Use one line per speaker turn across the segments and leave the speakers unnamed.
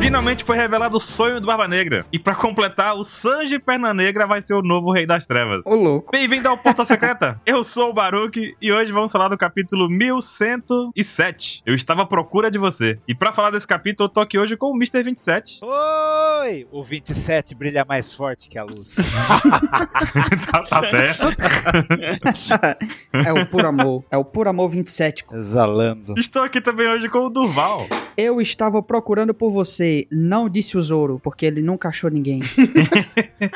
Finalmente foi revelado o sonho do Barba Negra. E pra completar, o Sanji Perna Negra vai ser o novo Rei das Trevas.
Ô, louco.
Bem-vindo ao Ponta Secreta. Eu sou o Baruque e hoje vamos falar do capítulo 1107. Eu estava à procura de você. E pra falar desse capítulo, eu tô aqui hoje com o Mr. 27.
Oi! O 27 brilha mais forte que a luz.
tá, tá certo.
É o Por Amor. É o Por Amor 27.
Exalando.
Estou aqui também hoje com o Durval.
Eu estava procurando por você, não disse o Zoro, porque ele nunca achou ninguém.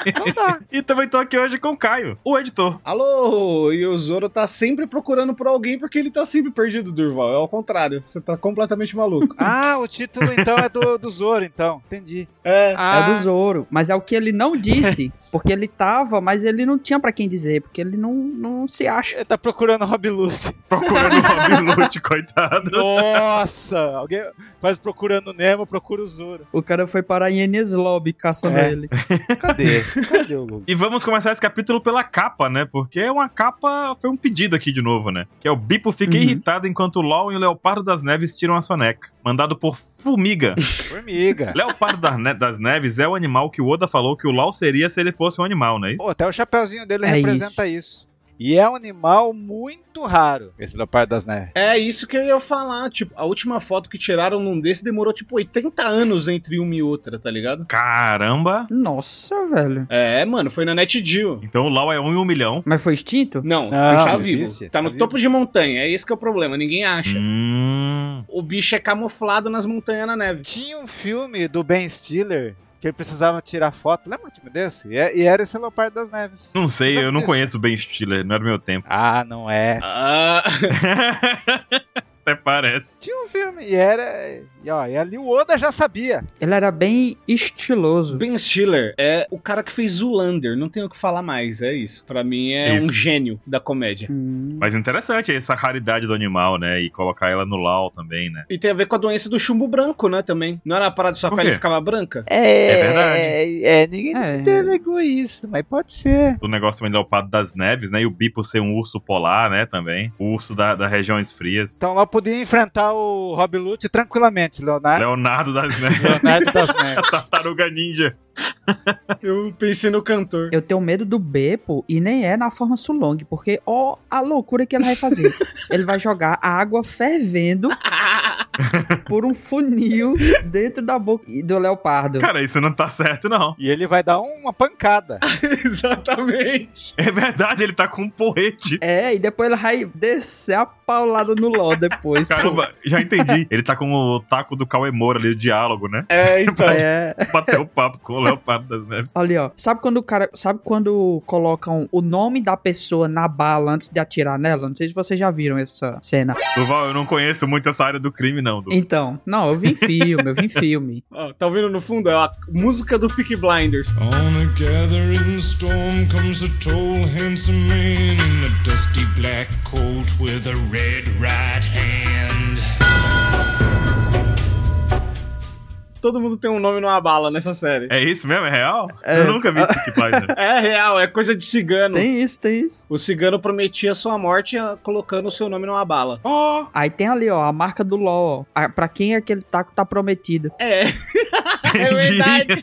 Então dá.
E também tô aqui hoje com o Caio, o editor.
Alô, e o Zoro tá sempre procurando por alguém porque ele tá sempre perdido, Durval. É ao contrário, você tá completamente maluco.
Ah, o título então é do, do Zoro, então. Entendi.
É,
É
Ah,
do Zoro. Mas é o que ele não disse, porque ele tava, mas ele não tinha pra quem dizer, porque ele não, não se acha.
Ele tá procurando o Rob Lute.
Procurando o Robin Hood, coitado.
Nossa! Alguém faz procurando o Nemo, procura o Zoro.
O cara foi parar em Enes Lobby caçando
É.
ele.
Cadê? Cadê o Lute?
E vamos começar esse capítulo pela capa, né? Porque é uma capa. Foi um pedido aqui de novo, né? Que é o Bipo fica
Uhum.
irritado enquanto o LOL e o Leopardo das Neves tiram a soneca. Mandado por Fumiga.
Formiga.
Leopardo das, Ne- das Neves é o animal que o Oda falou que o LOL seria se ele fosse um animal, não é isso?
Pô, até o chapeuzinho dele
É
representa isso. E é um animal muito raro. Esse leopardo das neves.
é isso que eu ia falar. Tipo, a última foto que tiraram num desse demorou tipo 80 anos entre uma e outra, tá ligado?
Caramba!
Nossa, velho.
É, mano, foi na Net Geo.
Então o LOL é um em um milhão.
Mas foi extinto?
Não,
Não,
tá
existe,
vivo.
tá
tá no
vivo.
topo de montanha, é esse que é o problema, ninguém acha.
Hum.
O bicho é camuflado nas montanhas na neve.
Tinha um filme do Ben Stiller que ele precisava tirar foto. Lembra um time desse? E é- e era esse leopardo das neves.
Não sei, eu não
Isso.
conheço bem Stiller, não era meu tempo.
Ah, não é.
Ah,
Até parece.
Tinha um filme e era. E, ó, e ali o Oda já sabia.
Ele era bem estiloso.
Ben Stiller é o cara que fez Zoolander, não tenho o que falar mais, é isso. Pra mim é
Isso.
um gênio da comédia.
Hum.
Mas interessante essa raridade do animal, né? E colocar ela no LOL também, né?
E tem a ver com a doença do chumbo branco, né, também. Não era a parada de sua
Por
pele
quê?
ficava branca?
É,
É verdade.
É, ninguém
É.
delegou isso, mas pode ser.
O negócio também do leopardo das neves, né? E o Bipo ser um urso polar, né? Também. O urso da, das regiões frias.
Então lá podia enfrentar o Rob Lute tranquilamente, Leonardo.
Leonardo das neves.
Leonardo das
a
Neves.
tartaruga ninja.
Eu pensei no cantor.
Eu tenho medo do Beppo e nem é na forma Sulong, porque ó a loucura que ele vai fazer. ele vai jogar a água fervendo por um funil dentro da boca do leopardo.
Cara, isso não tá certo, não.
E ele vai dar uma pancada.
Exatamente.
É verdade, ele tá com um porrete.
É, e depois ele vai descer a paulada no Ló depois. pô.
Caramba, já entendi. Ele tá com o taco do Cauê Moura ali, o diálogo, né?
É, então.
É,
Bater o papo com o leopardo das neves.
ali ó. Sabe quando o cara. Sabe quando colocam o nome da pessoa na bala antes de atirar nela? Não sei se vocês já viram essa cena.
Duval, eu não conheço muito essa área do crime, não. Du.
Então, não, eu vi em filme, eu vi em filme.
Ó, tá ouvindo no fundo? É a música do Peaky Blinders.
On a gathering storm comes a tall, handsome man in a dusty black coat with a red right hand.
Todo mundo tem um nome numa bala nessa série.
É isso mesmo? É real?
É.
Eu nunca vi Peaky Blinders.
É real, é coisa de cigano.
Tem isso, tem isso.
O cigano prometia sua morte ah, colocando o seu nome numa bala.
Oh,
Aí tem ali, ó, a marca do LOL, ó. A- Pra quem aquele taco tá prometido.
É. é verdade.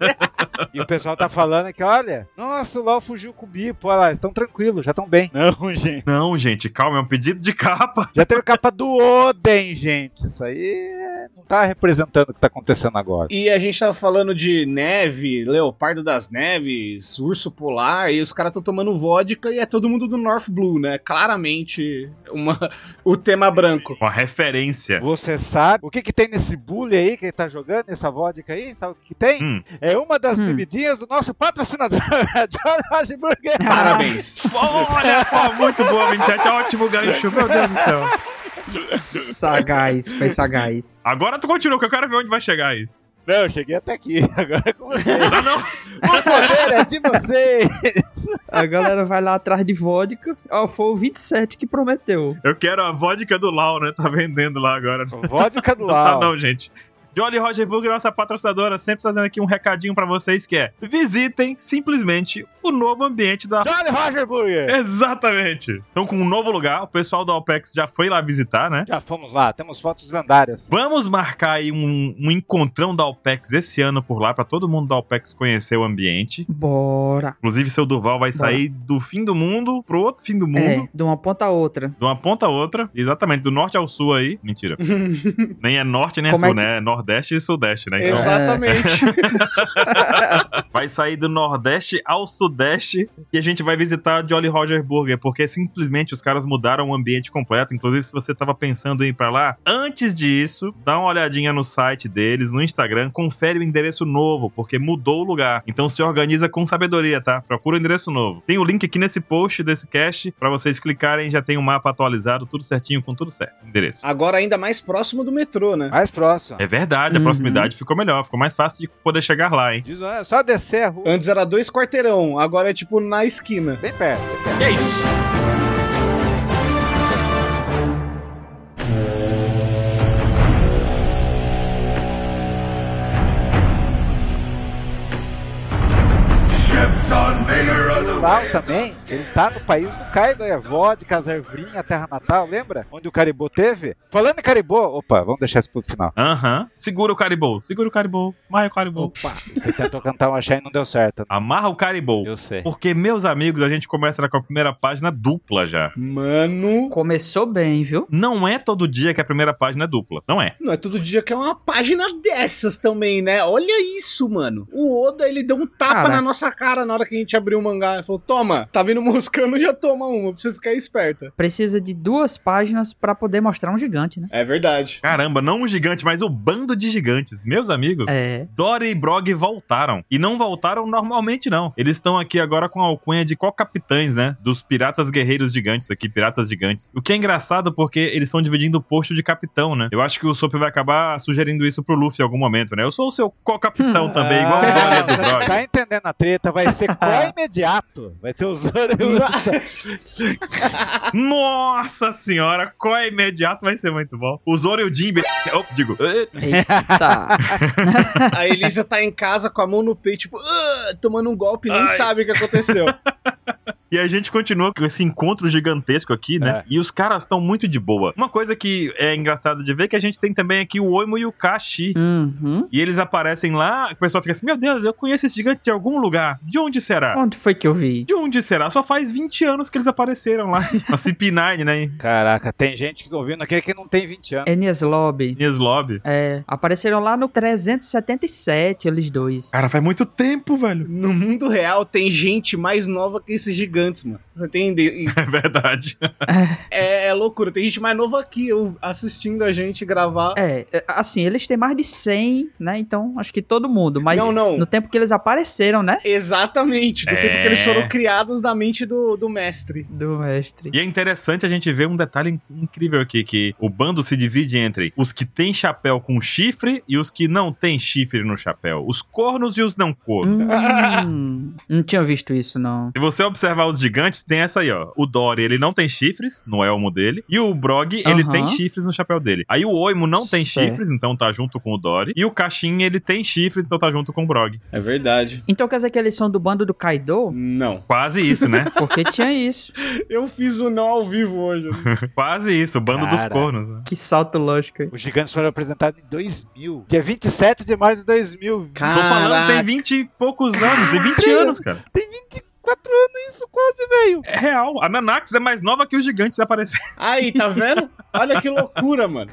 E o pessoal tá falando que, olha, nossa, o LOL fugiu com o Bipo, olha lá, estão tranquilos, já estão bem. Não, gente.
Não, gente, calma, é um pedido de capa.
Já teve capa do Oden, gente. Isso aí é- não tá representando o que tá acontecendo agora.
E a gente tava falando de neve, leopardo das neves, urso polar, e os caras tão tomando vodka e é todo mundo do North Blue, né? Claramente uma, o tema branco.
Uma referência.
Você sabe o que que tem nesse bully aí que ele tá jogando, nessa vodka aí? Sabe o que que tem?
Hum.
É uma das
Hum.
bebidinhas do nosso patrocinador, John Rosenberger.
Parabéns.
Olha só, muito boa, 27. Ótimo gancho, meu Deus do céu.
Sagaz, foi sagaz.
Agora tu continua, que eu quero ver onde vai chegar isso.
Não, eu cheguei até aqui, agora é com você.
Não, não.
O poder é de você.
A galera vai lá atrás de vodka. Ó, foi o 27 que prometeu.
Eu quero a vodka do Lau, né? Tá vendendo lá agora. Não
Vodka do
tá
Lau.
não, gente. Jolly Roger Burger, nossa patrocinadora, sempre trazendo aqui um recadinho pra vocês que é: visitem simplesmente o novo ambiente da
Jolly Roger Burger!
Exatamente. Então, com um novo lugar, o pessoal da OPEX já foi lá visitar, né?
Já fomos lá, temos fotos lendárias.
Vamos marcar aí um, um encontrão da OPEX esse ano por lá, pra todo mundo da OPEX conhecer o ambiente.
Bora.
Inclusive, seu Durval vai sair do fim do mundo pro outro fim do mundo.
É, de uma ponta a outra.
De uma ponta a outra, exatamente, do norte ao sul aí. Mentira. nem é norte, nem é
Como
sul,
é que-
né? É nordeste e sudeste, né? Então,
Exatamente.
vai sair do nordeste ao sudeste e a gente vai visitar Jolly Roger Burger, porque simplesmente os caras mudaram o ambiente completo. Inclusive, se você tava pensando em ir pra lá, antes disso, dá uma olhadinha no site deles, no Instagram, confere o endereço novo, porque mudou o lugar. Então se organiza com sabedoria, tá? Procura o endereço novo. Tem o link aqui nesse post desse cast pra vocês clicarem, já tem o mapa atualizado, tudo certinho, com tudo certo. Endereço.
Agora ainda mais próximo do metrô, né?
Mais próximo.
É verdade, a
Uhum.
proximidade ficou melhor, ficou mais fácil de poder chegar lá, hein?
Diz, é só descer a rua.
Antes era dois quarteirão, agora é tipo na esquina.
Bem perto. bem perto.
E é isso.
Natal também, ele tá no país do Kaido, é vodka, as ervinhas, a terra natal, lembra? Onde o Caribou teve? Falando em Caribou, opa, vamos deixar isso pro final.
Aham. Segura o caribou. Segura o caribou. Amarra o caribou.
Opa.
Você tentou cantar um axé e não deu certo.
Amarra o caribou.
Eu sei.
Porque, meus amigos, a gente começa com a primeira página dupla já.
Mano,
Começou bem, viu?
Não é todo dia que a primeira página é dupla. Não é.
não é todo dia que é uma página dessas também, né? Olha isso, mano. O Oda, ele deu um tapa
Cara.
na nossa cara na hora que a gente abriu o mangá. Ele falou, toma, tá vindo moscando, já toma uma, pra você ficar esperta.
Precisa de duas páginas pra poder mostrar um gigante, né?
É verdade.
Caramba, não um gigante, mas o bando de gigantes. Meus amigos.
É.
Dory e Brog voltaram. E não voltaram normalmente, não. Eles estão aqui agora com a alcunha de co-capitães, né? Dos piratas guerreiros gigantes aqui, piratas gigantes. O que é engraçado porque eles estão dividindo o posto de capitão, né? Eu acho que o Sop vai acabar sugerindo isso pro Luffy em algum momento, né? Eu sou o seu
Hum.
co-capitão também, igual o Dory é do
você não
Brog.
tá entendendo a treta, vai ser qual imediato. Vai ter os
Nossa senhora, qual é imediato vai ser muito bom. O Zoro e o Jimbe. Oh, digo. eh,
Eita.
A Elisa tá em casa com a mão no peito, tipo, "Ah", tomando um golpe, nem
Ai.
sabe o que aconteceu.
E a gente continua com esse encontro gigantesco aqui, né? E os caras estão muito de boa. Uma coisa que é engraçado de ver é que a gente tem também aqui o Oimo e o Kashi.
uhum.
E eles aparecem lá, o pessoal fica assim: Meu Deus, eu conheço esse gigante de algum lugar. De onde será?
Onde foi que eu vi?
De onde será? Só faz 20 anos que eles apareceram lá. Na CP9, né?
Caraca, tem gente que ouvindo aqui que não tem 20 anos.
Enias Lobby.
Em Lobby.
É, apareceram lá no 377, eles dois.
Ah.
Cara, faz muito tempo, velho.
No mundo real tem gente mais nova que esses gigantes, mano. Você tem ide-
É verdade.
É, é loucura, tem gente mais nova aqui eu- assistindo a gente gravar.
É, é, assim, eles têm mais de 100, né? Então, acho que todo mundo. Mas
Não, não.
no tempo que eles apareceram, né?
Exatamente, do
É.
tempo que eles foram criados na mente do, do mestre.
Do mestre.
E é interessante a gente ver um detalhe in- incrível aqui, que o bando se divide entre os que têm chapéu com chifre e os que não têm chifre no chapéu. Os cornos e os não cornos.
Hum, não tinha visto isso, não.
Se você observar os gigantes, tem essa aí, ó. O Dory, ele não tem chifres no elmo dele. E o Brog, ele
Aham.
tem chifres no chapéu dele. Aí o Oimo não tem
Certo.
chifres, então tá junto com o Dory. E o Caixin, ele tem chifres, então tá junto com o Brog.
É verdade.
Então quer dizer que eles são do bando do Kaido?
Não.
Quase isso, né?
Porque tinha isso.
Eu fiz o não ao vivo hoje.
Quase isso, o bando dos
Cara.
cornos. Né?
Que salto lógico. aí.
Os gigantes foram apresentados em 2000, que é 27 de março de 2000.
Tô falando, tem 20 e poucos anos, e 20 anos, cara.
Tem 24 anos isso quase, velho.
É real. A Nanax é mais nova que os gigantes aparecendo.
Aí, tá vendo? Olha que loucura, mano.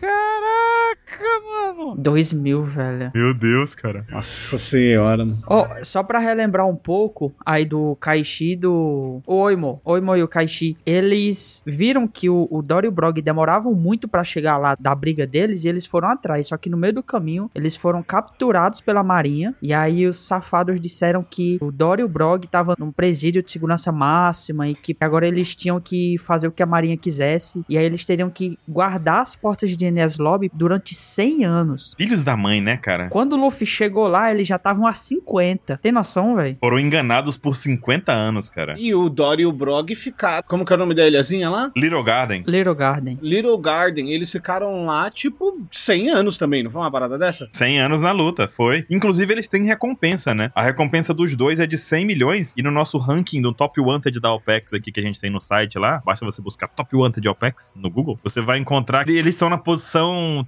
Caraca, mano.
2000, velho.
Meu Deus, cara.
Nossa senhora, mano.
Ó, só pra relembrar um pouco aí do Kaishi e do o Oimo, Oimo e o Kaishi, eles viram que o, o Dory e o Brog demoravam muito pra chegar lá da briga deles e eles foram atrás, só que no meio do caminho eles foram capturados pela marinha e aí os safados disseram que o Dory e o Brog estavam num presídio de segurança máxima e que agora eles tinham que fazer o que a marinha quisesse e aí eles teriam que guardar as portas de Enes Lobby durante 100 anos.
filhos da mãe, né, cara?
Quando o Luffy chegou lá, eles já estavam a 50. Tem noção, velho?
Foram enganados por 50 anos, cara.
E o Dory e o Brog ficaram. Como que é o nome da ilhazinha lá?
Little Garden.
Little Garden.
Little Garden. Eles ficaram lá, tipo, 100 anos também, não foi uma parada dessa?
100 anos na luta, foi. Inclusive, eles têm recompensa, né? A recompensa dos dois é de 100 milhões. E no nosso ranking do Top Wanted da OPEX aqui, que a gente tem no site lá, basta você buscar Top Wanted OPEX no Google, você vai encontrar que eles estão na posição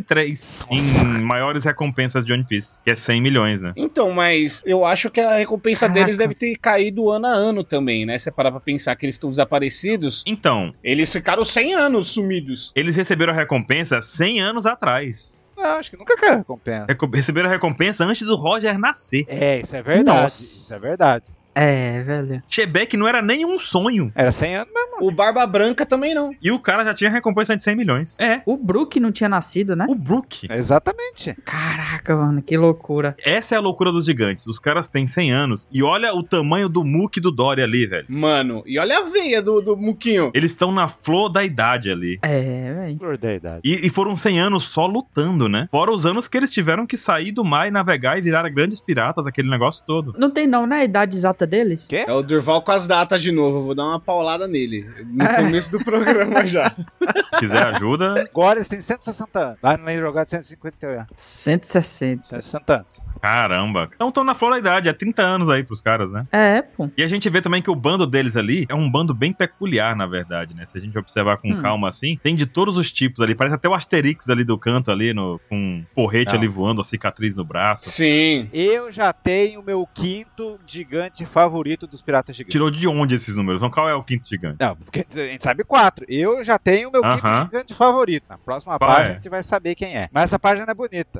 73 em maiores recompensas de One Piece, que é 100 milhões, né?
Então, mas eu acho que a recompensa
Caraca.
deles deve ter caído ano a ano também, né? Se você parar pra pensar que eles estão desaparecidos,
Então,
eles ficaram 100 anos sumidos.
eles receberam a recompensa 100 anos atrás.
Não, acho que nunca caiu a recompensa.
Reco- Receberam a recompensa antes do Roger nascer.
É, isso é verdade.
Nossa.
Isso é verdade.
É, velho.
Chebeck não era nem um sonho.
Era 100 anos, mas
O Barba Branca também não.
E o cara já tinha recompensa de 100 milhões. É,
O Brook não tinha nascido, né?
o Brook.
exatamente.
Caraca, mano, que loucura.
Essa é a loucura dos gigantes. Os caras têm 100 anos e olha o tamanho do Mook e do Dory ali, velho.
Mano, e olha a veia do, do Muquinho.
Eles estão na flor da idade ali.
É, velho.
Flor da idade.
E, e foram 100 anos só lutando, né? Fora os anos que eles tiveram que sair do mar e navegar e virar grandes piratas, aquele negócio todo.
Não tem não, né? A idade exata deles?
Quê?
É o Durval com as datas de novo. Eu vou dar uma paulada nele. No começo do programa já.
Se quiser ajuda,
Agora eles têm 160 anos. Lá no jogado 158.
160.
160 anos.
caramba. Então estão na flor da idade, é 30 anos aí pros caras, né?
É, pô.
E a gente vê também que o bando deles ali é um bando bem peculiar, na verdade, né? Se a gente observar com
Hum.
calma assim, tem de todos os tipos ali. Parece até o Asterix ali do canto ali, no, com um porrete
Não.
ali voando, a cicatriz no braço.
Sim.
Eu já tenho o meu quinto gigante favorito dos piratas gigantes.
Tirou de onde esses números? Então, qual é o quinto gigante?
Não, porque a gente sabe quatro. Eu já tenho o meu
Aham.
quinto gigante favorito. Na próxima
Qual
página
é?
a gente vai saber quem é. Mas essa página é bonita.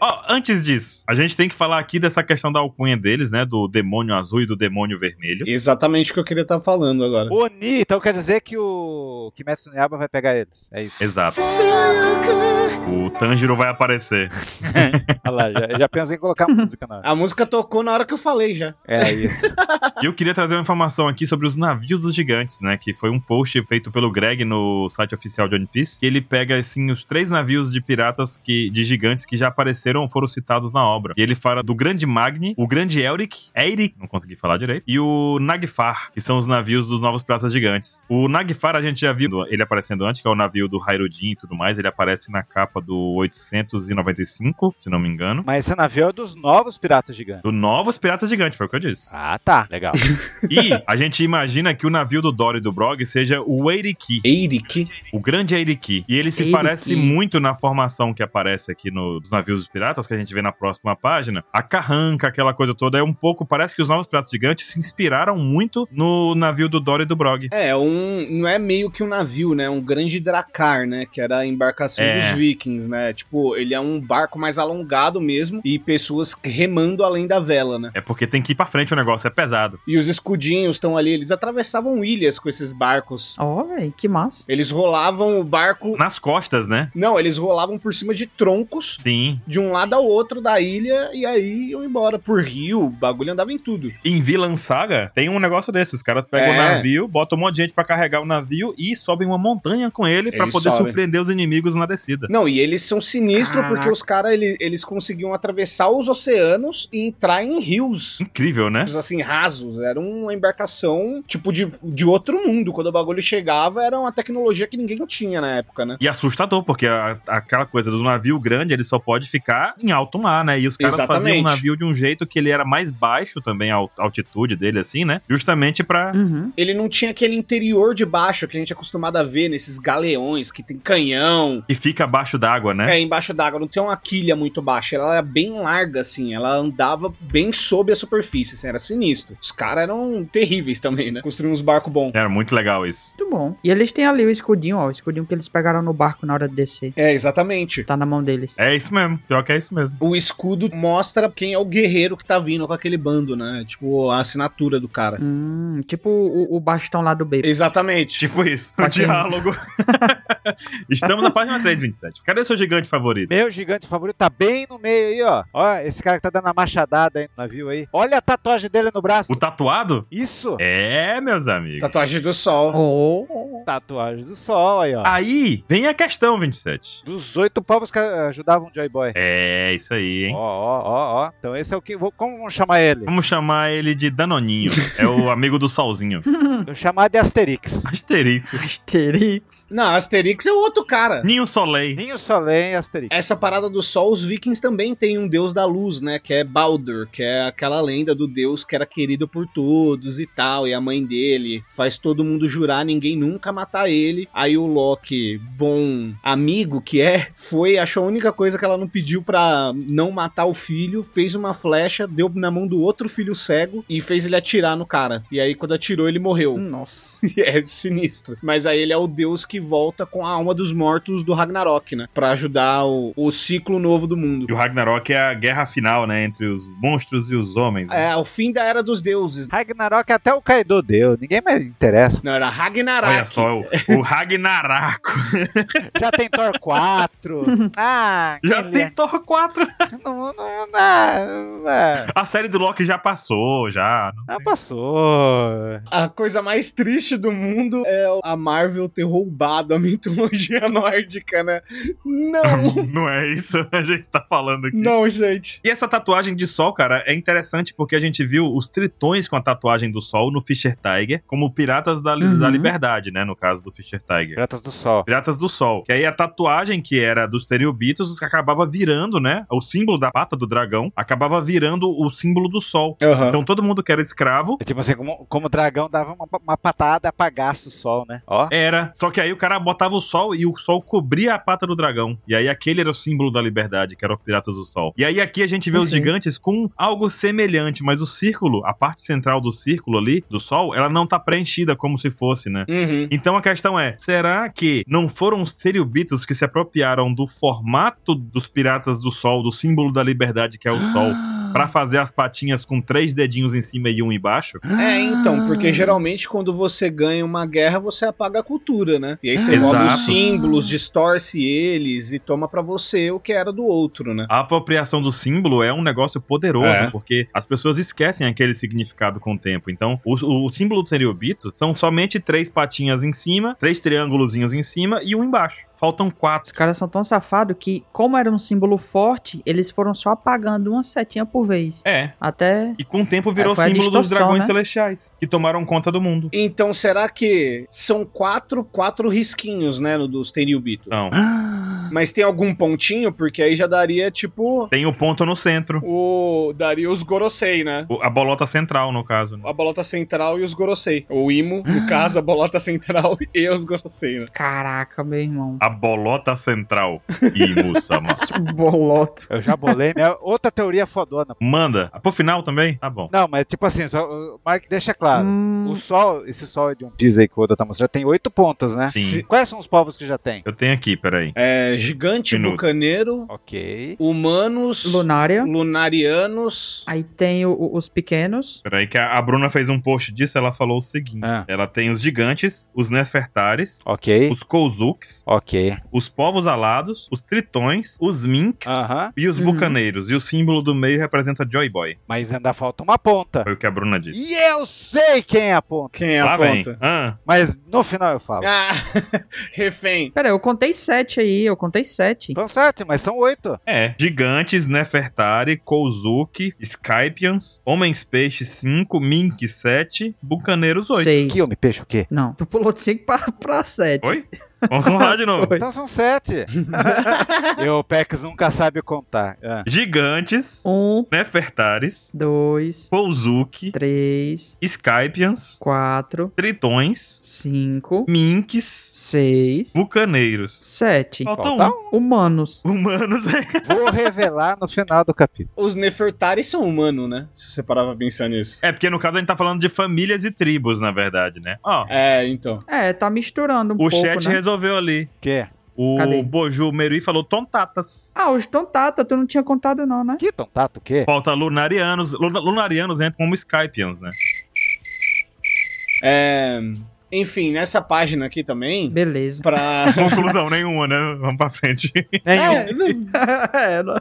Ó, antes disso, a gente tem que falar aqui dessa questão da alcunha deles, né? Do demônio azul e do demônio vermelho.
Exatamente o que eu queria estar falando agora.
Bonita, então quer dizer que o Kimetsu no Yaiba vai pegar eles. É isso.
Exato. O Tanjiro vai aparecer.
Olha lá, já, já pensei em colocar música na.
A música tocou na hora que eu falei já.
É isso.
E eu queria trazer uma informação aqui sobre os navios dos gigantes, né? Que foi um post feito pelo Greg no site oficial de One Piece. Que ele pega, assim, os três navios de piratas que, de gigantes que já apareceram ou foram citados na obra. E ele fala do Grande Magni, o Grande Elric, Eirik, não consegui falar direito, e o Nagfar, que são os navios dos novos piratas gigantes. O Nagfar a gente já viu ele aparecendo antes, que é o navio do Hairudin e tudo mais. Ele aparece na capa do 895, se não me engano.
Mas esse navio é dos novos piratas gigantes.
Do Novos Piratas Gigantes, foi o que eu disse.
Ah, tá. Legal.
E a gente imagina que o navio do Dory e do Brog seja o Eiriki,
Eirique.
o grande Eiriki. E ele se
Eiriki.
parece muito na formação que aparece aqui no- nos navios dos piratas, que a gente vê na próxima página. A carranca, aquela coisa toda, é um pouco. Parece que os novos piratas gigantes se inspiraram muito no navio do Dory e do Brog.
É, um. Não é meio que um navio, né? É Um grande dracar, né? Que era a embarcação
É.
dos vikings, né? Tipo, ele é um barco mais alongado mesmo e pessoas remando além da vela, né?
É porque tem que ir pra frente o negócio, é pesado.
E os escudinhos estão ali, eles atravessavam ilhas com esses barcos.
Ó, velho, que massa.
Eles rolavam o barco.
Nas costas, né?
Não, eles rolavam por cima de troncos
Sim.
de um lado ao outro da ilha e aí iam embora por rio, o bagulho andava em tudo.
Em Villan Saga tem um negócio desse. Os caras pegam o
É.
navio, botam um monte de gente pra carregar o navio e sobem uma montanha com ele pra
Eles
poder
sobem.
surpreender os inimigos na descida.
Não, e eles são sinistros
Caraca.
porque os caras ele, eles conseguiam atravessar os oceanos e entrar em rios.
Incrível, né?
Assim, rasos. Era uma embarcação, tipo, de, de outro mundo. Quando o bagulho chegava, era uma tecnologia que ninguém tinha na época, né?
E assustador, porque a- aquela coisa do navio grande, ele só pode ficar em alto mar, né? E os caras
Exatamente.
faziam o navio de um jeito que ele era mais baixo também, a al- altitude dele, assim, né? Justamente pra.
Uhum.
Ele não tinha aquele interior de baixo que a gente é acostumado a ver nesses galeões que tem canhão.
E fica abaixo d'água, né?
É, embaixo d'água, não tem uma quilha muito baixa, ela era bem larga, assim, ela andava bem sob a superfície, assim, era sinistro. Os caras eram terríveis também, né? Construíram uns barcos bons.
Era muito legal isso.
Muito bom. E eles têm ali o escudinho, ó. O escudinho que eles pegaram no barco na hora de descer.
É, exatamente.
Tá na mão deles.
É isso mesmo. Pior que é isso mesmo.
O escudo mostra quem é o guerreiro que tá vindo com aquele bando, né? Tipo, a assinatura do cara.
Hum, tipo o, o bastão lá do Baby.
Exatamente.
Tipo isso. O
Bacana.
diálogo. Estamos na página 327. Cadê seu gigante favorito?
Meu gigante favorito tá bem no meio aí, ó. Ó, esse cara que tá dando a machadada aí no navio aí. Olha a tatuagem dele no braço.
O tatuado?
Isso.
É, meus amigos.
Tatuagem do sol.
Oh,
Tatuagens do sol aí, ó.
Aí vem a questão, 27.
Dos oito povos que ah, ajudavam o Joy Boy.
É, isso aí,
Ó,
hein?
ó, ó, ó. Então esse é o que. vou- Como vamos chamar ele?
Vamos chamar ele de Danoninho. É o amigo do Solzinho.
Vou chamar de Asterix.
Asterix.
Asterix.
Não, Asterix é o outro cara.
Ninho Soleil.
Ninho Solen e Asterix.
Essa parada do sol, os vikings também têm um deus da luz, né? Que é Baldur, que é aquela lenda do deus que era querido por todos e tal. E a mãe dele faz todo mundo jurar ninguém nunca matar ele. Aí o Loki, bom amigo que é, foi, achou a única coisa que ela não pediu pra não matar o filho, fez uma flecha, deu na mão do outro filho cego e fez ele atirar no cara. E aí quando atirou, ele morreu.
Nossa.
É sinistro. Mas aí ele é o deus que volta com a alma dos mortos do Ragnarok, né? Pra ajudar o, o ciclo novo do mundo.
E o Ragnarok é a guerra final, né? Entre os monstros e os homens. né?
É, o fim da era dos deuses.
Ragnarok até o Kaido deu. Ninguém mais interessa.
Não, era Ragnarok.
Olha só, o, o Ragnaraco.
Já tem Thor 4. Ah,
Já
quem
tem Thor 4.
lê? Não, não, não, é.
A série do Loki já passou, já.
Ah, passou.
A coisa mais triste do mundo é a Marvel ter roubado a mitologia nórdica, né? Não!
Não é isso que a gente tá falando aqui.
não, gente.
E essa tatuagem de sol, cara, é interessante porque a gente viu os tritões com a tatuagem do sol no Fischer Tiger, como piratas da, li-
Uhum.
da liberdade, né? No caso do Fischer Tiger.
Piratas do Sol.
Piratas do Sol. Que aí a tatuagem que era dos Terribitos acabava virando, né? O símbolo da pata do dragão acabava virando o símbolo do sol.
Aham.
Então todo mundo que era escravo
É tipo assim, como, como o dragão dava uma, uma patada, apagasse o sol, né? Ó.
Era. Só que aí o cara botava o sol e o sol cobria a pata do dragão. E aí aquele era o símbolo da liberdade, que era o Piratas do Sol. E aí aqui a gente vê os
Perfeito.
gigantes com algo semelhante, mas o círculo, a parte central do círculo ali, do sol, ela não tá preenchida como se fosse, né?
Uhum.
Então a questão é, será que não foram os seriobitos que se apropriaram do formato dos Piratas do Sol, do símbolo da liberdade que é o
Ah.
sol, pra fazer as patinhas com três dedinhos em cima e um embaixo?
É, então, porque geralmente quando você ganha uma guerra, você apaga a cultura, né? E aí você rouba os
Exato.
símbolos, distorce eles e toma pra você o que era do outro, né?
A apropriação do símbolo é um negócio poderoso,
É.
porque as pessoas esquecem aquele significado com o tempo. Então, o, o- o símbolo do Teriobito são somente três patinhas em cima, três triângulozinhos em cima e um embaixo. Faltam
Os
quatro.
caras são tão safados que, como era um símbolo forte, eles foram só apagando uma setinha por vez.
É.
Até.
E com o tempo virou
É, foi a
símbolo dos
distorção,
dragões
né?
celestiais, que tomaram conta do mundo.
Então será que são quatro, quatro risquinhos, né, no dos Tenryubito?
Então,
Mas tem algum pontinho? Porque aí já daria, tipo,
tem o ponto no centro.
o... daria os Gorosei, né?
o- A bolota central, no caso. né?
A bolota central e os Gorosei. O Imo, no caso, a bolota central e os Gorosei, né?
Caraca, meu irmão.
A bolota central. Ih, moça, moça.
Bolota.
Eu já bolei minha outra teoria fodona.
Manda. Ah, Pro final também? Tá bom.
Não, mas tipo assim, só, o Mark deixa claro.
Hum,
O sol, esse sol de um piso aí que o Oda tá mostrando, já tem oito pontas, né?
Sim.
Se-
Quais são os povos que já tem?
Eu tenho aqui, peraí.
É, gigante,
Minuto.
bucaneiro,
Ok.
humanos,
Lunária.
lunarianos...
Aí tem o- o- os pequenos.
Peraí, que a a Bruna fez um post disso, ela falou o seguinte:
Ah.
ela tem os gigantes, os Nesfertares,
Ok.
os Kouzuks,
Ok.
os povos alados, os tritões, os minks.
Aham.
E os
Uhum.
bucaneiros. E o símbolo do meio representa Joy Boy.
Mas ainda falta uma ponta.
Foi o que a Bruna disse.
E eu sei quem é a ponta.
Quem é
Lá
a
vem.
ponta?
Ah,
Mas no final eu falo.
Ah, refém.
Pera, eu contei sete aí, eu contei sete.
Então certo, mas são oito.
é. Gigantes, Nefertari, Kouzuki, Skypians, Homens Peixes 5, Mink 7, Bucaneiros 8.
Seis.
Que eu me peixe o quê?
Não, tu pulou de cinco pra, pra sete.
Oi? Vamos lá de novo.
Foi.
Então são sete. e o Pex nunca sabe contar. Ah.
Gigantes, né,
Um,
Nefertares,
dois,
Kouzuki,
três,
Skypians,
quatro,
Tritões,
cinco,
Minks,
seis,
Bucaneiros.
sete.
Falta
Falta
um.
Humanos.
Humanos, é.
Vou revelar no final do capítulo.
Os Nefertaris são humanos, né? Se você parar pra pensar nisso.
É, porque no caso a gente tá falando de famílias e tribos, na verdade, né? Ó,
É, então.
É, tá misturando um
o
pouco,
chat
né?
resolveu ali.
Que?
O
Cadê?
Boju Merui falou tontatas.
Ah, os tontata, tu não tinha contado não, né?
Que tontato o quê?
Falta lunarianos. Lu- Lunarianos entram como Skypians, né?
É, Enfim, nessa página aqui também,
Beleza.
pra.
Conclusão nenhuma, né? Vamos pra frente.
É, não-
É, não-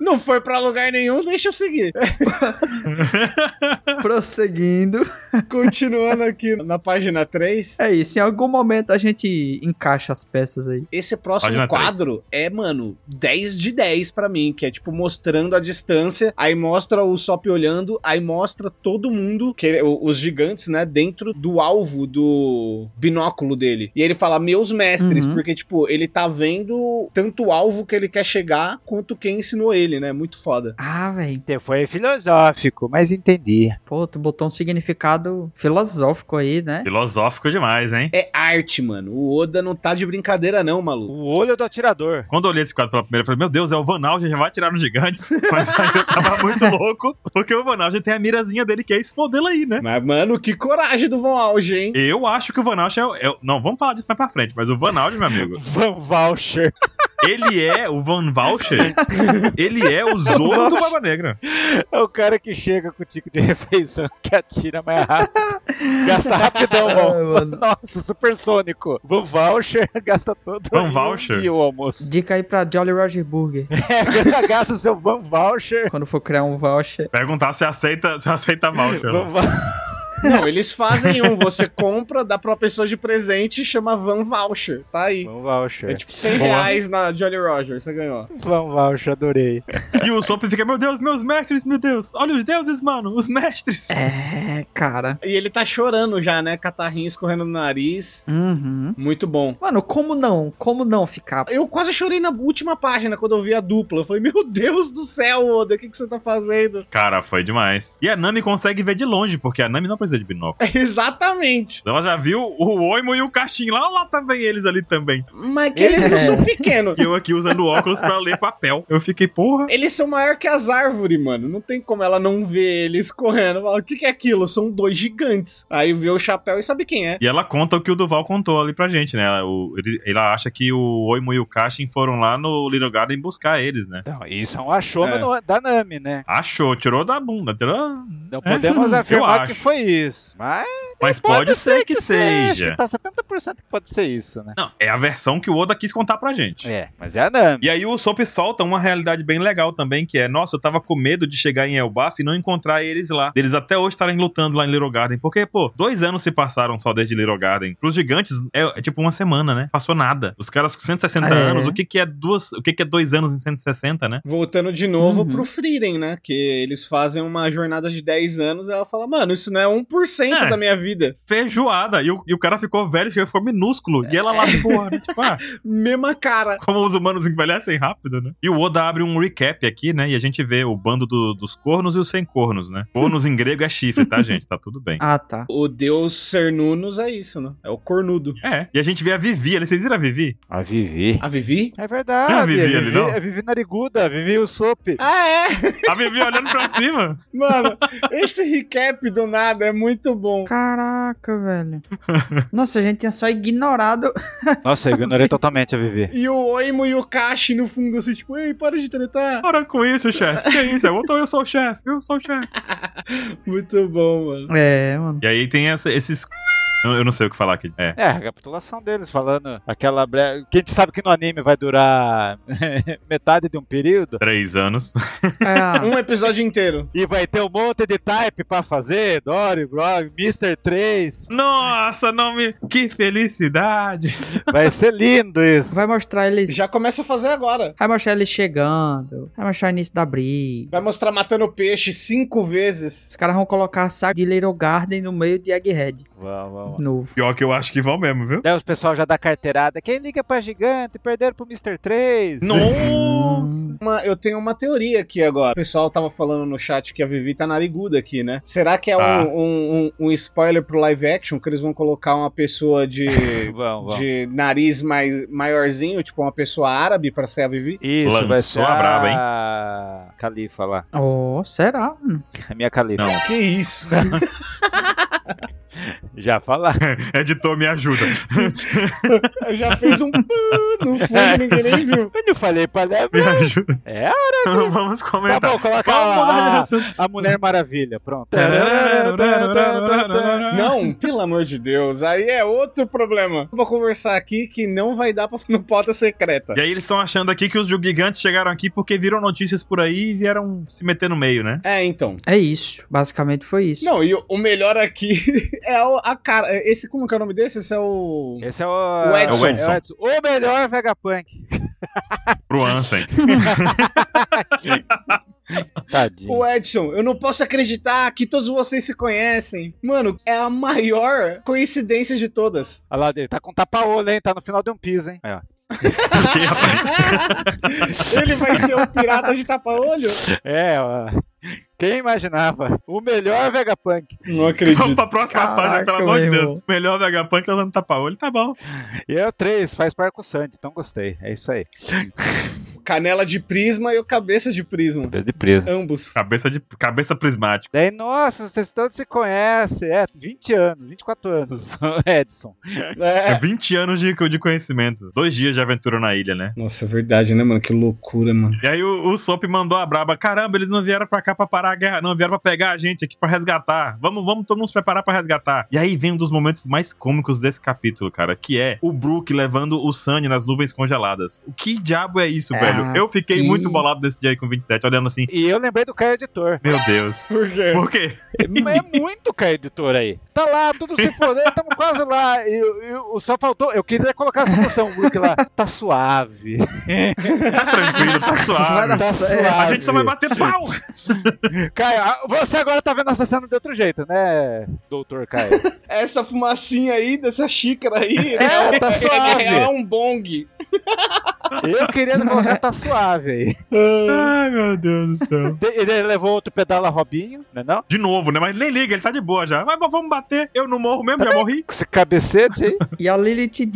não foi pra lugar nenhum, deixa eu seguir.
Prosseguindo.
Continuando aqui na página 3.
É isso, em algum momento a gente encaixa as peças aí.
Esse próximo
Página três.
quadro é, mano, 10 de 10 pra mim, que é tipo mostrando a distância, aí mostra o Sop olhando, aí mostra todo mundo, que ele- o- os gigantes, né, dentro do alvo do binóculo dele. E ele fala, meus mestres,
Uhum.
porque, tipo, ele tá vendo tanto o alvo que ele quer chegar, quanto quem ensinou ele, né? Muito foda.
Ah, velho.
Te- Foi filosófico, mas entendi.
Pô, tu botou um significado filosófico aí, né?
Filosófico demais, hein?
É arte, mano. O Oda não tá de brincadeira, não, maluco.
O olho do atirador.
Quando eu olhei esse quadro pela primeira, eu falei, meu Deus, é o Van Algen, já vai atirar nos gigantes. Mas aí eu tava muito louco, porque o Van Algen tem a mirazinha dele, que é esse modelo aí, né?
Mas, mano, que coragem do Von Auge, hein?
Eu acho que o Van Algen é, o- é o- Não, vamos falar disso mais pra frente, mas o Van Algen, meu amigo,
Van Voucher.
ele é o Van Voucher, ele é o Zoro do Barba Negra.
É o cara que chega com o tico de refeição que atira mais rápido. Gasta rapidão,
Ah,
mano.
mano.
Nossa, supersônico. Van Voucher gasta todo
Van
em um
Voucher?
dia o almoço.
Dica aí pra Jolly Roger Burger,
É, gasta seu Van Voucher.
quando for criar um voucher.
Perguntar se aceita, se aceita voucher. né?
Van Vou-
Não, eles fazem um. Você compra, dá pra uma pessoa de presente e chama Van Voucher. Tá aí.
Van
É
Voucher.
tipo 100 reais na Jolly Roger, você ganhou.
tipo-
Van Voucher, adorei.
E o Sop fica, meu Deus, meus mestres, meu Deus, olha os deuses, mano, os mestres.
É, cara.
E ele tá chorando já, né? Catarrinho escorrendo no nariz.
Uhum.
Muito bom.
Mano, como não? Como não ficar?
Eu quase chorei na última página quando eu vi a dupla. Eu falei, meu Deus do céu, Oda, o que, que você tá fazendo?
Cara, foi demais. E a Nami consegue ver de longe, porque a Nami não precisa de binóculo.
Exatamente.
Ela já viu o Oimo e o Caixinho lá, lá também, eles ali também.
Mas que eles não são pequenos.
E eu aqui usando óculos pra ler papel. Eu fiquei, porra.
Eles são maior que as árvores, mano. Não tem como ela não ver eles correndo. Fala, o que, que é aquilo? São dois gigantes. Aí vê o chapéu e sabe quem é.
E ela conta o que o Duval contou ali pra gente, né? O- ele, ela acha que o Oimo e o Caixin foram lá no Little Garden buscar eles, né?
Então, isso é um achoma
É.
no- da Nami, né?
Achou, tirou da bunda, tirou...
Não podemos afirmar que
É, acho.
foi isso. Mas
Mas pode, ser que, seja.
acho que Tá 70% que pode ser isso, né?
Não, é a versão que o Oda quis contar pra gente.
É, mas é a Nami.
E aí o Sop solta uma realidade bem legal também, que é, nossa, eu tava com medo de chegar em Elbaf e não encontrar eles lá. Eles até hoje estarem lutando lá em Little Garden. Porque, pô, dois anos se passaram só desde Little Garden. Pros gigantes, é, é tipo uma semana, né? Passou nada. Os caras com 160
É.
anos, o que que é duas... O que que é dois anos em 160, né?
Voltando de novo
Uhum.
pro Frieren, né? Que eles fazem uma jornada de 10 anos e ela fala, mano, isso não é 1%
É.
da minha vida.
Feijoada. E o, e o cara ficou velho, chegou, ficou minúsculo. E ela lá de boa, né? Tipo, ah,
Mesma cara.
como os humanos envelhecem rápido, né? E o Oda abre um recap aqui, né? E a gente vê o bando do- dos cornos e os sem cornos, né? Cornos em grego é chifre, tá, gente? Tá tudo bem.
Ah, tá.
O deus Cernunus é isso, né? É o cornudo.
É. E a gente vê a Vivi ali. Vocês viram a Vivi?
A Vivi.
A Vivi?
É verdade.
Não é a Vivi
é
ali, não?
É Vivi Nariguda, Vivi o Sop.
Ah, é?
A Vivi olhando pra cima.
Mano, esse recap do nada é muito bom.
Caraca, velho. Nossa, a gente tinha só ignorado.
Nossa, eu ignorei totalmente a Vivi.
E o Oimo e o Kashi no fundo, assim, tipo, ei, para de tretar.
Para com isso, chefe. Que isso? Eu, tô, eu sou o chefe. Eu sou o chefe.
Muito bom, mano.
É, mano.
E aí tem essa- esses... Eu eu não sei o que falar aqui. É.
É, a recapitulação deles, falando aquela breve. Que a gente sabe que no anime vai durar metade de um período.
Três anos.
É,
Um episódio inteiro.
E vai ter um monte de type pra fazer, Dory, Brog, Mr. 3.
Nossa, não me... Que felicidade.
Vai ser lindo isso.
vai mostrar eles.
Já começa a fazer agora.
Vai mostrar eles chegando. Vai mostrar o início da briga.
Vai mostrar matando peixe cinco
Os
vezes.
caras vão colocar a saga de Little Garden no meio de Egghead.
Vamos, vamos.
Novo.
Pior que eu acho que vão mesmo, viu?
Daí os pessoal já dá carteirada. Quem liga pra gigante? Perderam pro Mr. 3.
Nossa.
Uma- eu tenho uma teoria aqui agora. O pessoal tava falando no chat que a Vivi tá nariguda aqui, né? Será que é um-
Ah.
um, um- um spoiler pro live action que eles vão colocar uma pessoa de,
Vamos, vamos.
de nariz mais, maiorzinho, tipo uma pessoa árabe pra ser a Vivi?
Isso, vai ser
Lançou a braba, hein?
a Califa lá.
Oh, será, mano?
A minha Califa.
Não.
Que isso?
Já falar.
Editor, me ajuda.
Já fez um pã no fundo, ninguém nem viu.
Onde eu falei pra
Me ajuda. Então,
É,
Vamos
tá
comentar.
bom, coloca
Vamos mudar de
a,
assunto.
a Mulher Maravilha, pronto.
Não.
Não, pelo amor de Deus, aí é outro problema. Vou conversar aqui que não vai dar pra no pauta secreta.
E aí eles estão achando aqui que os gigantes chegaram aqui porque viram notícias por aí e vieram se meter no meio, né?
É, então.
É isso. Basicamente foi isso.
Não, e o, o melhor aqui é o- a cara. Esse, como que é o nome desse? Esse é o.
Esse é o,
O Edson.
É o Edson.
é o O melhor Vegapunk.
Pro Ansem.
Tadinho.
O Edson, eu não posso acreditar que todos vocês se conhecem. Mano, é a maior coincidência de todas.
Olha lá, ele tá com tapa-olho, hein? Tá no final de um piso, hein?
É.
Aí, ó.
Ele vai ser o pirata de tapa-olho?
É, ó. Quem imaginava? O melhor Vegapunk.
Não
Vamos
acredito.
pra próxima
Caraca,
página, pelo amor de
meu
Deus.
irmão.
Melhor Vegapunk tá dando tapa-olho, tá bom.
E eu três, faz par com o Sandy, então gostei. É isso aí.
Canela de prisma e o cabeça de prisma.
Deus de preso.
Ambos.
Cabeça, de, cabeça prismática.
Daí, nossa, vocês todos se conhecem. É, 20 anos, 24 anos, Edson.
É
É.
20 anos de, de conhecimento. Dois dias de aventura na ilha, né?
Nossa, é verdade, né, mano? Que loucura, mano.
E aí o, o Sop mandou a braba. Caramba, eles não vieram pra cá pra parar a guerra, não. Vieram pra pegar a gente aqui pra resgatar. Vamos, vamos todo mundo se preparar pra resgatar. E aí vem um dos momentos mais cômicos desse capítulo, cara. Que é o Brook levando o Sunny nas nuvens congeladas. O que diabo é isso,
Ah,
velho? Eu fiquei
que-
muito bolado desse dia aí com 27, olhando assim.
E eu lembrei do Caio Editor.
Meu Deus.
Por quê?
Por quê?
É muito Caio Editor aí. Tá lá, tudo se foder, estamos quase lá. E, e- só faltou. Eu queria colocar a situação, Brook, lá. Tá suave.
Tá tranquilo, tá
Vai
suave.
dar
Tá
certo.
A gente só vai bater pau.
Caio, ah, você agora tá vendo essa cena de outro jeito, né, doutor Caio?
Essa fumacinha aí, dessa xícara aí, é,
É, tá suave.
é um bong.
Eu queria colocar tá suave aí.
Ah.
Ai, meu Deus do céu.
De- Ele levou outro pedala Robinho, né não?
De novo, né? Mas nem liga, ele tá de boa já. Mas vamos bater. Eu não morro mesmo, já morri.
Esse cabecete aí.
E a Lilith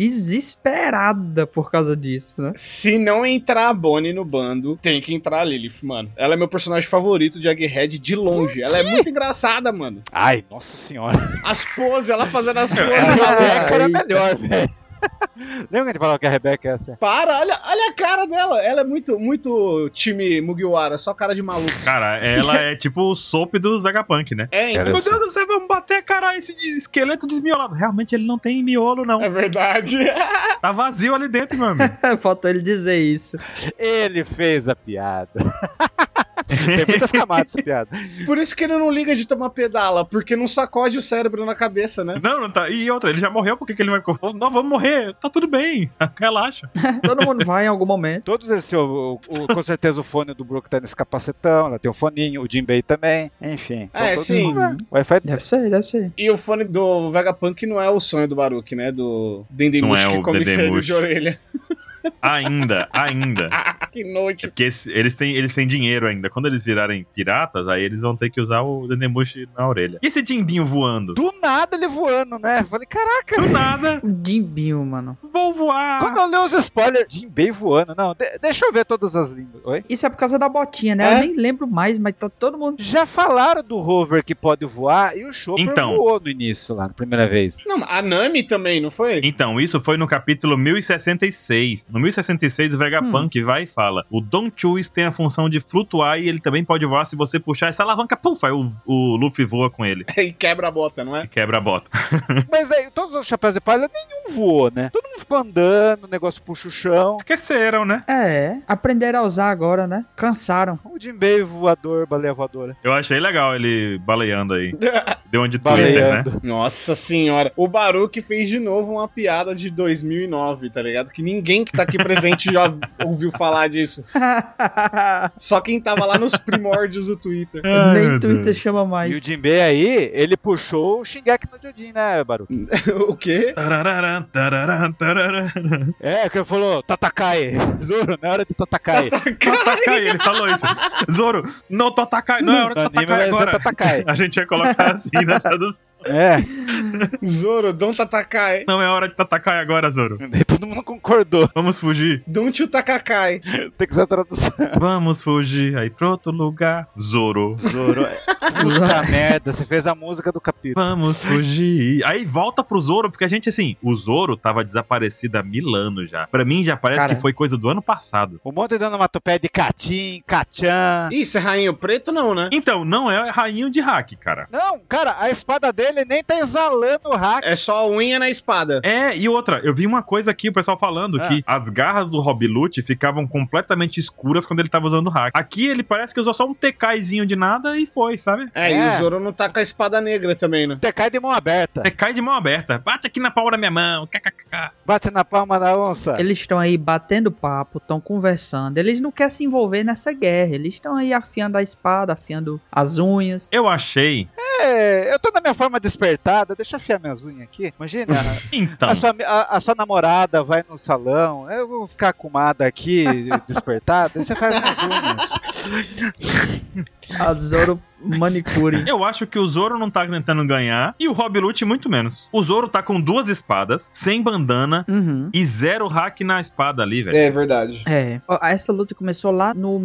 desesperada por causa disso, né?
Se não entrar a Bonnie no bando, tem que entrar a Lilith, mano. Ela é meu personagem favorito de Egghead de longe. Ela é muito engraçada, mano.
Ai, nossa senhora.
As poses, ela fazendo as poses.
A
ela-
Rebeca era
eita.
melhor, velho. Lembra que a gente falava que a Rebeca é essa?
Para, olha, olha a cara dela. Ela é muito, muito time Mugiwara, só cara de maluco.
Cara, ela é tipo o soap do Zagapunk, né?
É, então.
Cara,
Meu Deus do céu, vamos bater, cara, esse de- esqueleto desmiolado. Realmente ele não tem miolo, não.
É verdade.
Tá vazio ali dentro, meu amigo.
Faltou ele dizer isso.
Ele fez a piada. Tem muitas camadas essa piada.
Por isso que ele não liga de tomar pedala, porque não sacode o cérebro na cabeça, né?
Não, não tá. E outra, ele já morreu, por que, que ele vai. Não, vamos morrer, tá tudo bem, relaxa.
Todo mundo vai em algum momento.
Todos esses, o, o- o- com certeza o fone do Brook tá nesse capacetão, ela tem o foninho, o Jinbei também, enfim. são
É,
todos-
sim.
Wi-Fi
Deve ser, deve ser.
E o fone do Vegapunk não é o sonho do Baruch, né? Do Dendemush
Não é
que
o
come cedo
Dendemush.
de orelha.
Ainda, ainda.
Ah, que
É
noite.
porque esse- eles têm, eles têm dinheiro ainda. Quando eles virarem piratas, aí eles vão ter que usar o Denemushi na orelha. E esse Jimbinho voando?
Do nada ele voando, né? Falei, caraca!
Do nada,
O Jimbinho, mano.
vou
Quando
Ah.
voar!
eu leio os spoilers, Jinbei voando. Não, de- deixa eu ver todas as línguas. Oi?
Isso é por causa da botinha, né?
É?
Eu nem lembro mais, mas tá todo mundo.
Já falaram do rover que pode voar e o Chopper
Então.
voou no início lá, na primeira vez.
Não, a Nami também, não
é
foi?
Então, isso foi no capítulo 1066. No 1066, o Vegapunk
Hum.
vai e fala: O Don Chuis tem a função de flutuar e ele também pode voar se você puxar essa alavanca, puf! Aí o, o Luffy voa com ele
E quebra a bota, não é?
e quebra a bota.
Mas aí, todos os chapéus de palha, nenhum voou, né? Todo mundo ficou andando, o negócio puxa o chão.
Esqueceram, né?
É, aprenderam a usar agora, né? Cansaram.
O Jinbei voador, baleia voadora.
Eu achei legal ele baleando aí. Deu onde Twitter, né?
Baleando.
Nossa senhora. O Baruch fez de novo uma piada de 2009, tá ligado? Que ninguém que tá aqui presente já ouviu falar disso. Só quem tava lá nos primórdios do Twitter.
Ai,
nem
meu
Twitter
Deus.
chama
E o
mais.
Jinbei aí, ele puxou o Shingeki no Jodin, né, Baru?
o quê?
Tararara, tararara, tararara.
É, que ele falou, Tatakai. Zoro, não é hora de Tatakai.
Tatakai, ele falou isso. Zoro, não, Tatakai, não é hora de
No anime
Tatakai
vai ser
agora.
Tatakai.
A gente ia colocar assim na tradução.
É,
Zoro, don't Tatakai.
Não é hora de Tatakai agora, Zoro.
daí todo mundo concordou.
Vamos fugir.
Don't you Takakai.
Tem que ser a tradução.
Vamos fugir aí pra outro lugar. Zoro.
Zoro. Puta merda, você fez a música do capítulo.
Vamos fugir. Aí volta pro Zoro, porque a gente, assim, o Zoro tava desaparecido há mil anos já. Pra mim, já parece
Cara.
que foi coisa do ano passado.
Um monte de onomatopeia de Catim, Cachan.
Isso é rainho preto, não, né?
Então, não é rainho de hack, cara.
Não, cara, a espada dele nem tá exalando o hack.
É só a unha na espada.
É, e outra, eu vi uma coisa aqui, o pessoal falando
Ah.
que as garras do Rob Lute ficavam completamente escuras quando ele tava usando o hack. Aqui ele parece que usou só um TKzinho de nada e foi, sabe?
É, e
É.
o Zoro não tá com a espada negra também, né?
Você cai de mão aberta.
É, cai de mão aberta. Bate aqui na palma da minha mão. KKKK.
Bate na palma da onça.
Eles estão aí batendo papo, estão conversando. Eles não querem se envolver nessa guerra. Eles estão aí afiando a espada, afiando as unhas.
Eu achei.
É, eu tô na minha forma despertada, deixa eu afiar minhas unhas aqui. Imagina,
Então.
a sua, a- a sua namorada vai no salão, eu vou ficar acumada aqui, despertada, e você faz minhas unhas.
A Zoro manicure.
Eu acho que o Zoro não tá tentando ganhar e o Rob Lute muito menos. O Zoro tá com duas espadas, sem bandana
Uhum.
e zero hack na espada ali, velho.
É verdade.
É. Ó, Essa luta começou lá no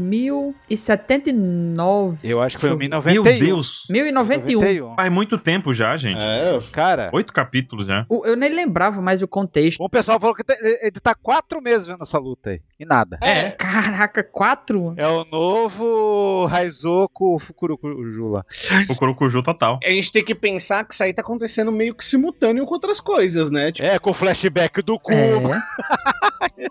1079.
Eu acho que foi em
Meu
91.
Deus.
1091.
91.
Faz muito tempo já, gente.
um. É,
Cara,
Oito capítulos já.
O- Eu nem lembrava mais o contexto.
o pessoal falou que te- ele tá quatro meses vendo essa luta aí, e nada.
É.
Caraca, quatro?
É o novo Raizoku Fukurukurujula.
O Kurokuju total.
A gente tem que pensar que isso aí tá acontecendo meio que simultâneo com outras coisas, né? Tipo,
É, com o flashback do cu.
É.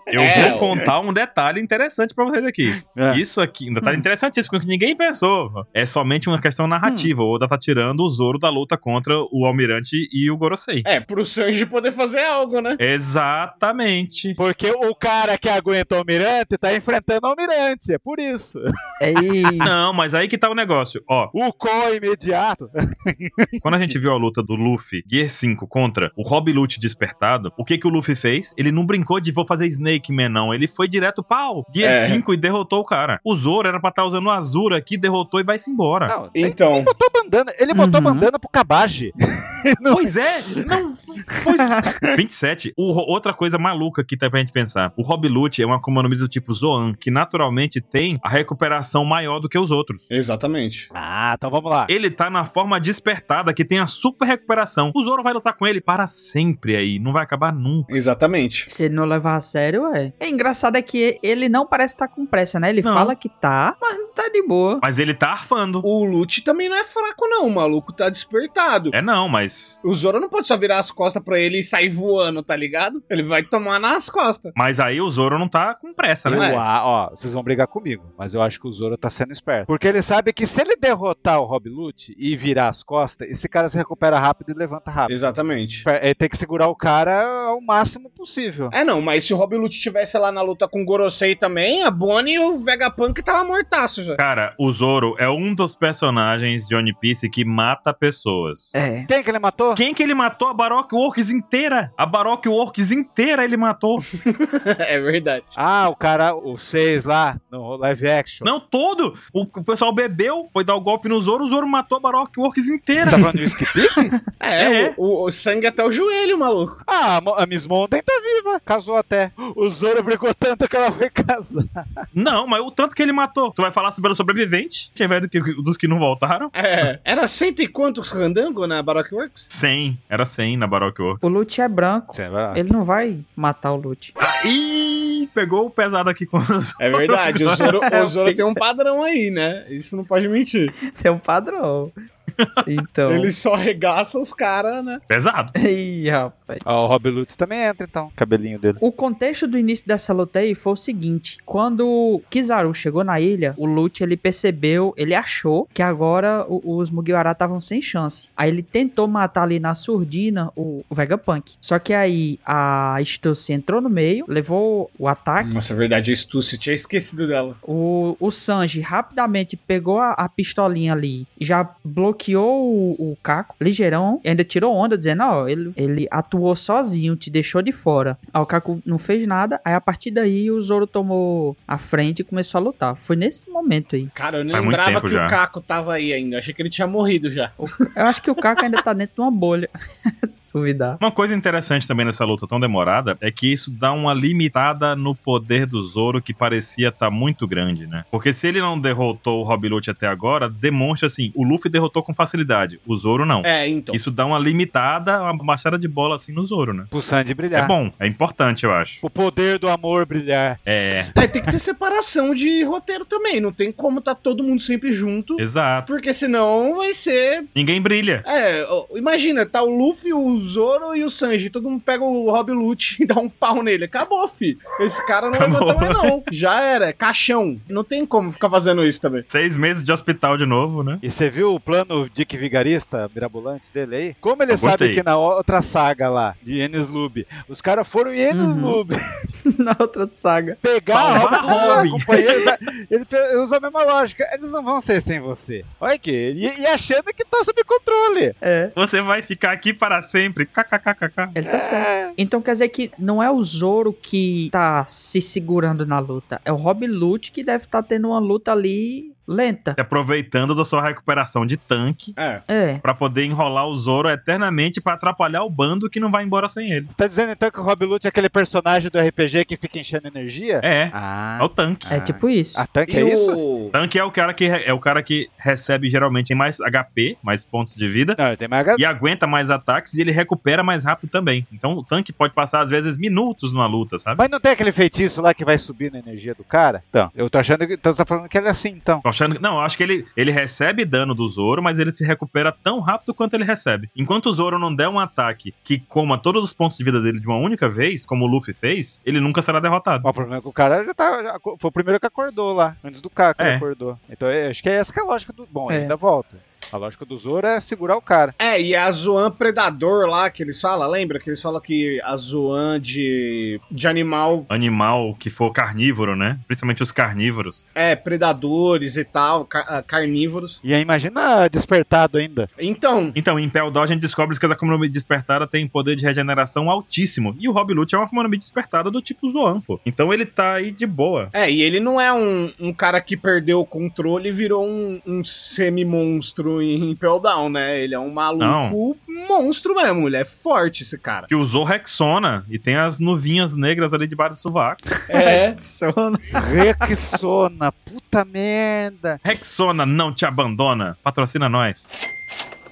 Eu
É.
vou contar um detalhe interessante pra vocês aqui.
É.
Isso aqui, um detalhe interessantíssimo que ninguém pensou. É somente uma questão narrativa. O Oda tá tirando o Zoro da luta contra o Almirante e o Gorosei.
é, pro Sanji poder fazer algo, né?
Exatamente.
Porque o cara que aguenta o almirante tá enfrentando o almirante, é por isso.
É. Ei.
Não, mas aí que tá o negócio. Ó,
O call imediato.
Quando a gente viu a luta do Luffy Gear 5 contra o Rob Lute despertado, o que que o Luffy fez? Ele não brincou de vou fazer Snake Man, não. Ele foi direto pau, Gear
É.
5 e derrotou o cara. O Zoro era pra estar usando o Azura aqui, derrotou e vai se embora.
Não, ele
Então,
botou bandana. Ele botou
Uhum.
bandana pro Kabaji. não.
Pois é, não. Pois... 27. O Ro- outra coisa maluca que tá pra gente pensar. O Rob Lute é uma Akuma no Mi do tipo Zoan, que naturalmente tem a recuperação maior do que os outros.
exatamente.
Ah, então vamos lá.
Ele tá na forma despertada, que tem a super recuperação. O Zoro vai lutar com ele para sempre aí. Não vai acabar nunca.
Exatamente.
Se ele não levar a sério, é. É engraçado é que ele não parece estar com pressa, né? Ele
Não.
fala que tá, mas não tá de boa.
Mas ele tá arfando.
O Lute também não é fraco, não. O maluco tá despertado.
É não, mas.
O Zoro não pode só virar as costas pra ele e sair voando, tá ligado? Ele vai tomar nas costas.
Mas aí o Zoro não tá com pressa,
Eu,
né?
Ué.
a- ó, vocês vão brigar comigo, mas eu acho que o Zoro tá sendo esperto. Porque ele sabe que se ele derrotar o Rob Lute e virar as costas, esse cara se recupera rápido e levanta rápido.
Exatamente.
Ele tem que segurar o cara ao máximo possível.
É, não, mas se o Rob Lute estivesse lá na luta com o Gorosei também, a Bonnie e o Vegapunk tava mortaço já.
Cara, o Zoro é um dos personagens de One Piece que mata pessoas.
É.
Quem que ele matou?
Quem que ele matou? A Baroque Works inteira! A Baroque Works inteira ele matou.
é verdade.
Ah, o cara, o 6 lá, no live action.
Não todo! O, o pessoal bebeu, foi dar o golpe no Zoro, o Zoro matou a Baroque Works inteira.
Tá falando do Skip?
É,
É.
O, o- o sangue até o joelho, maluco.
ah, a Mo- a Miss Mountain tá viva, casou até. O Zoro brigou tanto que ela foi casar.
Não, mas o tanto que ele matou. Tu vai falar sobre o sobrevivente, ao invés do que- dos que não voltaram?
É. Era cento e quantos randango na Baroque Works?
100. Era 100 na Baroque Works.
O Lute é branco.
Ele...
Ele não vai matar o Lute.
Ih, pegou o pesado aqui com os...
É verdade, o Zoro, o Zoro tem um padrão aí, né? Isso não pode mentir.
É um padrão. Então.
Ele só regaça os caras, né?
Pesado.
Ih, rapaz.
Ó, o Rob Lute também entra então, cabelinho dele.
O contexto do início dessa luta aí foi o seguinte: quando Kizaru chegou na ilha, o Lute ele percebeu, ele achou que agora o- os Mugiwara estavam sem chance. Aí ele tentou matar ali na surdina o, o Vegapunk. Só que aí a Stussy entrou no meio, levou o ataque.
Nossa, é verdade, a Stussy tinha esquecido dela.
O, o Sanji rapidamente pegou a, a pistolinha ali, já bloqueou o, o Caco, ligeirão, e ainda tirou onda, dizendo: Ó, ele, ele atuou sozinho, te deixou de fora. Aí o Caco não fez nada, aí a partir daí o Zoro tomou a frente e começou a lutar. Foi nesse momento aí.
Cara, eu nem
Faz muito
lembrava
tempo
que
já.
o Caco tava aí ainda. Eu achei que ele tinha morrido já.
Eu acho que o Caco ainda tá dentro de uma bolha. duvidar.
Uma coisa interessante também nessa luta tão demorada é que isso dá uma limitada no poder do Zoro que parecia estar muito grande, né? Porque se ele não derrotou o Rob Lute até agora, demonstra assim, o Luffy derrotou com facilidade, o Zoro não.
É, então.
Isso dá uma limitada, uma baixada de bola assim no Zoro, né?
Pro Sandy
É
brilhar.
bom, é importante, eu acho.
O poder do amor brilhar.
É,
É, tem que ter separação de roteiro também. Não tem como tá todo mundo sempre junto.
exato.
Porque senão vai ser.
Ninguém brilha.
É, ó, imagina, tá o Luffy, o Zoro e o Sanji. Todo mundo pega o Rob Lute e dá um pau nele. Acabou, fi. Esse cara não
Acabou.
levanta mais, não. Já era, é caixão. Não tem como ficar fazendo isso também.
Seis meses de hospital de novo, né?
E você viu o plano Dick Vigarista, mirabolante dele aí? Como ele
Eu
sabe
gostei.
que na outra saga lá, de Enes Lube, os caras foram em Enes
Uhum.
Lube
Na outra saga.
pegar
Salvar
a Robin,
a Robin.
a companheira da- né? Ele pe- usa a mesma lógica. Eles não vão ser sem você. Olha aqui. E, e achando que tá sob controle.
É.
Você vai ficar aqui para sempre. KKKKK.
Ele tá certo. Então quer dizer que não é o Zoro que tá se segurando na luta. É o Rob Lute que deve estar tendo uma luta ali lenta.
Se Aproveitando da sua recuperação de tanque
É.
É.
pra poder enrolar o Zoro eternamente pra atrapalhar o bando que não vai embora sem ele.
Você tá dizendo então que o Rob Lute é aquele personagem do RPG que fica enchendo energia?
É,
Ah.
é o tanque.
É tipo isso.
A tanque é isso?
o.
Tanque é o cara que re- é o cara que recebe geralmente mais HP, mais pontos de vida.
Não, tem mais
E aguenta mais ataques e ele recupera mais rápido também. Então o tanque pode passar, às vezes, minutos numa luta, sabe?
Mas não tem aquele feitiço lá que vai subindo a energia do cara? Então, eu tô achando que. Então você tá falando que ele é assim, então.
Tô Achando... que- Não, eu acho que ele, ele recebe dano do Zoro, mas ele se recupera tão rápido quanto ele recebe. Enquanto o Zoro não der um ataque que coma todos os pontos de vida dele de uma única vez, como o Luffy fez, ele nunca será derrotado.
Ó, O problema é que o cara já tá. já aco- foi o primeiro que acordou lá, antes do cara que
É.
ele acordou. Então eu acho que é essa que é a lógica do. Bom,
É.
ainda volta. A lógica do Zoro é segurar o cara.
É, e a Zoan Predador lá que eles falam, lembra? Que eles falam que a Zoan de, de animal
Animal que for carnívoro, né? Principalmente os carnívoros.
é predadores e tal, ca- ah, carnívoros.
E aí imagina despertado ainda.
Então,
Então, em Impel Down a gente descobre que as Akuma no Mi despertada tem poder de regeneração altíssimo. E o Rob Lute é uma Akuma no Mi despertada do tipo Zoan, pô. Então ele tá aí de boa.
é, e ele não é um, um cara que perdeu o controle e virou um, um semi-monstro em Impel Down, né? Ele é um maluco monstro mesmo, ele é forte esse cara.
que usou Rexona e tem as nuvinhas negras ali debaixo do sovaco.
É.
Sono.
Rexona, puta merda.
Rexona não te abandona, patrocina nós.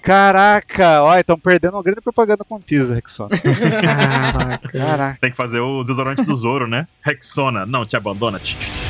Caraca, ó, estão perdendo uma grande propaganda com pizza, Rexona.
Caraca.
Caraca.
Tem que fazer o desodorante do Zoro, né? Rexona não te abandona. Tch, tch, tch.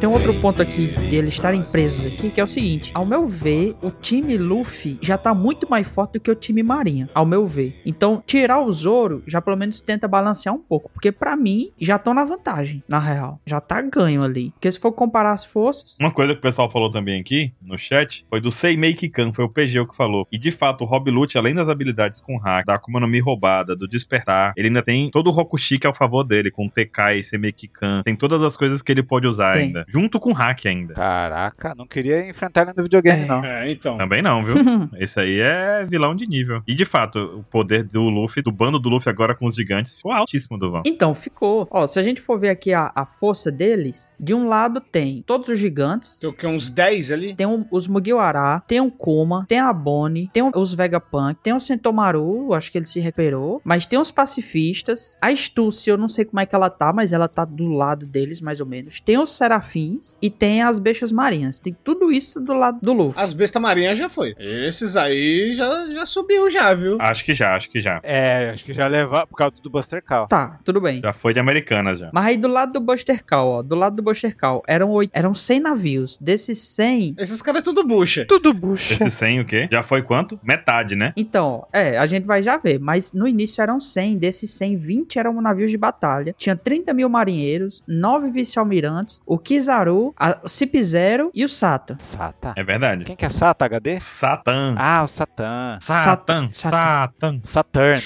Tem um outro ponto aqui de eles estarem presos aqui, que é o seguinte: ao meu ver, o time Luffy já tá muito mais forte do que o time Marinha, ao meu ver. Então, tirar o Zoro já pelo menos tenta balancear um pouco, porque pra mim já estão na vantagem, na real. Já tá ganho ali. Porque se for comparar as forças,
Uma coisa que o pessoal falou também aqui no chat foi do Seimei Kikan, foi o PG que falou. E de fato, o Rob Lute, além das habilidades com hack, da Akuma no Mi roubada, do despertar, ele ainda tem todo o Rokushi que é ao favor dele, com TK e Seimei Kikan. Tem todas as coisas que ele pode usar
Tem.
ainda. Junto com hack ainda.
Caraca, não queria enfrentar ele no videogame,
É.
não.
É, então.
Também não, viu? Esse aí é vilão de nível. E de fato, o poder do Luffy, do bando do Luffy agora com os gigantes, foi altíssimo, Duval.
Então, ficou. Ó, se a gente for ver aqui a, a força deles, de um lado tem todos os gigantes.
Tem o que, uns 10 ali?
Tem um- os Mugiwara, tem o Kuma, tem a Bonnie, tem o- os Vegapunk, tem o Sentomaru, acho que ele se recuperou, mas tem os pacifistas, a Stúcia, eu não sei como é que ela tá, mas ela tá do lado deles, mais ou menos. Tem os Serafins e tem as Bestas Marinhas. Tem tudo isso do lado do Luffy.
As bestas marinhas já foi. Esses aí já, já subiu já, viu?
Acho que já, acho que já.
É, acho que já levar por causa do Buster Call.
Tá, tudo bem.
Já foi de Americanas já.
Mas aí do lado do Buster Call, ó, do lado do Buster Call, eram, oito, eram 100 navios. Desses 100,
Esses caras é tudo bucha.
Tudo bucha.
Esse 100 o quê? Já foi quanto? Metade, né?
Então, é, a gente vai já ver, mas no início eram 100, desses 100, 20 eram navios de batalha, tinha 30 mil marinheiros, 9 vice-almirantes, o que Kizaru, a Cip Zero e o Sata.
Sata.
É verdade.
Quem que é Sata HD?
Satã.
Ah, o Satã.
Satã.
Satã.
Satã.
Saturn.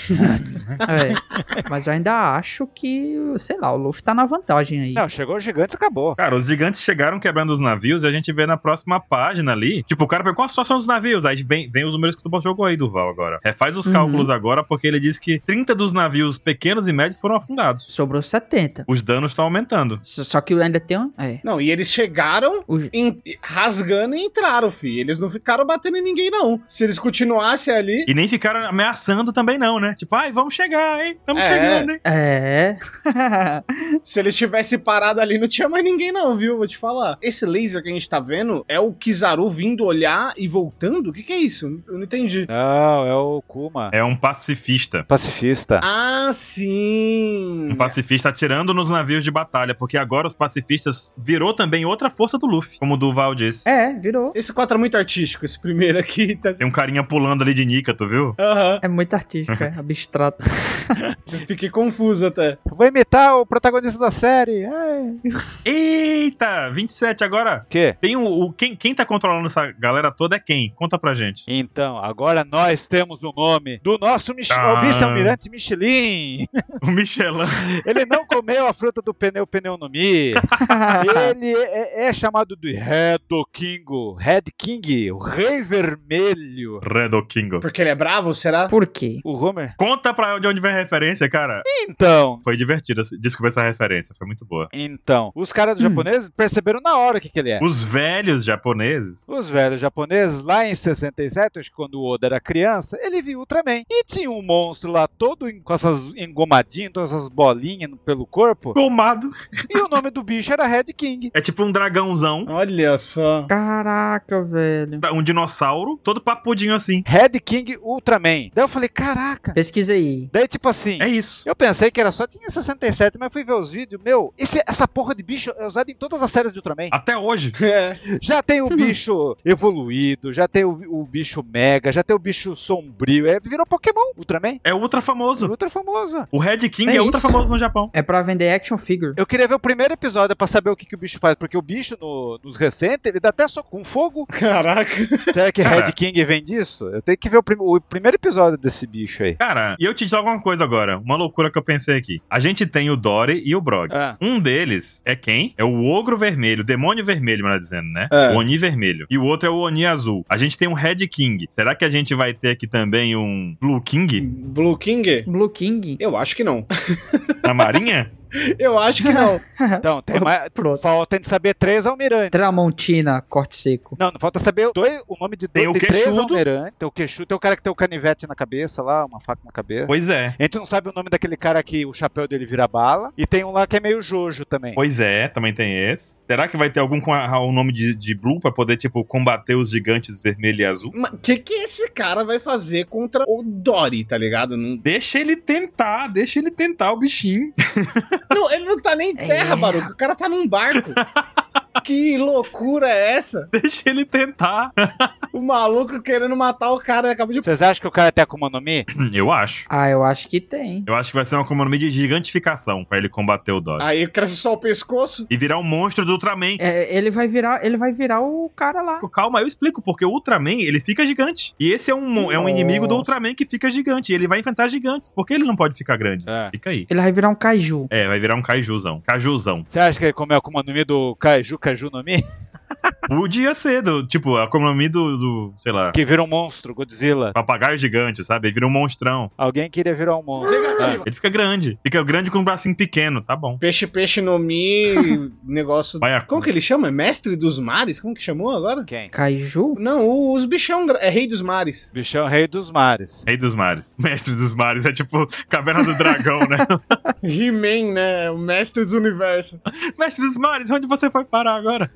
É. Mas eu ainda acho que, sei lá, o Luffy tá na vantagem aí.
Não, chegou o gigante e acabou.
Cara, os gigantes chegaram quebrando os navios e a gente vê na próxima página ali. Tipo, o cara pegou a situação dos navios. Aí vem, vem os números que tu jogou aí, Duval, agora. É, faz os
Uhum.
cálculos agora, porque ele diz que 30 dos navios pequenos e médios foram afundados.
Sobrou 70.
Os danos estão aumentando.
S- Só que ainda tem um. É.
Não, e eles chegaram
Os-
em- rasgando e entraram, fi. Eles não ficaram batendo em ninguém, não. Se eles continuassem ali.
E nem ficaram ameaçando também, não, né? Tipo, ai, vamos chegar, hein? Estamos
É.
chegando, hein?
É.
Se eles tivessem parado ali, não tinha mais ninguém, não, viu? Vou te falar. Esse laser que a gente tá vendo é o Kizaru vindo olhar e voltando? O que, que é isso? Eu não entendi.
Não, é o Kuma.
É um pacifista.
Pacifista.
Ah, sim!
Hum.
Um pacifista atirando nos navios de batalha, porque agora os pacifistas virou também outra força do Luffy, como o Duval disse.
é, virou.
Esse quadro é muito artístico, esse primeiro aqui. Tá...
Tem um carinha pulando ali de Nika, tu viu?
Aham,
É muito artístico, é abstrato.
eu fiquei confuso até.
Vou imitar o protagonista da série. Ai.
Eita! 27 agora!
O quê?
Tem o, o- quem, quem tá controlando essa galera toda é quem? Conta pra gente.
Então, agora nós temos o nome do nosso Mich
Ah.
o vice-almirante Michelin.
O Michelin.
Ele não comeu a fruta do pneu pneu no Mi. Ele é, é chamado de Red Kingo, Red King, o Rei Vermelho.
Redokingo.
Porque ele é bravo, será?
Por quê?
O Homer?
Conta pra de onde vem a referência, cara.
Então.
Foi divertido esse- descobrir essa referência, foi muito boa.
Então, os caras do
Hum.
japoneses perceberam na hora o que, que ele é.
Os velhos japoneses.
Os velhos japoneses, lá em 67, acho que quando o Oda era criança, ele viu Ultraman. E tinha um monstro lá todo em- com essas engomadinhas, todas essas bolinhas no- pelo corpo.
Gomado.
e o nome do bicho era Red King.
É tipo um dragãozão,
Olha só.
Caraca, velho.
um dinossauro, todo papudinho assim.
Red King Ultraman. Daí eu falei, caraca.
Pesquisa aí.
Daí tipo assim.
É isso.
Eu pensei que era só tinha 67, mas fui ver os vídeos. Meu, esse- essa porra de bicho é usada em todas as séries de Ultraman.
Até hoje.
É.
Já tem
Uhum.
o bicho evoluído, já tem o, o bicho mega, já tem o bicho sombrio. É, virou Pokémon Ultraman.
É ultra famoso.
Ultra famoso.
O Red King é,
É
ultra
isso.
famoso no Japão.
É pra vender action figure.
Eu queria ver o primeiro episódio pra saber o que, que o bicho faz, porque o bicho no- nos recentes ele dá até soco com fogo.
Caraca.
Será que
Cara.
Red King vem disso? Eu tenho que ver o, prim- o primeiro episódio desse bicho aí.
Cara, e eu te digo uma coisa agora. Uma loucura que eu pensei aqui. A gente tem o Dory e o Brog.
Ah.
Um deles é quem? É o Ogro Vermelho, o Demônio Vermelho, melhor dizendo, né?
É.
O Oni Vermelho. E o outro é o Oni Azul. A gente tem um Red King. Será que a gente vai ter aqui também um Blue King
Blue King?
Blue King.
Eu acho que não.
na marinha?
Eu acho que não.
Então, tem mais.
Pronto.
Falta de saber três almirantes.
Tramontina, corte seco.
Não, não falta saber dois, o nome de
Tem
dois.
o
de três
queixudo.
almirantes. Tem o queixudo, tem o cara que tem o canivete na cabeça lá, uma faca na cabeça.
pois é.
A gente não sabe o nome daquele cara que o chapéu dele vira bala. E tem um lá que é meio Jojo também.
Pois é, também tem esse. Será que vai ter algum com a- o nome de, de Blue pra poder, tipo, combater os gigantes vermelho e azul?
O que, que esse cara vai fazer contra o Dory, tá ligado? Não,
Deixa ele tentar, deixa ele tentar o bichinho.
Não, ele não tá nem em terra,
É.
Baruco. O cara tá num barco. Que loucura é essa?
Deixa ele tentar.
O maluco querendo matar o cara né? acabou de.
Vocês acham que o cara tem Akuma no Mi?
Hum, Eu acho.
Ah, eu acho que tem.
Eu acho que vai ser uma economia de gigantificação pra ele combater o Dory.
Aí cresce só o pescoço.
E virar um monstro do Ultraman.
É, ele vai virar, ele vai virar o cara lá.
Calma, eu explico, porque o Ultraman, ele fica gigante. E esse é um, mon- é um
Nossa.
inimigo do Ultraman que fica gigante. E ele vai enfrentar gigantes. Por que ele não pode ficar grande?
É.
Fica aí.
Ele vai virar um kaiju.
É, vai virar um Kaijuzão. Cajuzão.
Você acha que ele comeu Akuma no Mi do Kaiju Kaiju no Mi?
Podia ser, do, tipo, a economia do, do, sei lá,
Que vira um monstro, Godzilla.
papagaio gigante, sabe? Ele vira um monstrão.
Alguém queria virar um monstro. Ah,
Ele fica grande. Fica grande com um bracinho pequeno, tá bom.
Peixe, peixe no Mi. negócio.
Vai a...
Como que ele chama? É mestre dos mares? Como que chamou agora?
Ah, Quem?
Kaiju?
Não, o- os bichão. gra- É rei dos mares.
Bichão Rei dos Mares.
Rei dos mares. Mestre dos mares. É tipo Caverna do Dragão, né?
He-Man, né? O mestre dos universos.
Mestre dos mares, onde você foi parar agora?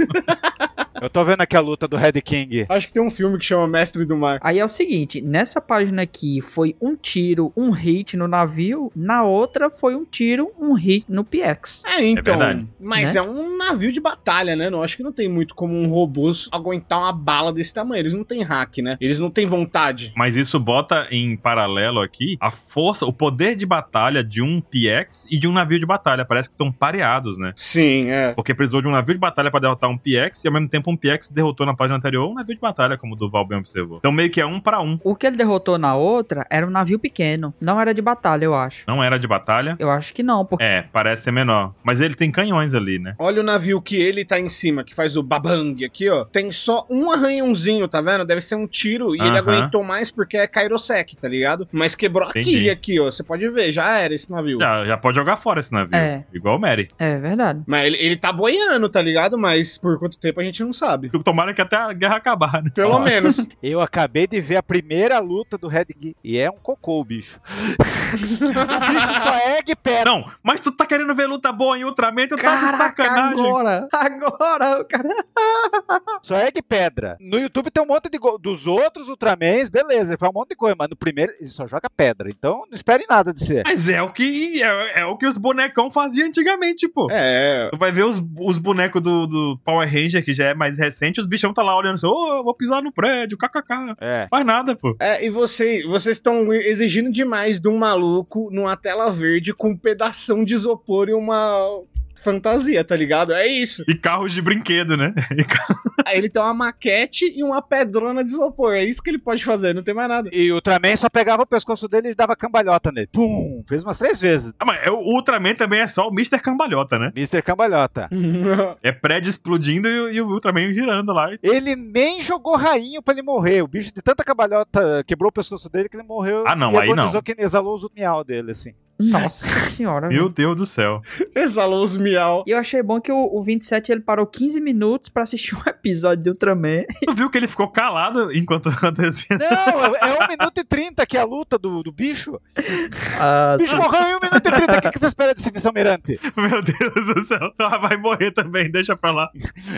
Eu tô vendo aqui a luta do Red King.
Acho que tem um filme que chama Mestre do Mar.
Aí é o seguinte, nessa página aqui foi um tiro, um hit no navio, na outra foi um tiro, um hit no PX.
É, então.
verdade.
mas
Né?
é um navio de batalha, né? Não acho que não tem muito como um robô aguentar uma bala desse tamanho. Eles não têm hack, né? Eles não têm vontade.
Mas isso bota em paralelo aqui a força, o poder de batalha de um PX e de um navio de batalha. Parece que estão pareados, né?
Sim, é.
Porque precisou de um navio de batalha pra derrotar um PX e ao mesmo tempo um PX derrotou na página anterior um navio de batalha, como o Duval bem observou. Então meio que é um pra um.
O que ele derrotou na outra era um navio pequeno, não era de batalha, eu acho.
Não era de batalha.
Eu acho que não, porque
É, parece ser menor. Mas ele tem canhões ali, né?
Olha o navio que ele tá em cima, que faz o babang aqui, ó. Tem só um arranhãozinho, tá vendo? Deve ser um tiro. E ele
Aham.
aguentou mais porque é Kairosek, tá ligado? Mas quebrou a
Entendi.
quilha aqui, ó. Você pode ver, já era esse navio.
Já, já pode jogar fora esse navio.
É.
Igual o Mary.
é verdade.
Mas ele, ele tá boiando, tá ligado? Mas por quanto tempo a gente não sabe.
Tomara que até a guerra acabar, né?
Pelo
Ó.
menos.
Eu acabei de ver a primeira luta do Red King. E é um cocô o bicho. o bicho só ergue pedra.
Não, mas tu tá querendo ver luta boa em Ultraman, tu tá de sacanagem.
agora, agora, o cara...
Só ergue pedra. No YouTube tem um monte de. Go... Dos outros Ultramans, beleza, ele faz um monte de coisa. Mas no primeiro ele só joga pedra. Então não espere nada de ser.
Mas é o que é, é o que os bonecão faziam antigamente, pô.
É,
Tu vai ver os, os bonecos do, do Power Ranger, que já é mais recente, os bichão tá lá olhando assim, ô, eu vou pisar no prédio, kkk.
É.
Faz nada, pô.
É, e você- vocês estão exigindo demais de um maluco numa tela verde com um pedação de isopor e uma fantasia, tá ligado? É isso.
E carros de brinquedo, né?
Aí ele tem uma maquete e uma pedrona de isopor. É isso que ele pode fazer, não tem mais nada.
E o Ultraman só pegava o pescoço dele e dava cambalhota nele. Pum! Fez umas três vezes.
Ah, mas é, o Ultraman também é só o Mr. Cambalhota, né?
Mr. Cambalhota.
É prédio explodindo e, o- e o Ultraman girando lá.
Ele nem jogou rainho pra ele morrer. O bicho de tanta cambalhota quebrou o pescoço dele que ele morreu.
Ah, não,
e
aí não.
agonizou que exalou os miau dele, assim.
Nossa senhora,
Meu Deus do céu.
Exalou os miau.
E eu achei bom que o, o 27 ele parou 15 minutos pra assistir um episódio de Ultraman.
Tu viu que ele ficou calado enquanto acontecia?
Não, é, é 1 minuto e 30 que é a luta do, do bicho.
Ah,
O bicho morreu em 1 minuto e 30. O que, que você espera desse vice-almirante?
Meu Deus do céu. Ah, vai morrer também, deixa pra lá.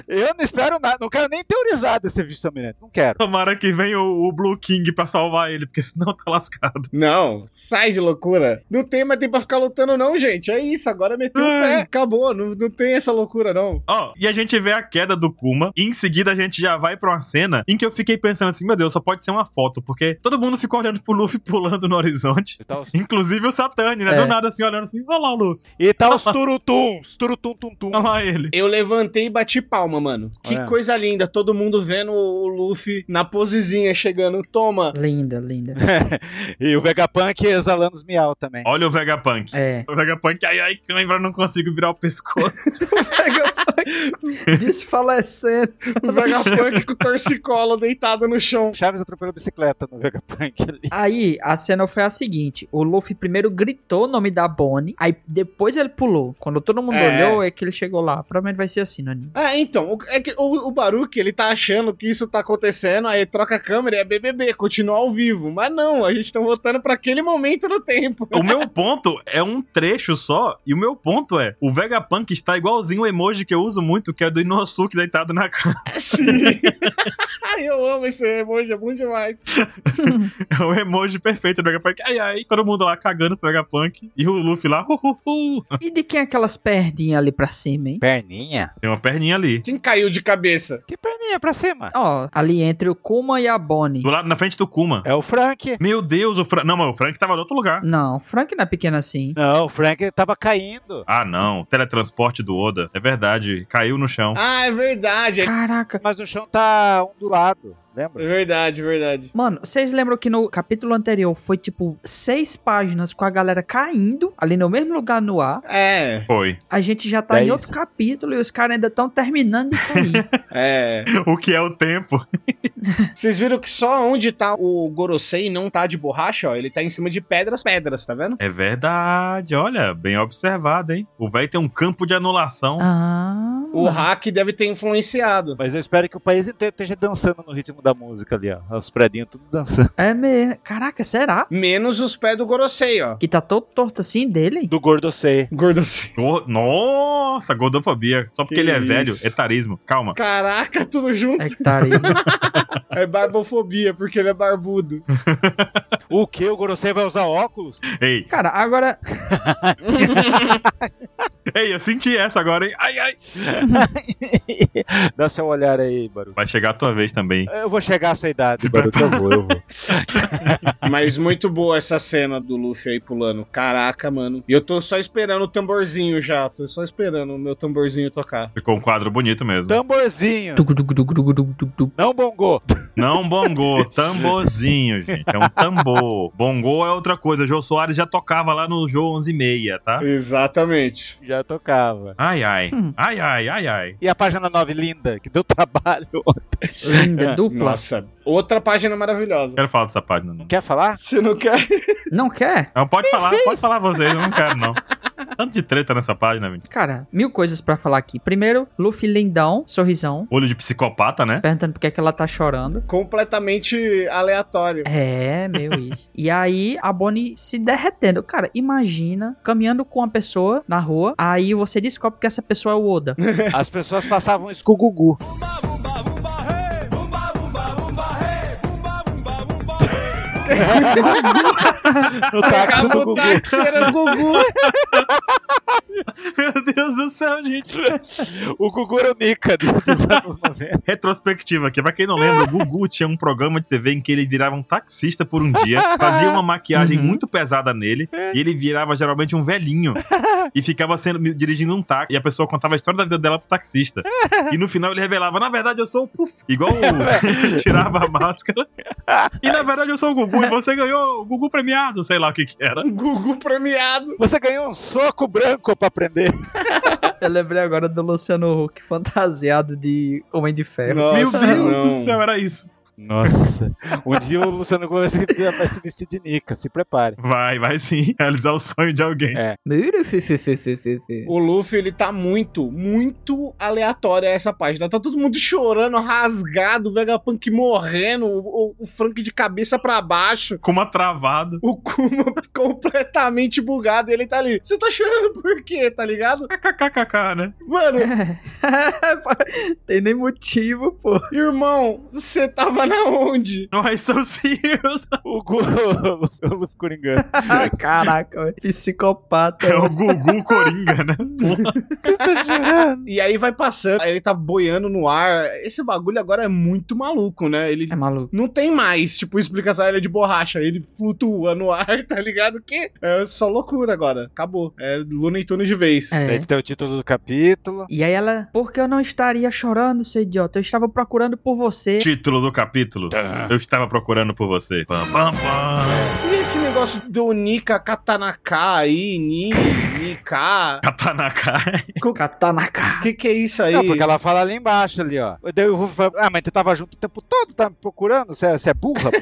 Eu não espero nada. Não quero nem teorizar desse vice-almirante. Não quero.
Tomara que venha o, o Blue King pra salvar ele, porque senão tá lascado.
Não, sai de loucura. Não tem mais tempo pra ficar lutando, não, gente. É isso, agora meteu o
Ai.
pé. Acabou, não, não tem essa loucura, não.
Ó, e a gente vê a queda do Kuma, e em seguida a gente já vai pra uma cena em que eu fiquei pensando assim, meu Deus, só pode ser uma foto, porque todo mundo ficou olhando pro Luffy pulando no horizonte.
E tá os,
Inclusive o Satani, né?
É.
Do nada assim, olhando assim, olha lá o Luffy,
e tá os turutuns. Turutum-tum-tum.
olha lá ele.
Eu levantei e bati palma, mano. Que
É.
coisa linda, todo mundo vendo o Luffy na posezinha chegando. Toma,
linda, linda.
e o Vegapunk exalando os miau também.
Olha o Vegapunk.
É.
O Vegapunk, ai, ai, cãibra, não consigo virar o pescoço.
Desfalecendo.
O Vegapunk com torcicolo deitado no chão.
Chaves atropelou a bicicleta no Vegapunk ali.
Aí, a cena foi a seguinte: o Luffy primeiro gritou o nome da Bonnie, aí depois ele pulou. Quando todo mundo
É.
olhou, é que ele chegou lá. Provavelmente vai ser assim, Nani.
Ah, então, o, é que o, o Baruque, ele tá achando que isso tá acontecendo, aí troca a câmera e é BBB, continua ao vivo. Mas não, a gente tá voltando pra aquele momento do tempo.
o meu ponto é um trecho só, e o meu ponto é, o Vegapunk está igualzinho o emoji que eu uso muito, que é do Inosuke deitado na cama.
Sim. Ai, eu amo esse emoji, é bom demais.
É o emoji perfeito do Vegapunk. Ai, ai, todo mundo lá cagando pro Vegapunk. E o Luffy lá, hu, hu, hu.
E de quem é aquelas perninhas ali pra cima, hein?
Perninha?
Tem uma perninha ali.
Quem caiu de cabeça?
Que perninha? Pra cima.
Ó, ali entre o Kuma e a Bonnie.
Do lado, na frente do Kuma.
É o Frank.
Meu Deus, o Frank... Não, mas o Frank tava no outro lugar.
Não, o Frank não é pequeno assim.
Não, o Frank tava caindo.
Ah, não. o Teletransporte do Oda. É verdade. Caiu no chão.
Ah, é verdade, é
Caraca.
Mas o chão tá ondulado, lembra?
verdade, é verdade.
Mano, vocês lembram que no capítulo anterior foi tipo seis páginas com a galera caindo ali no mesmo lugar no ar.
É,
Foi.
A gente já tá
É
em
isso.
outro capítulo e os caras ainda estão terminando de cair.
é.
O que é o tempo?
Vocês viram que só onde tá o Gorosei não tá de borracha, ó, ele tá em cima de pedras, pedras, tá vendo?
É verdade. Olha, bem observado, hein? O velho tem um campo de anulação.
ah,
O hack deve ter influenciado.
Mas eu espero que o país inteiro esteja dançando no ritmo da música ali, ó. Os prédios tudo dançando.
É mesmo. Caraca, será?
Menos os pés do Gorosei, ó.
Que tá todo torto assim dele?
Do Gordosei.
Gorosei.
Go- Nossa, gordofobia. Só porque
Que
ele é velho,
isso.
etarismo. Calma.
Caraca, tudo junto.
Hectaria.
É barbofobia, porque ele é barbudo.
O que? O Gorosei vai usar óculos?
Ei,
Cara, agora.
ei, eu senti essa agora, hein? Ai, ai.
Dá seu olhar aí, Baru.
Vai chegar a tua vez também.
Eu vou chegar à sua idade,
Se
Baru. então. Eu vou, eu vou.
Mas muito boa essa cena do Luffy aí pulando. Caraca, mano. E eu tô só esperando o tamborzinho já. Tô só esperando o meu tamborzinho tocar.
Ficou um quadro bonito mesmo.
Tamborzinho.
tugu, tugu, tugu, tugu, tugu, tugu, tugu.
Não bongô.
Não bongô, tamborzinho, gente. É um tambor. Bongô é outra coisa. Jô Soares já tocava lá no Jô 11 e meia, tá?
Exatamente.
Já tocava.
Ai, ai.
Hum.
Ai, ai, ai, ai.
E a página 9, linda, que deu trabalho.
Linda, dupla.
Nossa, outra página maravilhosa.
Quero falar dessa página, não.
Quer falar?
Você não quer?
Não quer?
Não, pode falar, pode falar vocês, eu não quero, não. Tanto de treta nessa página, gente.
Cara, mil coisas pra falar aqui. Primeiro, Luffy lindão, sorrisão.
Olho de psicopata, né?
Perguntando por que, é que ela tá chorando.
Completamente aleatório.
É, meu isso. E aí a Bonnie se derretendo. Cara, imagina caminhando com uma pessoa na rua, aí você descobre que essa pessoa é o Oda.
As pessoas passavam isso com o Gugu. no táxi
Pegava
do
o
Gugu.
táxi, era o Gugu.
Meu Deus do céu, gente.
O Gugu era o Nica dos anos 90.
Retrospectiva aqui. Pra quem não lembra, o Gugu tinha um programa de TV em que ele virava um taxista por um dia, fazia uma maquiagem
Uhum.
muito pesada nele, e ele virava geralmente um velhinho. E ficava sendo, dirigindo um táxi. E a pessoa contava a história da vida dela pro taxista. E no final ele revelava: na verdade eu sou o Puff. Igual o... tirava a máscara. E na verdade eu sou o Gugu. E você ganhou o Gugu premiado, sei lá o que que era.
Um Gugu premiado.
Você ganhou um soco branco pra aprender.
Eu lembrei agora do Luciano Huck fantasiado de Homem de Ferro.
Meu Deus do
não.
céu, era isso.
Nossa. Um dia o Luciano Huck vai se- vai se vestir de Nica, se prepare.
Vai, vai sim. Realizar o sonho de alguém.
É.
Mira, fi, fi, fi, fi, fi, fi.
O Luffy, ele tá muito, muito aleatório essa página. Tá todo mundo chorando, rasgado, o Vegapunk morrendo, o, o- o Frank de cabeça pra baixo.
Com uma travada.
O Kuma completamente bugado e ele tá ali. Você tá chorando por quê, tá ligado?
KKKK, né?
Mano,
Tem nem motivo, pô.
irmão, você tava na onde?
Nós somos heroes.
O Gugu. O Luffy Coringano.
Caraca, velho. psicopata. né?
É o Gugu Coringa, né?
E aí vai passando, aí ele tá boiando no ar. Esse bagulho agora é muito maluco, né? Ele
É maluco.
Não tem mais, tipo, explicação, ele é de borracha, ele flutua no ar, tá ligado? Que é só loucura agora, acabou. É Looney Tunes de vez.
É.
Deve ter o título do capítulo.
E aí ela, por que eu não estaria chorando, seu idiota? Eu estava procurando por você.
Título do capítulo.
Tá.
Eu estava procurando por você. Pam, pam, pam.
E esse negócio do Nika Katanaka aí, Ni, Nika?
Katanaka.
Katanaka.
Que que é isso aí?
Não, porque ela fala ali embaixo, ali, ó. Daí o Ruff fala, ah, mas tu tava junto o tempo todo, tá me procurando? Você é, você é burra, pô.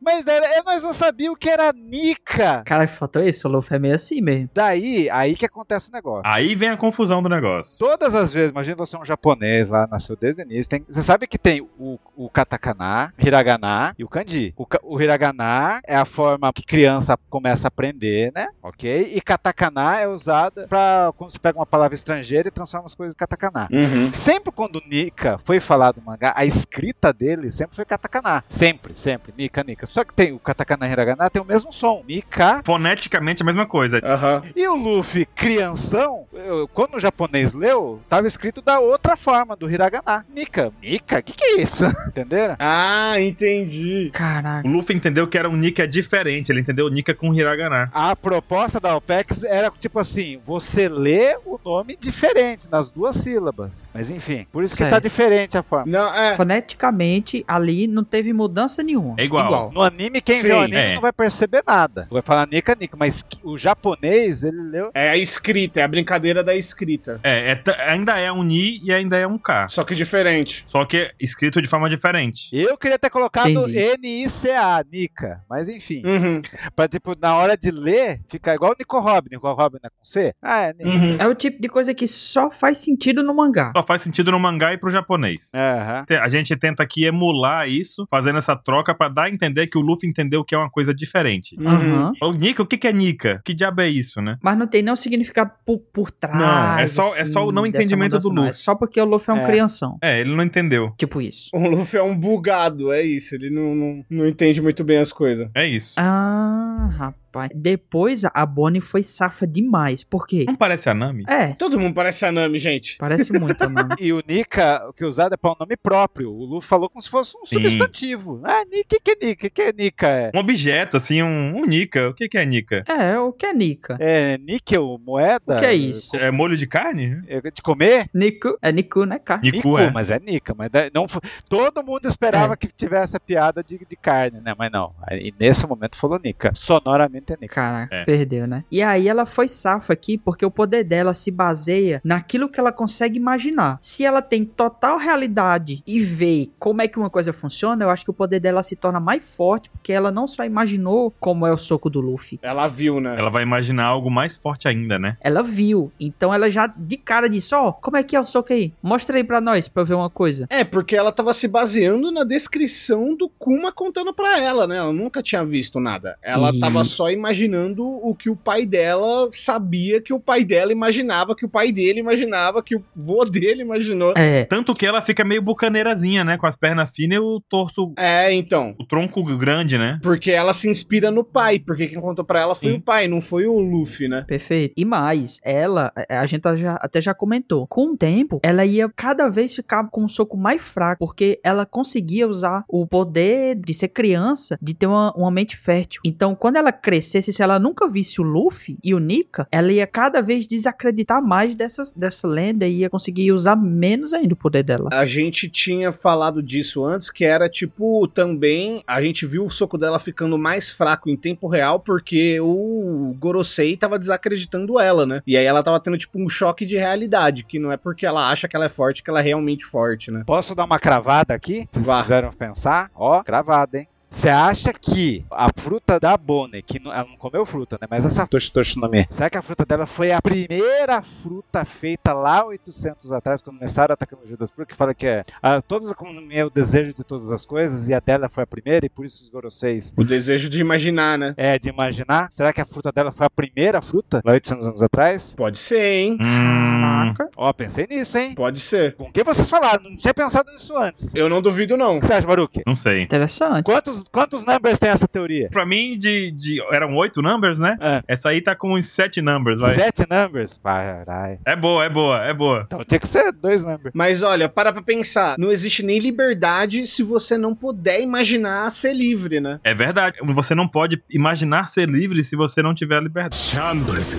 mas daí, é, nós não sabíamos o que era Nica.
Cara, faltou isso, o Luffy é meio assim mesmo.
Daí, aí que acontece o negócio.
Aí vem a confusão do negócio.
Todas as vezes, imagina você é um japonês lá, nasceu desde o início. tem- você sabe que tem o, o katakana, hiragana e o kanji. O, ka- o hiragana é a forma que criança começa a aprender, né? Ok? E katakana é usada pra quando você pega uma palavra estrangeira e transforma as coisas em katakana.
Uhum.
Sempre quando Nika foi falar do mangá, a escrita dele sempre foi katakana. Sempre, sempre. Nika, Nika. Só que tem o katakana e hiragana tem o mesmo som. Nika.
Foneticamente a mesma coisa.
Aham.
E o Luffy, crianção, eu- quando o japonês leu, tava escrito da outra forma, do hiragana. Nika. Nika? Que que é isso? Entenderam?
Ah, entendi.
Caraca.
O Luffy entendeu que era um Nika diferente. Ele entendeu o Nika com Hiragana.
A proposta da OPEX era tipo assim: você lê o nome diferente nas duas sílabas. Mas enfim, por isso que
Certo.
tá diferente a forma.
Não, é.
Foneticamente, ali não teve mudança nenhuma.
É igual.
No anime, quem
Sim,
vê o anime
é.
não vai perceber nada. Vai falar Nika Nika, mas que- o japonês, ele leu.
É a escrita, é a brincadeira da escrita.
É, é t- ainda é um Ni e ainda é um K.
Só que diferente.
Só que é escrito de forma diferente.
Eu queria ter colocado
Entendi. Hum.
N-I-C-A, Nika. Mas enfim.
Uhum.
Pra, tipo, na hora de ler, fica ficar igual o Nico Robin. Nico Robin é com C? Ah, é. Nico.
É o tipo de coisa que só faz sentido no mangá.
Só faz sentido no mangá e pro japonês.
Aham.
Te- A gente tenta aqui emular isso, fazendo essa troca pra dar a entender que o Luffy entendeu que é uma coisa diferente.
Uhum.
Aham.
O Nika, o que que é Nika? Que diabo é isso, né?
Mas não tem nenhum significado por, por trás. assim,
Não, é só- é só o não
dessa
entendimento do
mudança, não. É
Luffy.
só porque o Luffy é um
É.
crianção.
É, ele não entendeu.
Tipo isso.
O Luffy é um bugado, é isso. Ele não, não, não entende muito bem as coisas.
É isso.
Ah, rapaz. Depois a Bonnie foi safa demais. Por quê?
Não parece a Nami?
É,
Todo mundo parece a Nami, gente.
parece muito a Nami.
E o Nika, o que é usado é pra um nome próprio. O Luffy falou como se fosse um
Sim.
substantivo. Ah, Nika, que que é Nika? que é Nika? É,
Um objeto, assim, um, um Nika. O que que é Nika?
É, o que é Nika?
é níquel, moeda?
O que é isso?
É molho de carne?
É de comer?
Niku. É Niku, né, cara?
Niku, é.
mas é Nika. Mas da- não, fo- todo mundo esperava que tivesse a piada de, de carne, né? Mas não. E nesse momento falou Nika. Sonoramente é Nika.
Caraca,
É.
perdeu, né? E aí ela foi safa aqui porque o poder dela se baseia naquilo que ela consegue imaginar. Se ela tem total realidade e vê como é que uma coisa funciona, eu acho que o poder dela se torna mais forte porque ela não só imaginou como é o soco do Luffy.
Ela viu, né?
Ela vai imaginar algo mais forte ainda, né?
Ela viu, então ela já de cara disse: Ó, como é que é o soco aí? Mostra aí pra nós pra eu ver uma coisa.
É, porque ela tava se baseando na descrição do Kuma contando pra ela, né? Ela nunca tinha visto nada. Ela
Isso.
tava só imaginando o que o pai dela sabia que o pai dela imaginava, que o pai dele imaginava, que o vô dele imaginou.
É,
Tanto que ela fica meio bucaneirazinha, né? Com as pernas finas e o torso,
É, então.
o tronco grande, né?
Porque ela se inspira no pai, porque quem contou pra ela foi
Sim.
o pai, não foi o Luffy, né?
perfeito. E mais, ela, a- a gente tá já- até já comentou, com o tempo, ela ia cada vez ficar com um soco mais fraco, porque ela conseguia usar o poder de ser criança, de ter uma, uma mente fértil. Então, quando ela crescesse, se ela nunca visse o Luffy e o Nika, ela ia cada vez desacreditar mais dessas, dessa lenda e ia conseguir usar menos ainda o poder dela.
A gente tinha falado disso antes, que era tipo também. A gente viu o soco dela ficando mais fraco em tempo real, porque o Gorosei tava desacreditando ela, né? E aí ela tava tendo tipo um choque de realidade, que não é porque ela acha que ela é forte que ela é realmente forte, né?
Posso dar uma cravada aqui? Vocês
Vá.
quiseram pensar? Ó, cravada, hein? Você acha que a fruta da Bonnie, que não- ela não comeu fruta, né? Mas essa toshi toshi no Mi, será que a fruta dela foi a primeira fruta feita lá 800 atrás, quando começaram a tecnologia das frutas, que fala que é a, todas como é o desejo de todas as coisas e a dela foi a primeira e por isso os goroseis
O desejo de imaginar, né?
é de imaginar? Será que a fruta dela foi a primeira fruta lá 800 anos atrás?
Pode ser, hein?
Hum,
Ó, pensei nisso, hein?
Pode ser.
Com o que vocês falaram? Não tinha pensado nisso antes.
Eu não duvido, não.
O que você acha, Baruque?
não sei.
Interessante.
Quantos, quantos numbers tem essa teoria?
Pra mim, de, de- eram oito numbers, né?
É.
Essa aí tá com uns sete numbers, vai.
Sete numbers? Caralho.
É boa, é boa, é boa.
Então tinha que ser dois numbers.
Mas olha, para pra pensar. Não existe nem liberdade se você não puder imaginar ser livre, né?
É verdade. Você não pode imaginar ser livre se você não tiver liberdade.
Chambers.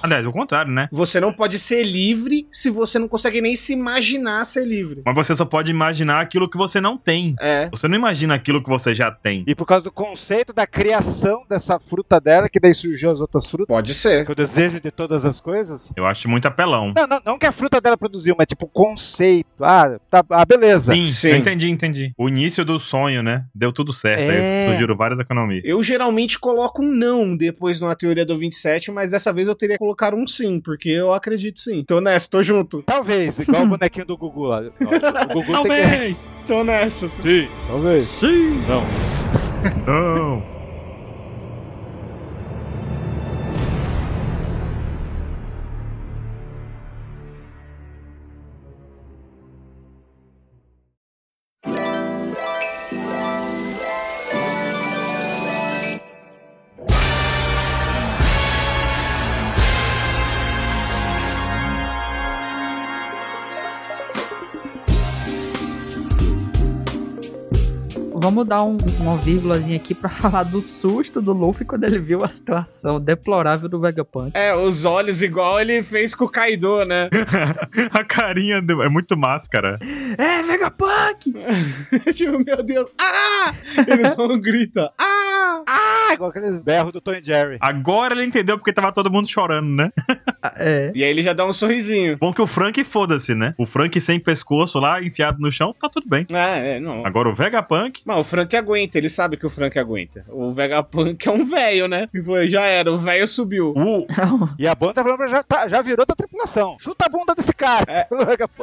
Aliás, o contrário, né?
Você não pode ser livre se você não consegue nem se imaginar ser livre.
Mas você só pode imaginar aquilo que você não tem.
É.
Você não imagina aquilo que você já tem.
E por causa do conceito da criação dessa fruta dela, que daí surgiu as outras frutas,
Pode ser.
que é o desejo de todas as coisas.
Eu acho muito apelão.
Não, não, não que a fruta dela produziu, mas tipo o conceito. Ah, tá, ah beleza.
Sim,
Sim.
eu entendi, entendi. O início do sonho, né? Deu tudo certo.
É.
Aí surgiram várias economias.
Eu geralmente coloco um não depois numa teoria do 27, mas dessa vez eu teria que colocar um sim, porque eu acredito sim. Tô nessa, tô junto.
Talvez, igual o bonequinho do Gugu lá. O Gugu tem
Tô nessa.
que... Sim, talvez.
Sim!
Não.
Não.
Vamos dar um- uma vírgulazinha aqui pra falar do susto do Luffy quando ele viu a situação deplorável do Vegapunk.
É, os olhos igual ele fez com o Kaido, né?
A carinha do... é muito máscara.
É, Vegapunk!
tipo, meu Deus. Ah! Ele dá um grito. Ah!
Ah! ah, igual aqueles berros do Tom e Jerry.
Agora ele entendeu porque tava todo mundo chorando, né?
É.
E aí ele já dá um sorrisinho.
Bom que o Frank foda-se, né? O Frank sem pescoço lá, enfiado no chão, tá tudo bem.
Ah, é, não.
Agora o Vegapunk,
Mas o Frank aguenta, ele sabe que o Frank aguenta. O Vegapunk é um velho, né? E foi, já era, o velho subiu.
o,
E a banda tá falando pra- já, tá- já virou da tripulação. Chuta a bunda desse cara.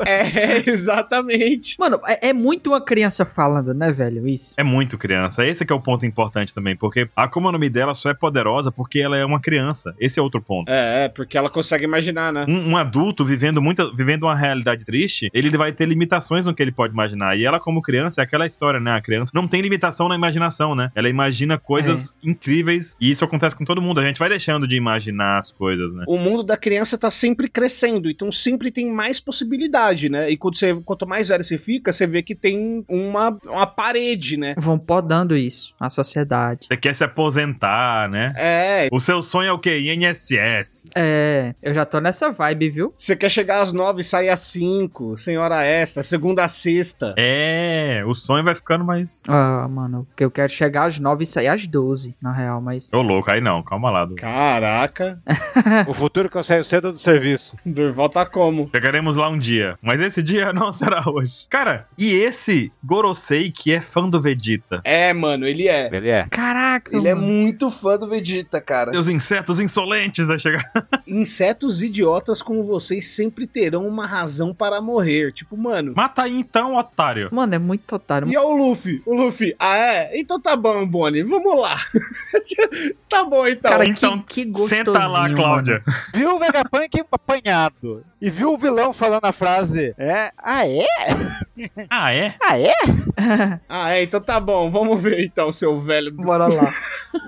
É, exatamente.
Mano, é, é muito uma criança falando, né, velho? Isso.
É muito criança. Esse que é o ponto importante também, porque a Akuma no Mi dela só é poderosa porque ela é uma criança. Esse é outro ponto.
É, é, porque ela consegue imaginar, né?
Um, um adulto vivendo muita, vivendo uma realidade triste, ele vai ter limitações no que ele pode imaginar. E ela, como criança, é aquela história, né? A criança não tem limitação na imaginação, né? Ela imagina coisas incríveis e isso acontece com todo mundo. A gente vai deixando de imaginar as coisas, né?
O mundo da criança tá sempre crescendo, então sempre tem mais possibilidade, né? E quando você, quanto mais velho você fica, você vê que tem uma, uma parede, né?
Vão podando isso, a sociedade.
Você quer se aposentar, né?
É,
O seu sonho é o quê? INSS.
É, eu já tô nessa vibe, viu?
você quer chegar às nove e sair às cinco, sem hora extra, segunda a sexta.
É, o sonho vai ficando mais.
Ah, mano, que eu quero chegar às 9 e sair às 12, na real, mas.
Ô, louco, aí não, calma lá. Du.
Caraca,
o futuro que eu saio cedo do serviço.
Durval tá como?
Chegaremos lá um dia, mas esse dia não será hoje. Cara, e esse Gorosei que é fã do Vegeta?
É, mano, ele é.
Ele é.
Caraca!
Ele é
mano.
muito fã do Vegeta, cara.
Os insetos insolentes a chegar.
Insetos idiotas como vocês sempre terão uma razão para morrer. Tipo, mano.
Mata aí então, otário.
Mano, é muito otário.
E é o Luffy. O Luffy, ah é? Então tá bom, Bonnie, vamos lá. tá bom então.
Cara,
então,
que, que gostosinho,
Senta lá, Cláudia.
Viu o Vegapunk apanhado. E viu o vilão falando a frase. É. Ah, é?
Ah, é?
Ah, é?
mano.
Ah é, então tá bom, vamos ver então, seu velho. do-
Bora lá.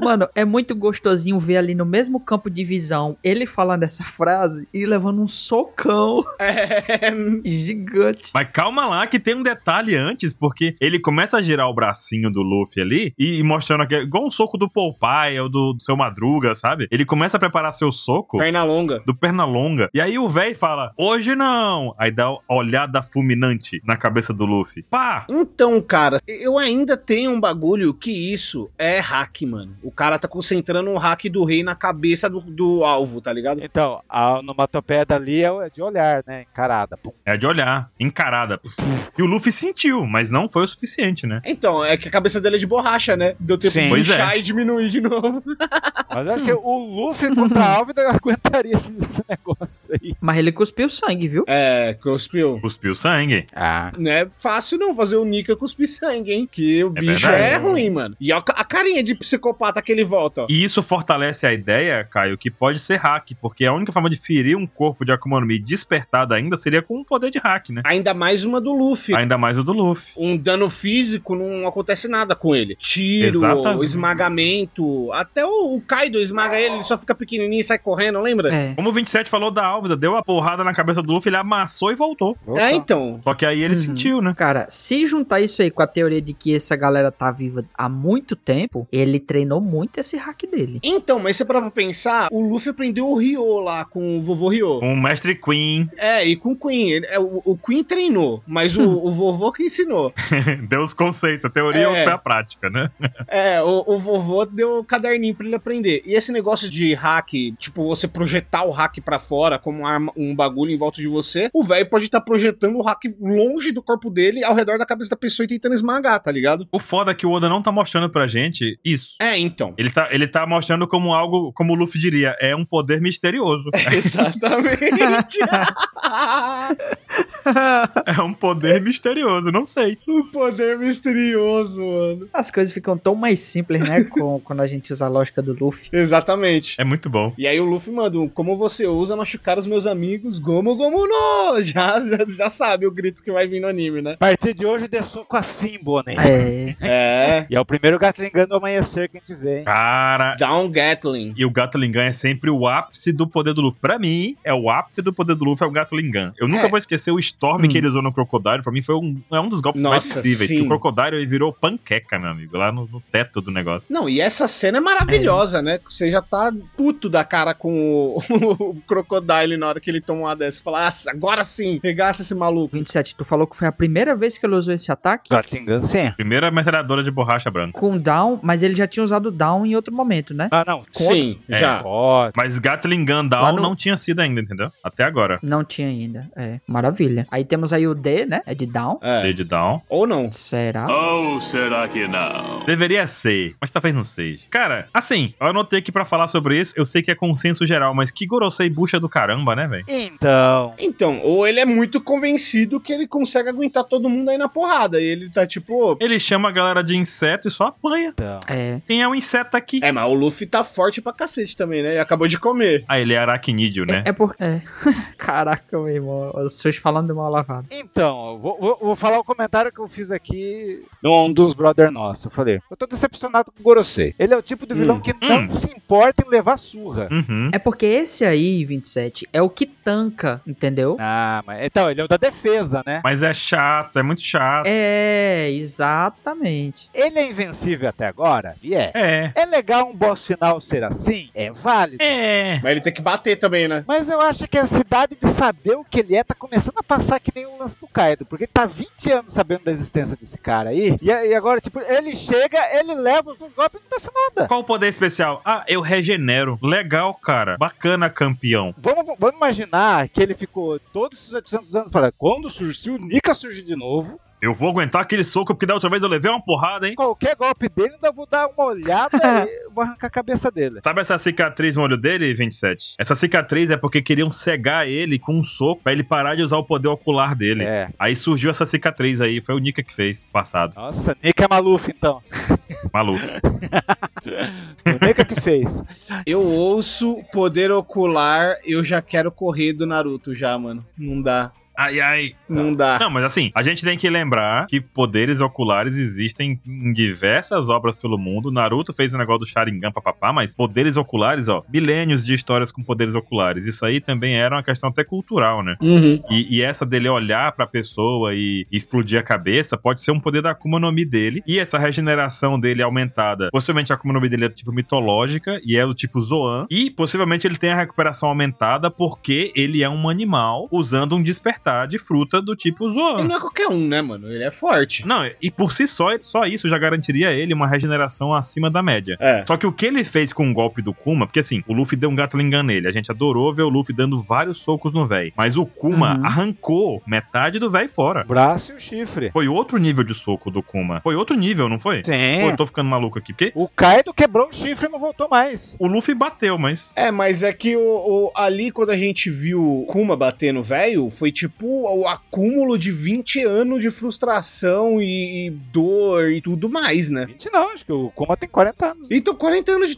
Mano, é muito gostosinho ver ali no mesmo campo de visão ele falando essa frase e levando um socão
É,
gigante.
Mas calma lá, que tem um detalhe antes, porque ele começa a girar o bracinho do Luffy ali e, e mostrando aqui, igual um soco do Popeye ou do, do seu Madruga, sabe? Ele começa a preparar seu soco.
perna longa.
do Pernalonga. E aí o véi fala, hoje não. Aí dá a olhada fulminante na cabeça do Luffy. Pá!
Então, cara, eu ainda tenho um bagulho que isso é hack, mano. O cara tá concentrando um hack do rei na cabeça do, do alvo, tá ligado?
Então, a onomatopeia dali é o- é de olhar, né? Encarada. Pum.
É de olhar, encarada. E o Luffy sentiu, mas não foi o suficiente, né?
Então, é que a cabeça dele é de borracha, né? Deu tempo
Sim.
de
Pois é.
inchar e diminuir de novo.
Mas eu acho que o Luffy contra a Alvin aguentaria esse, esse negócio aí.
Mas ele cuspiu sangue, viu?
É, cuspiu.
Cuspiu sangue.
Ah.
Não é fácil não fazer o Nika cuspir sangue, hein? Que o bicho
verdade.
é ruim, mano. E a, ca- a carinha de psicopata que ele volta, ó.
E isso fortalece a ideia, Caio, que pode ser hack, porque a única forma de ferir um corpo de Akuma no Mi despertado ainda seria com o poder de hack, né?
Ainda mais uma do Luffy.
Ainda mais o do Luffy.
Um dano físico não acontece nada com ele. Tiro,
Exatas-
esmagamento. Até o, o Kaido esmaga ele, ele só fica pequenininho e sai correndo, lembra?
É.
Como o 27 falou da Álvida, deu a porrada na cabeça do Luffy, ele amassou e voltou.
É, então.
Só que aí ele
Uhum.
sentiu, né?
Cara, se juntar isso aí com a teoria de que essa galera tá viva há muito tempo, ele treinou muito esse hack dele.
Então, mas você para pra pensar, o Luffy aprendeu o Ryo lá com o vovô Ryo.
Um mestre Queen,
É, e com o Queen. Ele- é, o, o Queen treinou, mas o, o vovô que ensinou.
deu os conceitos, a teoria
É.
foi a prática, né?
É, o, o vovô deu o caderninho pra ele aprender. E esse negócio de hack, tipo, você projetar o hack pra fora como uma arma- um bagulho em volta de você, o velho pode estar projetando o hack longe do corpo dele, ao redor da cabeça da pessoa e tentando esmagar, tá ligado?
O foda é que o Oda não tá mostrando pra gente isso.
É, então.
Ele tá, ele tá mostrando como algo, como o Luffy diria, é um poder misterioso.
Exatamente.
É um poder misterioso, não sei.
o poder misterioso, mano.
As coisas ficam tão mais simples, né? com- quando a gente usa a lógica do Luffy.
Exatamente.
É muito bom.
E aí o Luffy manda um, como você usa machucar os meus amigos, gomo gomo no! Já, já, já sabe o grito que vai vir no anime, né?
A partir de hoje, dê soco assim, Bonnie.
É.
É.
E é o primeiro Gatlingando amanhecer que a gente vê, hein?
Cara,
Down um Gatling.
e o Gato Lingan é sempre o ápice do poder do Luffy. Pra mim, é o ápice do poder do Luffy, é o Gato Lingan. Eu nunca
É.
vou ser o Storm que ele usou no Crocodile, pra mim foi um, é um dos golpes mais
Nossa,
incríveis.
sim.
Que o Crocodile ele virou panqueca, meu amigo, lá no, no teto do negócio.
Não, e essa cena é maravilhosa, né? Você já tá puto da cara com o, o Crocodile na hora que ele toma uma dessa. Você Fala, ah, agora sim, regaça esse maluco.
27, tu falou que foi a primeira vez que ele usou esse ataque?
Gatingan, sim.
Primeira metralhadora de borracha branca.
Com down, mas ele já tinha usado down em outro momento, né?
Ah, não.
Sim,
É.
já.
Pode.
Mas Gatling Gun
Lá
Down
no-
não tinha sido ainda, entendeu? Até agora.
Não tinha ainda. É, maravilha. Aí temos aí o D, né? É de down.
É.
Lady Down.
Ou não.
Será?
Oh, será que não?
Deveria ser, mas talvez não seja. Cara, assim, eu anotei aqui pra falar sobre isso. Eu sei que é consenso geral, mas que Gorosei bucha do caramba, né, velho?
Então.
Então, ou ele é muito convencido que ele consegue aguentar todo mundo aí na porrada. E ele tá tipo. "Ô,
Ele chama a galera de inseto e só apanha.
Então.
É.
Quem é o inseto aqui?
É, mas o Luffy tá forte pra cacete também, né? E acabou de comer.
Ah, ele é aracnídeo, né?
É porque. É. Caraca, meu irmão. Os seus falando de mal lavado.
Então, eu vou, vou- vou falar o comentário que eu fiz aqui num dos brother nossos. Eu falei, eu tô decepcionado com o Gorosei. Ele é o tipo de vilão
Hum.
que não
Hum.
se importa em levar surra.
Uhum.
É porque esse aí, 27, é o que tanca, entendeu?
Ah, mas então, ele é o da defesa, né?
Mas é chato, é muito chato.
É, exatamente.
Ele é invencível até agora? E é.
É.
É legal um boss final ser assim? É válido.
É.
Mas ele tem que bater também, né?
Mas eu acho que a cidade de saber o que ele é tá começando a passar que nem o lance do Kaido. Porque ele tá 20 anos sabendo da existência desse cara aí. E, a- e agora, tipo, ele chega, ele leva os golpes e não acontece nada.
Qual o poder especial? Ah, eu regenero. Legal, cara. Bacana, campeão.
Vamos, vamos imaginar que ele ficou todos esses 800 anos falando, quando surge, se o Nika surge de novo,
Eu vou aguentar aquele soco, porque da outra vez eu levei uma porrada, hein?
qualquer golpe dele, ainda vou dar uma olhada e vou arrancar a cabeça dele.
Sabe essa cicatriz no olho dele, 27? Essa cicatriz é porque queriam cegar ele com um soco pra ele parar de usar o poder ocular dele.
É.
Aí surgiu essa cicatriz aí, foi o Nika que fez, passado.
Nossa, Nika é maluf, então.
Maluco.
O Nika que fez.
Eu ouço poder ocular, eu já quero correr do Naruto já, mano. Não dá.
Ai, ai.
Não dá.
Não, mas assim, a gente tem que lembrar que poderes oculares existem em diversas obras pelo mundo. Naruto fez o negócio do Sharingan, papapá, mas poderes oculares, ó, milênios de histórias com poderes oculares. Isso aí também era uma questão até cultural, né?
Uhum.
E, e essa dele olhar pra pessoa e explodir a cabeça pode ser um poder da Akuma no Mi dele. E essa regeneração dele aumentada, possivelmente a Akuma no Mi dele é do tipo mitológica e é do tipo Zoan. E possivelmente ele tem a recuperação aumentada porque ele é um animal usando um despertar de fruta do tipo
Ele
Zoan.
não é qualquer um, né, mano? Ele é forte.
Não, e por si só, só isso já garantiria a ele uma regeneração acima da média.
É.
Só que o que ele fez com o golpe do Kuma, porque assim, o Luffy deu um Gatlingan nele. A gente adorou ver o Luffy dando vários socos no véi. Mas o Kuma
Uhum.
arrancou metade do véi
O
fora.
braço e o chifre.
Foi outro nível de soco do Kuma. Foi outro nível, não foi? Pô,
Sim.
eu tô ficando maluco aqui. Porque
O Kaido quebrou o chifre e não voltou mais.
o Luffy bateu, mas.
É, mas é que o, o- ali quando a gente viu o Kuma bater no velho, foi tipo o acúmulo de 20 anos de frustração e, e dor e tudo mais, né?
20 não, acho que o Kuma tem 40 anos.
Então, 40 anos de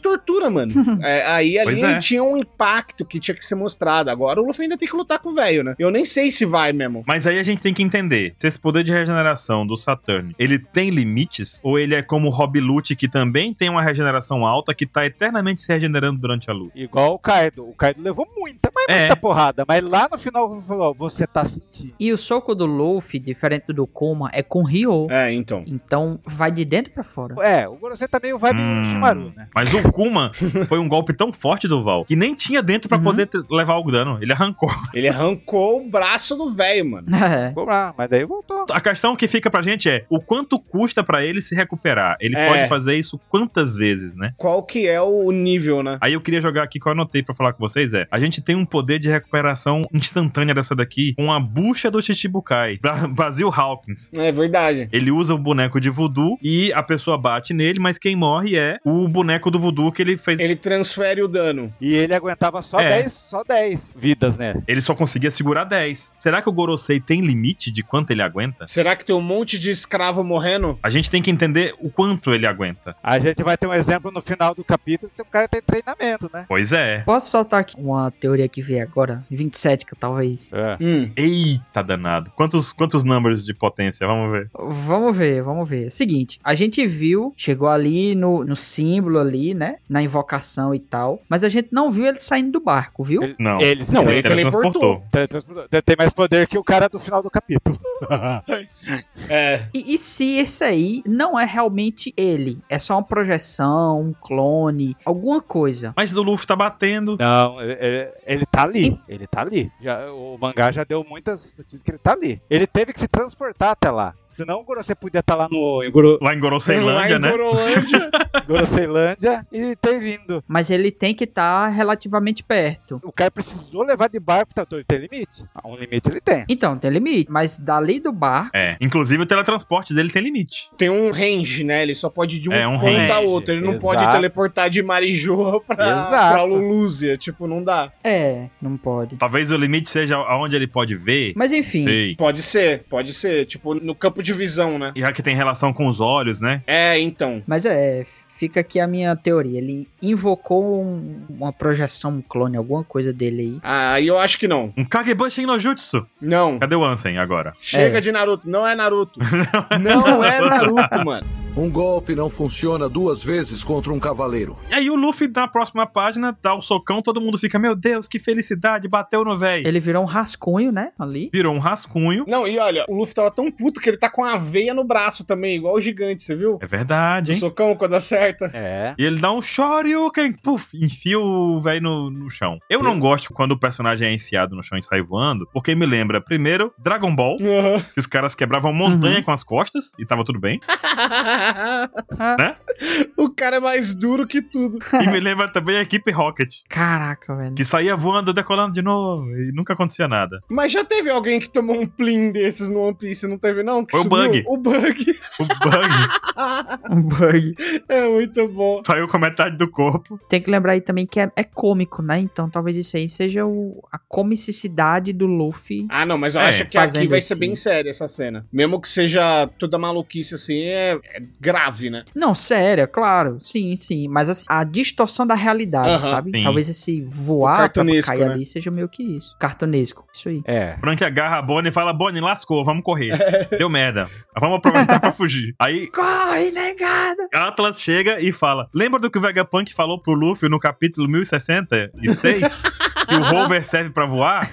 tortura, mano. É, aí ali
Pois é.
tinha um impacto que tinha que ser mostrado. Agora o Luffy ainda tem que lutar com o velho, né? Eu nem sei se vai mesmo.
Mas aí a gente tem que entender se esse poder de regeneração do Saturn, ele tem limites? Ou ele é como o Rob Lute, que também tem uma regeneração alta, que tá eternamente se regenerando durante a luta?
Igual o Kaido. O Kaido levou muita, mas
É.
muita porrada. Mas lá no final ele falou: ó, você tá sentindo.
E o soco do Luffy, diferente do Kuma, é com Ryo.
É, então.
Então vai de dentro pra fora.
É, o Gorosei tá meio vibe
Hum.
do Shimaru, né?
Mas o Kuma foi um golpe tão forte do Val que nem tinha dentro pra
Uhum.
poder te- levar o dano. Ele arrancou.
Ele arrancou o braço do velho, mano.
É.
Ficou lá, mas daí voltou.
A questão que fica pra gente é o quanto custa pra ele se recuperar. Ele
É.
pode fazer isso quantas vezes, né?
Qual que é o nível, né?
Aí eu queria jogar aqui que eu anotei pra falar com vocês é, a gente tem um poder de recuperação instantânea dessa daqui com a bucha do Chichibukai, Bra- Basil Hawkins.
É verdade.
Ele usa o boneco de voodoo e a pessoa bate nele, mas quem morre é o boneco do voodoo que ele fez.
Ele transfere o dano.
E ele aguentava só
É.
10, só 10 vidas, né?
Ele só conseguia segurar 10. Será que o Gorosei tem limite de quanto ele aguenta?
Será que tem um monte de escravo morrendo?
A gente tem que entender o quanto ele aguenta.
A gente vai ter um exemplo no final do capítulo que o cara tem treinamento, né?
Pois é.
Posso soltar aqui uma teoria que veio agora? 27, que talvez.
É.
Hum.
Eita danado. Quantos, quantos numbers de potência? Vamos ver.
Vamos ver, vamos ver. Seguinte, a gente viu, chegou ali no, no símbolo ali, né? Na invocação e tal. Mas a gente não viu ele saindo do barco, viu?
Ele-
É, Não.
Eles
Não,
ele,
ele
teletransportou.
teletransportou. Tem mais poder que o cara do final do capítulo.
É.
E, e se esse aí não é realmente ele? É só uma projeção, um clone, alguma coisa.
Mas o Luffy tá batendo.
Não, ele- ele, ele tá ali. Ele tá ali. Já- o mangá já deu muitas notícias que ele tá ali. Ele teve que se transportar até lá. Senão o Gorosei podia estar lá no em Goro-
Lá em Goroceilândia, né?
Gorolândia.
Goroseilândia e ter vindo.
Mas ele tem que estar relativamente perto.
O cara precisou levar de barco, tá? então ele tem limite. Ah, Um limite ele tem.
Então, tem limite. Mas dali do barco.
É. Inclusive o teletransporte dele tem limite.
Tem um range, né? Ele só pode ir de um,
É, um
ponto a
range,
outro. Ele não pode
exato.
teleportar de Marijoa pra,
Exato.
pra Lulúzia. Tipo, não dá.
É, não pode.
Talvez o limite seja aonde ele pode ver.
Mas enfim.
Sei.
Pode ser, pode ser. Tipo, no campo de visão, né?
E já que tem relação com os olhos, né?
É, então.
Mas é, fica aqui a minha teoria. Ele invocou um- uma projeção, um clone, alguma coisa dele aí.
Ah, Aí eu acho que não.
Um Kagebushi no Jutsu.
Não.
Cadê o Ansem agora?
Chega de Naruto. Não é Naruto. não é Naruto, mano.
Um golpe não funciona duas vezes contra um cavaleiro.
E aí o Luffy, na próxima página, dá o socão, todo mundo fica, meu Deus, que felicidade, bateu no véi.
Ele virou um rascunho, né? Ali.
Virou um rascunho.
Não, e olha, o Luffy tava tão puto que ele tá com a veia no braço também, igual o gigante, você viu?
É verdade,
O
hein?
socão quando acerta.
É.
E ele dá um shoryuken, puf, enfia o velho no, no chão. Eu não gosto quando o personagem é enfiado no chão e sai voando, porque me lembra, primeiro, Dragon Ball,
Aham.
que os caras quebravam montanha com as costas e tava tudo bem.
o cara é mais duro que tudo.
E me lembra também a equipe Rocket,
Caraca, velho.
que saía voando, decolando de novo e nunca acontecia nada.
Mas já teve alguém que tomou um plim desses no One Piece, não teve não? Que
Foi o Bug.
O Bug.
O bug
Um bug.
É muito bom.
saiu com metade do corpo.
Tem que lembrar aí também que é, é cômico, né? Então talvez isso aí seja o- a comicidade do Luffy.
Ah, não, mas eu
É,
acho que aqui
fazendo
vai ser
assim.
bem séria essa cena. Mesmo que seja toda maluquice assim, é, é grave, né?
Não, sério, é claro. Sim, sim. Mas assim, a distorção da realidade,
Aham,
sabe?
sim.
Talvez esse voar pra
cartunesco,
cair
né?
ali seja meio que isso. Cartunesco. Isso aí.
É.
Frank agarra a Bonnie e fala: Bonnie, lascou, vamos correr. Deu merda. Vamos aproveitar pra fugir. Aí
Corre, negada!
Atlas chega e fala: Lembra do que o Vegapunk falou pro Luffy no capítulo 1066? que o rover serve pra voar?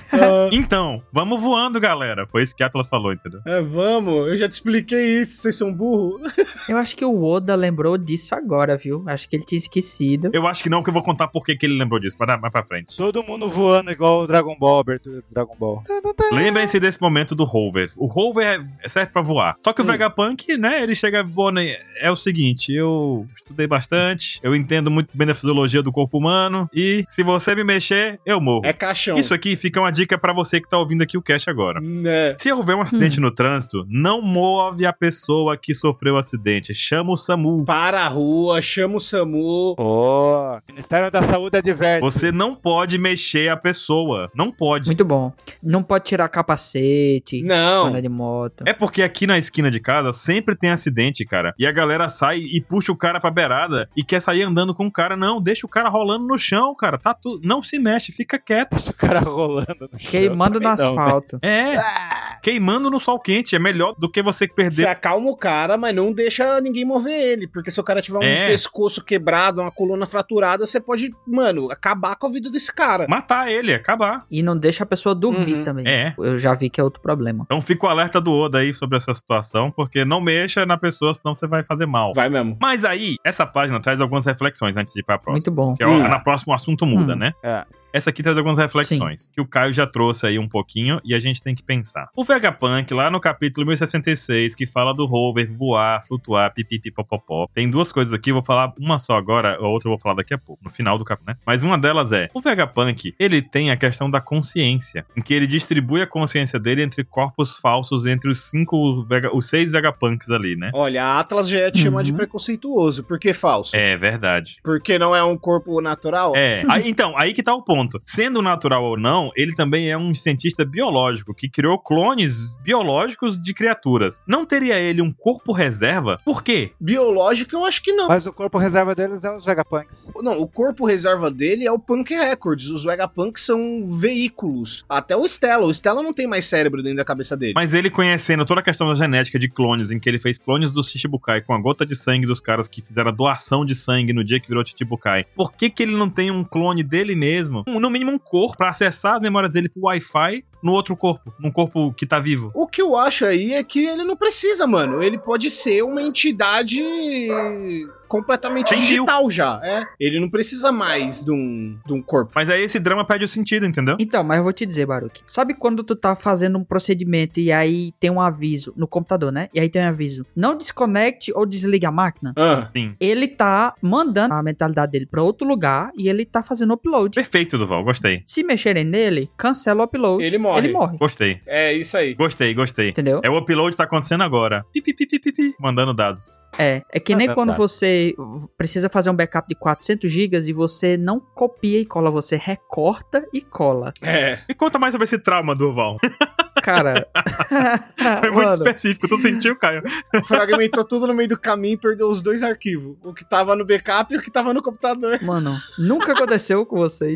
Então, vamos voando, galera. Foi isso que Atlas falou, entendeu?
É, vamos, eu já te expliquei isso, vocês são burro.
Eu acho que o Oda lembrou disso agora, viu? Acho que ele tinha esquecido.
Eu acho que não, que eu vou contar por que que ele lembrou disso, mas dá- mais pra frente.
Todo mundo voando igual o Dragon Ball, abertura do Dragon Ball.
Lembrem-se desse momento do rover. O rover é- serve pra voar. Só que o Vegapunk, né, ele chega, Bonnie, é o seguinte, eu estudei bastante, eu entendo muito bem da fisiologia do corpo humano, e se você me mexer, eu morro.
É caixão.
Isso aqui fica uma dica pra você que tá ouvindo aqui o cast agora.
Né?
Se houver um acidente no trânsito, não move a pessoa que sofreu o acidente. Chama o SAMU.
Para a rua, chama o SAMU.
Ô, Ministério da Saúde adverte.
Você não pode mexer a pessoa. Não pode.
Muito bom. Não pode tirar capacete,
Não.
andar de moto.
É porque aqui na esquina de casa sempre tem acidente, cara. E a galera sai e puxa o cara pra beirada e quer sair andando com o cara. Não, deixa o cara rolando no chão, cara. Tá tudo. Não se mexe, fica quieto.
Deixa o cara rolando no chão.
Queimando no
também não, né?
asfalto.
É. Queimando no sol quente é melhor do que você
Você
perder.
acalma o cara, mas não deixa ninguém mover ele. Porque se o cara tiver um
É.
pescoço quebrado, uma coluna fraturada, você pode, mano, acabar com a vida desse cara.
Matar ele, acabar.
E não deixa a pessoa dormir
Uhum.
também.
É.
Eu já vi que é outro problema.
Então fica o alerta do Oda aí sobre essa situação, porque não mexa na pessoa, senão você vai fazer mal.
Vai mesmo.
Mas aí, essa página traz algumas reflexões antes de ir pra próxima.
Muito bom.
Que é, ó,
Hum.
na próxima o assunto muda,
Hum.
né?
É.
Essa aqui traz algumas reflexões que o Caio já trouxe aí um pouquinho e a gente tem que pensar. O Vegapunk, lá no capítulo 1066, que fala do rover voar, flutuar, pipipipopopó. Tem duas coisas aqui, eu vou falar uma só agora, a outra eu vou falar daqui a pouco, no final do capítulo, né? Mas uma delas é: o Vegapunk, ele tem a questão da consciência, em que ele distribui a consciência dele entre corpos falsos, entre os cinco, Vega- os seis Vegapunks ali, né?
Olha, a Atlas já ia te chamar de
Uhum.
preconceituoso. Por que falso?
É verdade.
Porque não é um corpo natural?
É, aí, então, aí que tá o ponto. ponto. Sendo natural ou não, ele também é um cientista biológico que criou clones biológicos de criaturas. Não teria ele um corpo reserva? Por quê?
Biológico, eu acho que não.
Mas o corpo reserva deles é os Vegapunks.
Não, o corpo reserva dele é o Punk Records. Os Vegapunks são veículos. Até o Stella. O Stella não tem mais cérebro dentro da cabeça dele.
Mas ele conhecendo toda a questão da genética de clones, em que ele fez clones do Chichibukai com a gota de sangue dos caras que fizeram a doação de sangue no dia que virou Chichibukai, por que que ele não tem um clone dele mesmo? Um- no mínimo um corpo pra acessar as memórias dele pro Wi-Fi no outro corpo, num corpo que tá vivo.
O que eu acho aí é que ele não precisa, mano. Ele pode ser uma entidade completamente
Entendi.
digital já. É. Ele não precisa mais de um, de um corpo.
Mas aí esse drama perde o sentido, entendeu?
Então, mas eu vou te dizer, Baruque. Sabe quando tu tá fazendo um procedimento e aí tem um aviso no computador, né? E aí tem um aviso. Não desconecte ou desligue a máquina.
Ah,
Ele tá mandando a mentalidade dele pra outro lugar e ele tá fazendo upload.
Perfeito, Duval, gostei.
Se mexerem nele, cancela o upload.
Ele morre.
Ele morre.
Gostei,
é isso aí.
gostei, gostei.
Entendeu?
É o upload tá acontecendo agora. Pi, pi, pi, pi, pi, pi, mandando dados.
É, é que
Ah,
nem
tá,
quando
tá.
você precisa fazer um backup de 400 gigas e você não copia e cola, você recorta e cola.
É.
E conta mais sobre esse trauma, Durval.
Cara,
Foi muito
mano,
específico, tu sentiu, Caio.
Fragmentou tudo no meio do caminho e perdeu os dois arquivos. O que tava no backup e o que tava no computador.
mano, nunca aconteceu com vocês.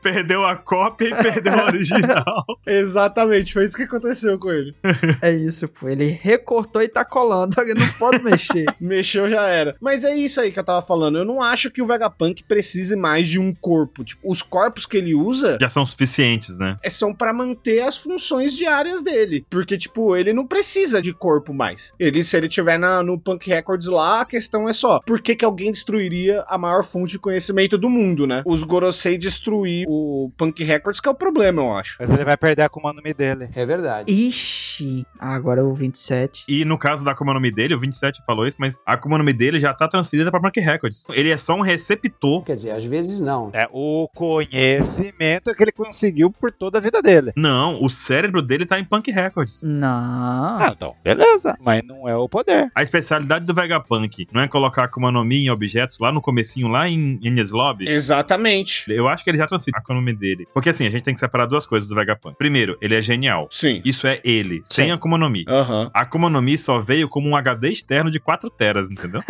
Perdeu a cópia e perdeu a original.
Exatamente, foi isso que aconteceu com ele.
É isso, pô. Ele recortou e tá colando. Não pode mexer.
Mexeu já era. Mas é isso aí que eu tava falando. Eu não acho que o Vegapunk precise mais de um corpo. Tipo, os corpos que ele usa
Já são suficientes, né?
é- são pra manter as funções diárias dele. Porque, tipo, ele não precisa de corpo mais. Ele, se ele tiver na- no Punk Records lá, a questão é só: por que, que alguém destruiria a maior fonte de conhecimento do mundo, né? Os Gorosei destruir o Punk Records, que é o problema, eu acho.
Mas ele vai perder a Akuma no Mi dele.
É verdade.
Ixi. Agora é o 27.
E no caso da Akuma no Mi dele, o 27 falou isso, mas a Akuma no Mi dele já tá transferida pra Punk Records. Ele é só um receptor.
Quer dizer, às vezes não.
É o conhecimento é que ele conseguiu por toda a vida dele.
Não, o cérebro dele tá em Punk Records.
Não.
Ah, então, beleza. Mas não é o poder.
A especialidade do Vegapunk não é colocar a Akuma no Mi em objetos lá no comecinho, lá em Enies Lobby?
Exatamente.
Eu acho que ele já transferiu a Akuma no Mi dele. Porque assim, a gente tem que separar duas coisas do Vegapunk. Primeiro, ele é genial.
Sim.
Isso é ele, sem
Sim.
Akuma no Mi.
Aham.
A Akuma no Mi só veio como um HD externo de 4 teras, entendeu?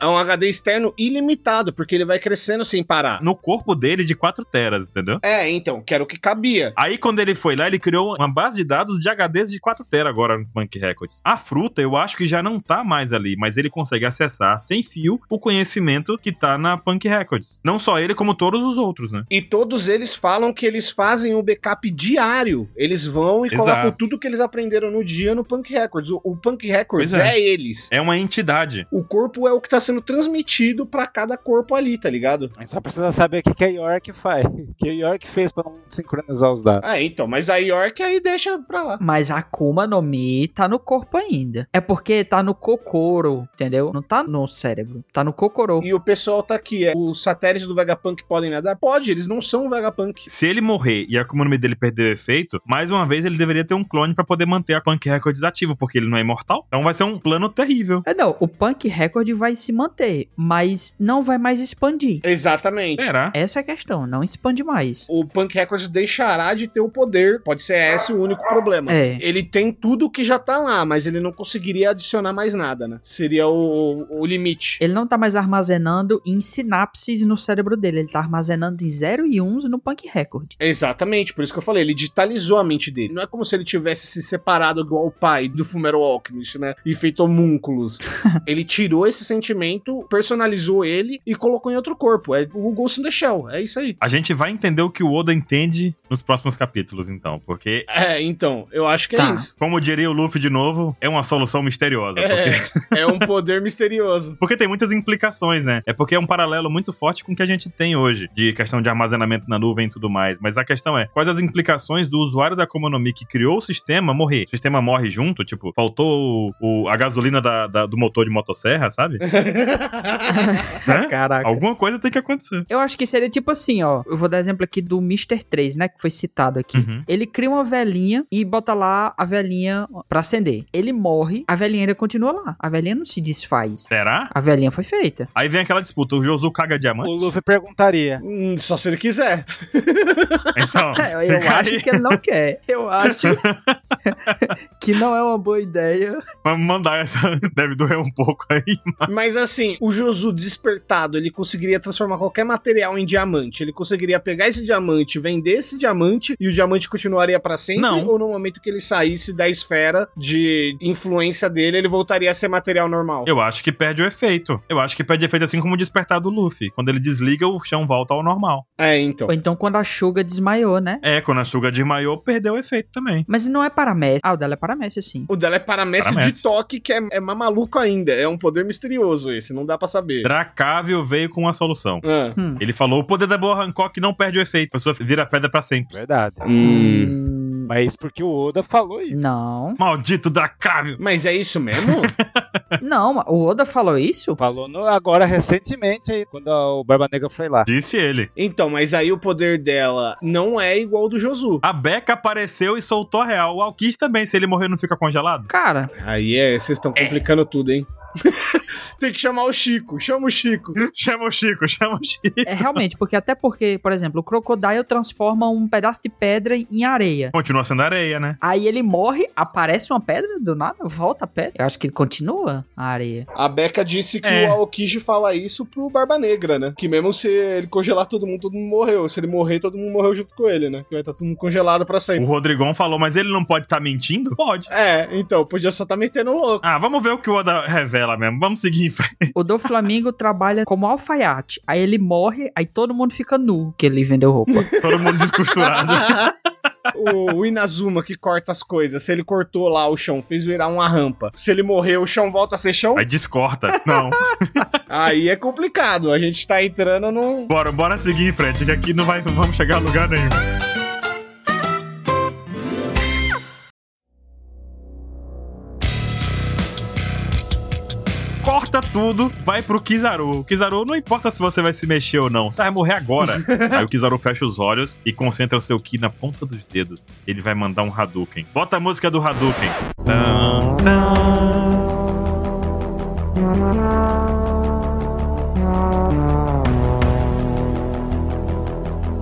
É um HD externo ilimitado, porque ele vai crescendo sem parar.
No corpo dele de 4 teras, entendeu?
É, então, que era o que cabia.
Aí quando ele foi lá, ele criou uma base de dados de HDs de 4 tera agora no Punk Records. A fruta, eu acho que já não tá mais ali, mas ele consegue acessar sem fio o conhecimento que tá na Punk Records. Não só ele, como todos os outros, né?
E todos eles falam que eles fazem um backup diário. Eles vão e
Exato.
colocam tudo que eles aprenderam no dia no Punk Records. O, o Punk Records
Pois é.
é. eles.
É uma entidade.
O corpo é o que tá sendo transmitido pra cada corpo ali, tá ligado?
A gente só precisa saber o que, que a York faz. O que a York fez pra não sincronizar os dados.
Ah, então, mas a York aí deixa pra lá.
Mas a Akuma no Mi tá no corpo ainda. É porque tá no cocoro, entendeu? Não tá no cérebro. Tá no cocoro.
E o pessoal tá aqui, é, os satélites do Vegapunk podem nadar? Pode, eles não são Vegapunk.
Se ele morrer e a Akuma no Mi dele perder o efeito, mais uma vez ele deveria ter um clone pra poder manter a Punk Records ativo, porque ele não é imortal. Então vai ser um plano terrível.
É não, o Punk Record vai se manter, mas não vai mais expandir.
Exatamente.
Será?
Essa é a questão, não expande mais.
o Punk Records deixará de ter o poder. Pode ser esse o único problema.
É.
Ele tem tudo que já tá lá, mas ele não conseguiria adicionar mais nada, né? Seria o, o limite.
Ele não tá mais armazenando em sinapses no cérebro dele, ele tá armazenando em 0 e 1s no Punk Record.
Exatamente, por isso que eu falei, ele digitalizou a mente dele. Não é como se ele tivesse se separado igual o pai do Fumero Alchemist, né? E feito homúnculos. ele tirou esse sentimento, personalizou ele e colocou em outro corpo. É o Ghost in the Shell, é isso aí.
A gente vai entender o que o Oda entende nos próximos capítulos, então, porque.
É, então, eu acho que
Tá.
é isso.
Como diria o Luffy de novo, é uma solução misteriosa. porque-
É, é um poder misterioso.
Porque tem muitas implicações, né? É porque é um paralelo muito forte com o que a gente tem hoje, de questão de armazenamento na nuvem e tudo mais. Mas a questão é, quais as implicações do usuário da Komonomi que criou o sistema morrer? o sistema morre junto, tipo, faltou o, o- a gasolina da- da- do motor de motosserra, sabe?
É.
Né?
Caraca.
Alguma coisa tem que acontecer.
Eu acho que seria tipo assim, ó. Eu vou dar exemplo aqui do Mr. 3, né? Que foi citado aqui.
Uhum.
Ele cria uma velhinha e bota lá a velhinha pra acender. Ele morre, a velhinha ainda continua lá. A velhinha não se desfaz.
Será?
A velhinha foi feita.
Aí vem aquela disputa, o Josu caga
O
diamante?
Luffy perguntaria.
Hum, só se ele quiser.
Então,
É, Eu, eu
fica
acho
aí
que ele não quer. Eu acho que não é uma boa ideia.
Vamos mandar essa, deve doer um pouco aí.
Mas assim, o Josu despertado, ele conseguiria transformar qualquer material em diamante. Ele conseguiria pegar esse diamante, vender esse diamante e o diamante continuaria pra sempre?
Não.
Ou no momento que ele saísse da esfera de influência dele, ele voltaria a ser material normal?
Eu acho que perde o efeito. Eu acho que perde efeito assim como o despertar do Luffy. Quando ele desliga, o chão volta ao normal.
É, então.
Ou então quando a Suga desmaiou, né?
É, quando a Suga desmaiou, perdeu o efeito também.
Mas não é paramécia. Ah, o dela é paramécia, sim.
O dela é paramécia
Paramécia.
de toque, que é, é mamaluco ainda. É um poder misterioso esse, não dá pra saber.
Dracávio veio com uma solução.
Ah.
Hum.
Ele falou: o poder da boa Hancock não perde o efeito. A pessoa vira pedra pra sempre.
Verdade.
Hum.
Mas porque o Oda falou isso.
Não.
Maldito Dracávio!
Mas é isso mesmo?
Não, o Oda falou isso?
Falou no- agora recentemente aí, quando o Barba Negra foi lá.
Disse ele.
então, mas aí o poder dela não é igual ao do Josu.
A Becca apareceu e soltou a real. O Alquist também, se ele morrer, não fica congelado?
Cara,
Aí é, vocês estão complicando tudo, hein? Tem que chamar o Chico, chama o Chico.
chama o Chico, chama o Chico.
é realmente, porque até porque, por exemplo, o Crocodile transforma um pedaço de pedra em areia.
Continua sendo areia, né?
Aí ele morre, aparece uma pedra do nada, volta a pedra. Eu acho que ele continua a areia.
A Becca disse que
É.
o Aokishi fala isso pro Barba Negra, né? Que mesmo se ele congelar todo mundo, todo mundo morreu. Se ele morrer, todo mundo morreu junto com ele, né? Que vai estar todo mundo congelado pra
O
sempre.
Rodrigão falou, mas ele não pode estar mentindo? Pode.
É, então, podia só tá metendo louco.
Ah, vamos ver o que o Oda revela mesmo. Vamos seguir em frente.
O do Flamingo trabalha como alfaiate. Aí ele morre, aí todo mundo fica nu, que ele vendeu roupa.
Todo mundo descosturado.
o, o Inazuma que corta as coisas. Se ele cortou lá o chão, fez virar uma rampa. Se ele morrer, o chão volta a ser chão.
Aí descorta. Não.
Aí é complicado. A gente tá entrando num.
Bora, bora seguir em frente, que aqui não, vai, não vamos chegar a lugar nenhum. Corta tudo, vai pro Kizaru. O Kizaru não importa se você vai se mexer ou não, você vai morrer agora. Aí o Kizaru fecha os olhos e concentra seu Ki na ponta dos dedos. Ele vai mandar um Hadouken. Bota a música do Hadouken. Ah, Tan, tan.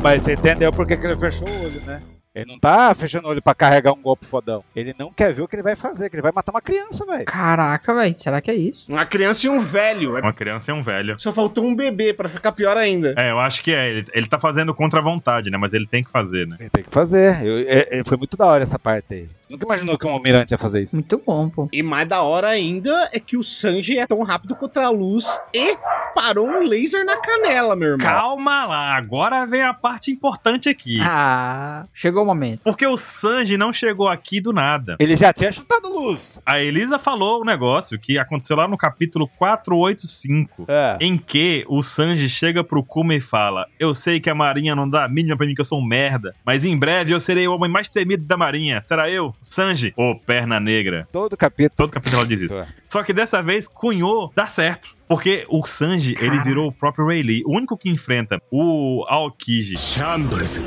Mas você entendeu por que que ele fechou o olho, né? Ele não tá fechando o olho pra carregar um golpe fodão. Ele não quer ver o que ele vai fazer, que ele vai matar uma criança, velho.
Caraca, velho, será que é isso?
Uma criança e um velho. É-
Uma criança é um velho.
Só faltou um bebê pra ficar pior ainda.
É, eu acho que é. Ele, ele tá fazendo contra a vontade, né? Mas ele tem que fazer, né?
Ele tem que fazer. Eu- é- é- foi muito da hora essa parte aí. Nunca imaginou que um almirante ia fazer isso.
Muito bom, pô.
E mais da hora ainda é que o Sanji é tão rápido contra a luz e parou um laser na canela, meu irmão.
Calma lá, agora vem a parte importante aqui.
Ah, chegou o momento.
Porque o Sanji não chegou aqui do nada.
Ele já tinha chutado luz.
A Elisa falou um negócio que aconteceu lá no capítulo 485.
É.
Em que o Sanji chega pro Kuma e fala: Eu sei que a Marinha não dá a mínima pra mim que eu sou um merda, mas em breve eu serei o homem mais temido da Marinha. Será eu, Sanji? Ô, perna negra.
Todo capítulo.
Todo capítulo ela diz isso.
É.
Só que dessa vez, cunhou, dá certo. Porque o Sanji, ele virou o próprio Ray Lee. O único que enfrenta o Aokiji
Chambers.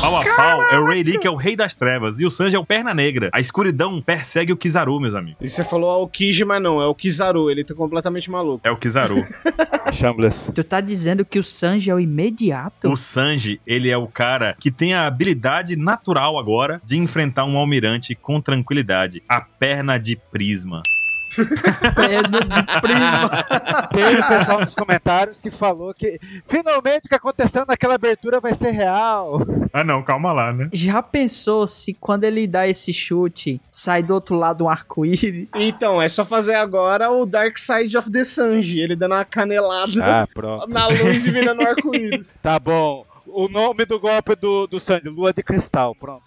pau a pau é o Ray Lee, que é o rei das trevas. E o Sanji é o perna negra. A escuridão persegue o Kizaru, meus amigos.
E você falou Aokiji, mas não, é o Kizaru, ele tá completamente maluco.
É o Kizaru.
Shambles.
Tu tá dizendo que o Sanji é o imediato?
o Sanji, ele é o cara que tem a habilidade natural agora de enfrentar um almirante com tranquilidade. A perna de prisma.
Pedro de prisma.
Teve o pessoal nos comentários que falou que finalmente o que aconteceu naquela abertura vai ser real.
Ah não, calma lá, né?
Já pensou se quando ele dá esse chute, sai do outro lado um arco-íris?
Então, é só fazer agora o Dark Side of the Sanji, ele dando uma canelada
Ah, pronto.
na luz e virando um arco-íris.
Tá bom. O nome do golpe do, do Sandy, Lua de Cristal, pronto.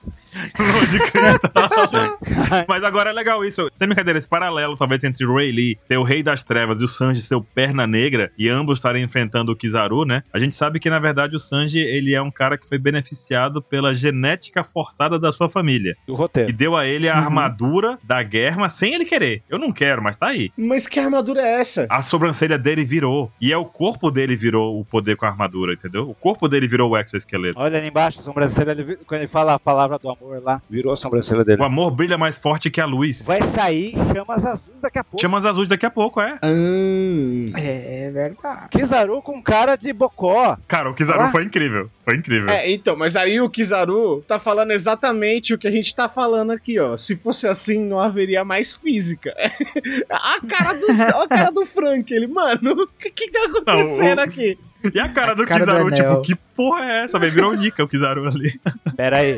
Lua de Tá cristal. Mas agora é legal isso. Sem brincadeira, esse paralelo, talvez, entre o Ray Lee ser o rei das trevas e o Sanji ser o perna negra e ambos estarem enfrentando o Kizaru, né? A gente sabe que, na verdade, o Sanji, ele é um cara que foi beneficiado pela genética forçada da sua família.
Do
Que
roteiro.
deu a ele a
Uhum.
armadura da guerra, mas sem ele querer. Eu não quero, mas tá aí.
Mas que armadura é essa?
A sobrancelha dele virou. E é o corpo dele virou o poder com a armadura, entendeu? O corpo dele virou o exoesqueleto.
Olha ali embaixo, a sobrancelha, ele, quando ele fala a palavra do amor lá, virou a sobrancelha dele.
O amor brilha mais forte que a luz.
Vai sair chamas azuis daqui a pouco.
Chamas azuis daqui a pouco, é.
Ah.
É, verdade.
Kizaru com cara de bocó.
Cara, o Kizaru
Ah.
foi incrível. Foi incrível.
É, então, mas aí o Kizaru tá falando exatamente o que a gente tá falando aqui, ó. Se fosse assim, não haveria mais física. a, cara do, a cara do Frank, ele, mano, o que que tá acontecendo
Não, o-
aqui?
E a cara do
cara do
Kizaru, tipo,
anel.
que porra é essa? velho? Virou dica o Kizaru ali.
Pera aí.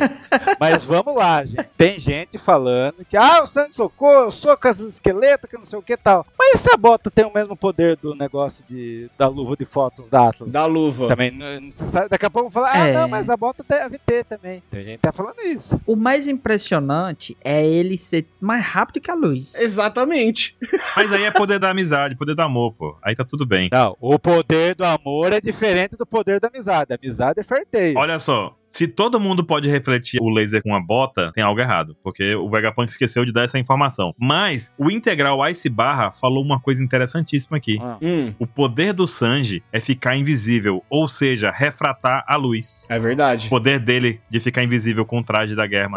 Mas vamos lá, gente. Tem gente falando que, ah, o Sanji socou, eu soco as esqueletas, que não sei o que e tal. Mas e se a bota tem o mesmo poder do negócio de, da luva de fótons da Atlas?
Da luva.
Também, não, não se sabe. Daqui a pouco vão falar, ah,
É.
não, mas a bota deve ter também. Tem gente que tá falando isso.
O mais impressionante é ele ser mais rápido que a luz.
Exatamente.
Mas aí é poder da amizade, poder do amor, pô. Aí tá tudo bem.
Não, o poder do amor é diferente do poder da amizade. A amizade é ferteio.
Olha só, se todo mundo pode refletir o laser com a bota, tem algo errado, porque o Vegapunk esqueceu de dar essa informação. Mas o integral Ice Barra falou uma coisa interessantíssima aqui.
Ah,
Hum,
O poder do Sanji é ficar invisível, ou seja, refratar a luz.
é verdade.
O poder dele de ficar invisível com o traje da guerra.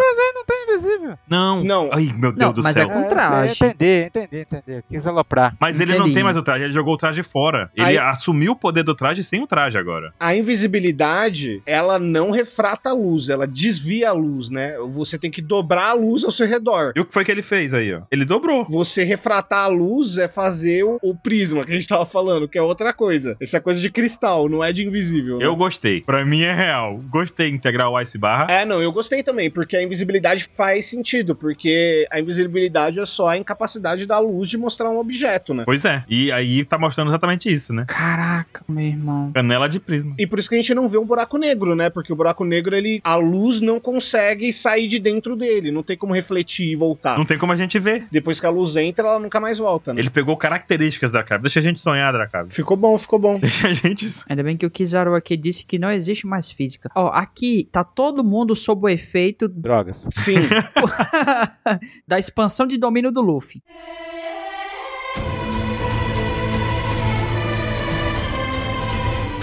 tá invisível.
Não.
Não.
Ai, meu Deus
Não,
do
mas é
céu.
com traje.
É, entendi, entendi, entendi. Quis aloprar.
Mas ele não
Inteirinho.
tem mais o traje, ele jogou o traje fora. Ele
Aí-
assumiu o poder do traje sem o traje agora.
A invisibilidade, ela não refrata a luz, ela desvia a luz, né? Você tem que dobrar a luz ao seu redor.
E o que foi que ele fez aí, ó? Ele dobrou.
Você refratar a luz é fazer o, o prisma que a gente tava falando, que é outra coisa. Essa é coisa de cristal, não é de invisível. né?
Eu gostei. Pra mim é real. Gostei de integrar o Ice Barra.
É, não, eu gostei também, porque a invisibilidade faz sentido, porque a invisibilidade é só a incapacidade da luz de mostrar um objeto, né?
Pois é. E aí tá mostrando exatamente isso, né?
Caraca, meu irmão.
Canela de prisma.
E por isso que a gente não vê um buraco negro, né? Porque o buraco negro, ele a luz não consegue sair de dentro dele, não tem como refletir e voltar.
Não tem como a gente ver.
Depois que a luz entra, ela nunca mais volta, né?
Ele pegou características da cara. Deixa a gente sonhar, Dracabe.
Ficou bom, ficou bom.
Deixa a gente.
Ainda bem que o Kizaru aqui disse que não existe mais física. Ó, aqui tá todo mundo sob o efeito
Drogas.
Sim.
da expansão de domínio do Luffy.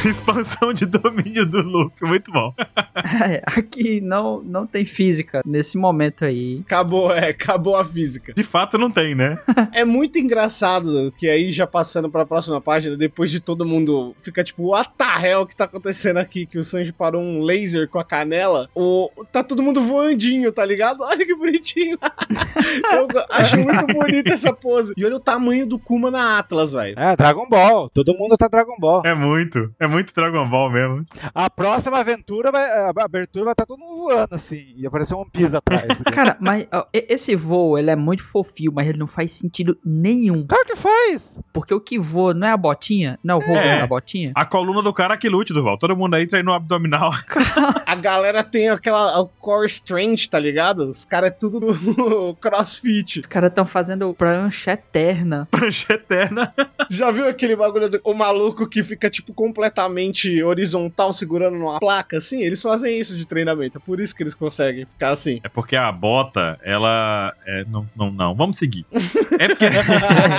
Expansão de domínio do Luffy. Muito bom.
É, aqui não, não tem física nesse momento aí.
acabou, é, acabou a física.
De fato, não tem, né?
É muito engraçado que aí já passando pra próxima página, depois de todo mundo fica tipo, what the hell que tá acontecendo aqui? Que o Sanji parou um laser com a canela. O, tá todo mundo voandinho, tá ligado? Olha que bonitinho. Eu go- acho muito bonita essa pose. E olha o tamanho do Kuma na Atlas, velho.
É, Dragon Ball. Todo mundo tá Dragon Ball.
É muito. É muito Dragon Ball mesmo.
A próxima aventura, vai, a abertura vai estar todo mundo voando assim. E aparecer um piso atrás.
Cara, mas ó, e- esse voo, ele é muito fofinho, mas ele não faz sentido nenhum.
claro que faz.
Porque o que voa não é a botinha? Não é o robô
É.
da botinha?
A coluna do cara que lute, Duval. Todo mundo aí treinou abdominal.
A galera tem aquela o core strength, tá ligado? Os caras é tudo no crossfit.
Os caras estão fazendo prancha eterna.
Prancha eterna.
Já viu aquele bagulho do o maluco que fica, tipo, completamente horizontal segurando numa placa, assim? Eles fazem isso de treinamento. É por isso que eles conseguem ficar assim.
É porque a bota, ela. É, não, não, não. Vamos seguir. É porque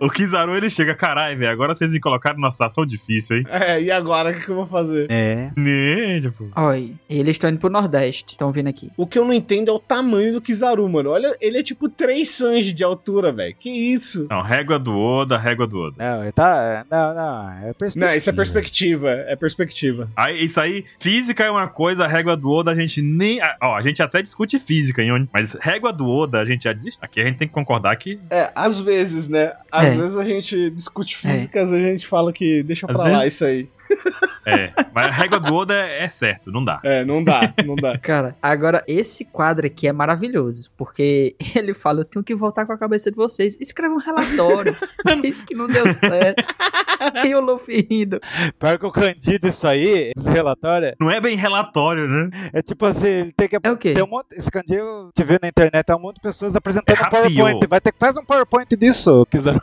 o Kizaru ele chega. Caralho, velho. Agora vocês me colocaram numa situação difícil, hein?
é, e agora? O que, que eu vou fazer?
É.
Né, tipo.
Olha, eles estão indo pro Nordeste. Estão vindo aqui.
O que eu não entendo é o tamanho do Kizaru, mano. Olha, ele é tipo três Sanji de altura, velho. Que isso?
Não, régua do Oda, régua do Oda.
Não, ele tá. é, Não, não. É perspectiva.
Não, isso é perspectiva. É perspectiva.
Aí, isso aí, física é uma coisa, a régua do Oda a gente nem. ah, Ó, a gente até discute física, hein? Mas régua do Oda a gente já desiste. Aqui a gente tem que concordar que.
É, às vezes, né? Às
É.
vezes a gente discute física, É. às vezes a gente fala que deixa
Às
pra lá
vezes-
isso aí.
É. Mas a regra do Oda é, é certo, não dá.
É, não dá, não dá.
Cara, agora esse quadro aqui é maravilhoso, porque ele fala: eu tenho que voltar com a cabeça de vocês. Escreva um relatório. Diz que não deu certo. e o Luffy rindo.
Pior que o Candido, isso aí, esse relatório,
Não é bem relatório, né?
é tipo assim, ele tem que.
É o quê?
Tem um monte, esse Candido, te vê na internet, tem um monte de pessoas apresentando
É
um
rapio.
PowerPoint. Vai ter que fazer um PowerPoint disso, quiser.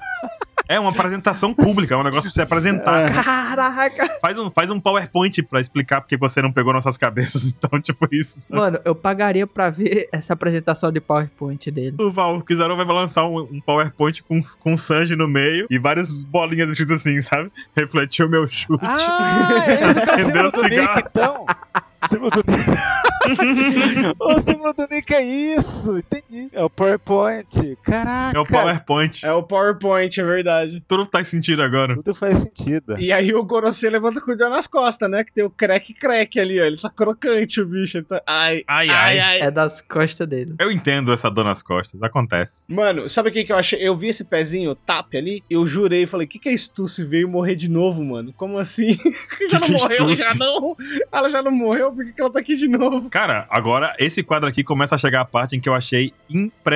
É uma apresentação pública, é um negócio pra você apresentar.
Caraca!
Faz um, faz um PowerPoint pra explicar porque você não pegou nossas cabeças. Então, tipo, isso. sabe?
Mano, eu pagaria pra ver essa apresentação de PowerPoint dele.
O Val Kizaru vai lançar um, um PowerPoint com, com Sanji no meio e várias bolinhas escritas assim, sabe? Refletiu meu chute.
Ah, é esse é
Acendeu
o símbolo
o
do Nick,
cigarro.
então. O símbolo do Nick. o símbolo do Nick é isso, entendi. É o PowerPoint. Caraca.
É o PowerPoint.
É o PowerPoint, é verdade.
Tudo faz sentido agora.
Tudo faz sentido.
E aí o Gorosei levanta com o dor nas costas, né? Que tem o crack crack ali, ó. Ele tá crocante, o bicho. Ele tá... Ai,
Ai, ai.
ai, ai.
É das costas dele.
Eu entendo essa dor nas costas, acontece.
Mano, sabe o que, que eu achei? Eu vi esse pezinho tap ali, eu jurei, falei, que que é isso? Tu se veio morrer de novo, mano? Como assim? já não
que é
morreu,
Stussy?
já não? Ela já não morreu, por que, que ela tá aqui de novo?
Cara, agora esse quadro aqui começa a chegar a parte em que eu achei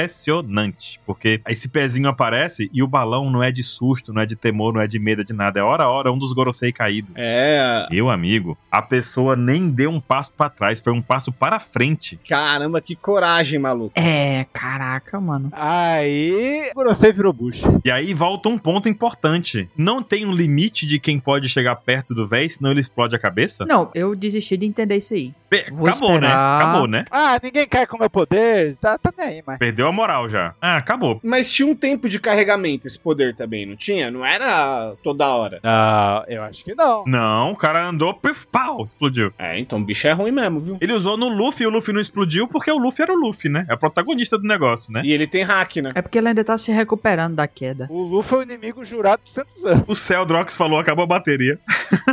impressionante. Porque esse pezinho aparece e o balão não é de susto, não é de temor, não é de medo, é de nada. É hora a hora um dos Gorosei caído.
É,
Meu amigo, a pessoa nem deu um passo pra trás, foi um passo para frente.
caramba, que coragem, maluco.
É, caraca, mano.
Aí, o Gorosei virou Bush.
E aí volta um ponto importante. Não tem um limite de quem pode chegar perto do véi, senão ele explode a cabeça?
Não, eu desisti de entender isso aí.
Pe-
vou
Acabou, né?
esperar.
Acabou, né?
Ah, ninguém cai com meu poder. Tá, tá nem aí, mas.
Perdeu a moral já. Ah, acabou.
Mas tinha um tempo de carregamento esse poder também, não tinha? Não era toda hora.
Não, Ah, eu acho que não.
Não, o cara andou, pif, pau, explodiu.
É, então o bicho é ruim mesmo, viu?
Ele usou no Luffy e o Luffy não explodiu porque o Luffy era o Luffy, né? É o protagonista do negócio, né?
E ele tem hack, né?
É porque ele ainda tá se recuperando da queda.
O Luffy é o inimigo jurado por 200 anos.
O Celdrox falou, acabou a bateria.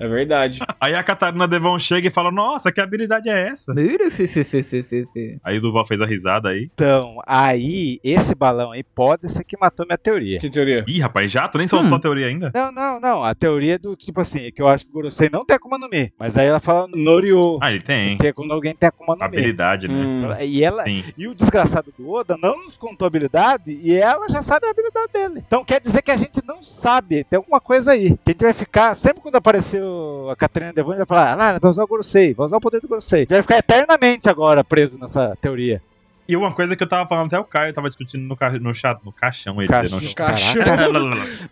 É verdade.
Aí a Catarina Devon chega e fala, nossa, que habilidade é essa?
Mira, fi, fi, fi, fi, fi, fi.
Aí o Duval fez a risada aí.
Então, aí, esse balão aí pode ser que matou minha teoria.
Que teoria?
Ih, rapaz, já? Tu nem soltou
Hum.
a teoria ainda?
Não, não, não. A teoria do tipo assim, é que eu acho que o Gorosei não tem Akuma no Mi. Mas aí ela fala Norio.
Ah, ele tem, hein?
Que é quando alguém tem Akuma no Mi.
Habilidade, né?
Hum.
E ela.
Sim.
E o desgraçado do Oda não nos contou a habilidade e ela já sabe a habilidade dele. Então quer dizer que a gente não sabe, tem alguma coisa aí. Que a gente vai ficar, sempre quando aparecer o- a Catarina Devon, ele vai falar, ah, vai usar o Gorosei, vai usar o poder do Gorosei. A gente vai ficar eternamente agora preso nessa teoria.
E uma coisa que eu tava falando até o Caio, eu tava discutindo no, ca... no, cha... no caixão, ele
Cachorro,
no chão.
Cachorro.
caraca.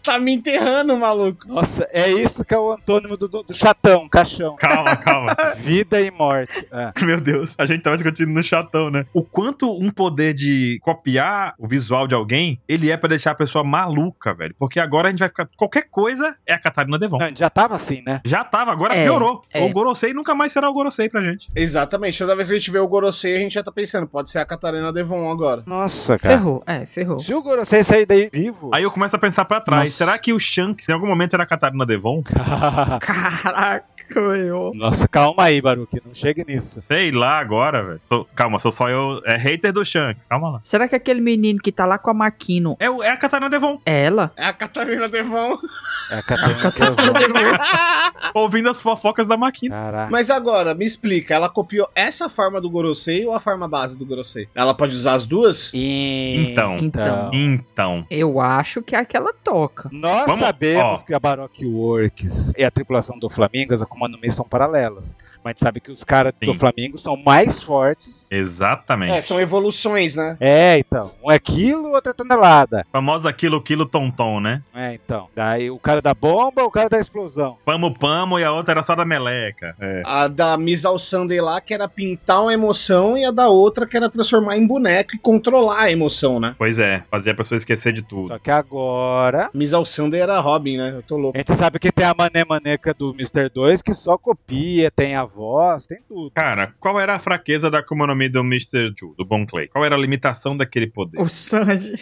Tá me enterrando, maluco.
Nossa, é isso que é o antônimo do, do- do chatão, caixão.
Calma, calma.
Vida e morte. É.
Meu Deus, a gente tava discutindo no chatão, né? O quanto um poder de copiar o visual de alguém, ele é pra deixar a pessoa maluca, velho. Porque agora a gente vai ficar. Qualquer coisa é a Catarina Devon.
Não, a gente já tava assim, né?
Já tava, agora
É,
piorou.
é.
O Gorosei nunca mais será o Gorosei pra gente.
Exatamente. Toda vez que a gente vê o Gorosei, a gente já tá pensando, pode ser a Catarina Devon agora.
Nossa, cara.
Ferrou, é, ferrou.
Se o Gorosei sair daí vivo.
Aí eu começo a pensar pra trás.
Nossa.
Será que o Shanks em algum momento era a Catarina Devon?
Caraca, meu.
Nossa, calma aí, Baruque, não chegue nisso.
Sei lá agora, velho. Sou- Calma, sou só eu. É hater do Shanks, calma lá.
Será que aquele menino que tá lá com a Maquino
É, o- é a Catarina Devon.
é ela?
É a Catarina Devon.
É a Catarina Devon.
Ah.
Ouvindo as fofocas da Maquina.
Caraca.
Mas agora, me explica, ela copiou essa forma do Gorosei ou a forma base do Gorosei? Ela pode usar as duas?
Então.
Então.
Então.
Eu acho que é aquela toca.
Nós
Vamos-
sabemos
ó.
que a Baroque Works e a tripulação do Flamengo, as Akuma no Mi são paralelas. Mas a gente sabe que os caras do
Sim.
Flamengo são mais fortes.
Exatamente.
É, são evoluções, né?
É, então. Um é quilo, outro é tonelada.
Famosa quilo quilo tom tom, né?
É, então. Daí o cara da bomba, o cara da explosão.
Pamo pamo e a outra era só da meleca. É.
A da Miss Al Sunday lá, que era pintar uma emoção, e a da outra, que era transformar em boneco e controlar a emoção, né?
Pois é, fazia a pessoa esquecer de tudo.
Só que agora.
Miss Al Sunday era Robin, né? Eu tô louco.
A gente sabe que tem a mané maneca do Mr. 2 que só copia, tem a voz, tem tudo.
Cara, qual era a fraqueza da Akuma no Mi do Mr. Ju, do Bon Clay? Qual era a limitação daquele poder?
O Sanji.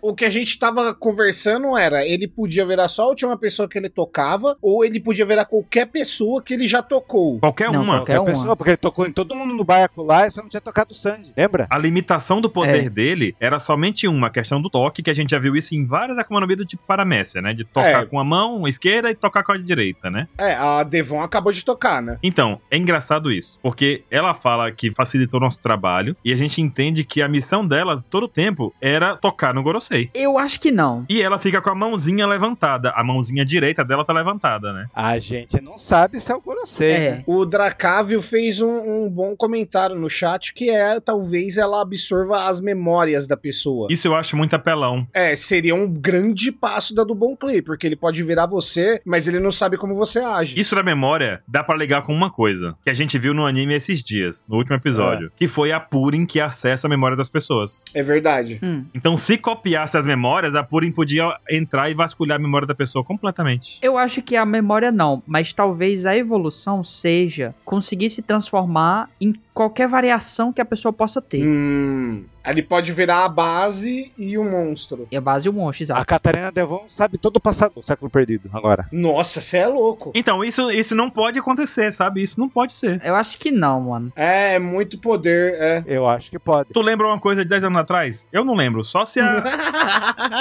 O que a gente tava conversando era, ele podia virar só a última pessoa que ele tocava, ou ele podia virar qualquer pessoa que ele já tocou.
Ah, Qualquer
Não,
uma.
qualquer
a
uma.
pessoa, Então, porque ele tocou em todo mundo no barco lá e só não tinha tocado o Sandy, lembra?
A limitação do
É.
poder dele era somente uma, a questão do toque, que a gente já viu isso em várias Akuma no Mi do tipo Paramécia, né? De tocar
É.
com a mão esquerda e tocar com a direita, né?
É, a Devon acabou de tocar, né?
Então, é engraçado isso, porque ela fala que facilitou nosso trabalho e a gente entende que a missão dela, todo o tempo, era tocar no Gorosei.
Eu acho que não.
E ela fica com a mãozinha levantada. A mãozinha direita dela tá levantada, né?
A gente não sabe se é o Gorosei, né?
É.
O Dracávio fez um, um bom comentário no chat que é talvez ela absorva as memórias da pessoa.
Isso eu acho muito apelão.
É, seria um grande passo da do Bon Clay, porque ele pode virar você, mas ele não sabe como você age.
Isso da memória dá pra ligar com uma coisa que a gente viu no anime esses dias, no último episódio, que foi a Purim que acessa a memória das pessoas.
É verdade.
Hum.
Então, se copiasse as memórias, a Purim podia entrar e vasculhar a memória da pessoa completamente.
Eu acho que a memória não, mas talvez a evolução seja conseguir se transformar em qualquer variação que a pessoa possa ter.
Hum. Ele pode virar a base e o monstro.
É base o monstro,
A
exato.
Catarina Devon sabe todo o passado do século perdido agora.
Nossa, você é louco.
Então, isso, isso não pode acontecer, sabe? Isso não pode ser.
Eu acho que não, mano.
É, é muito poder, é.
Eu acho que pode.
Tu lembra uma coisa de 10 anos atrás? Eu não lembro. Só se a.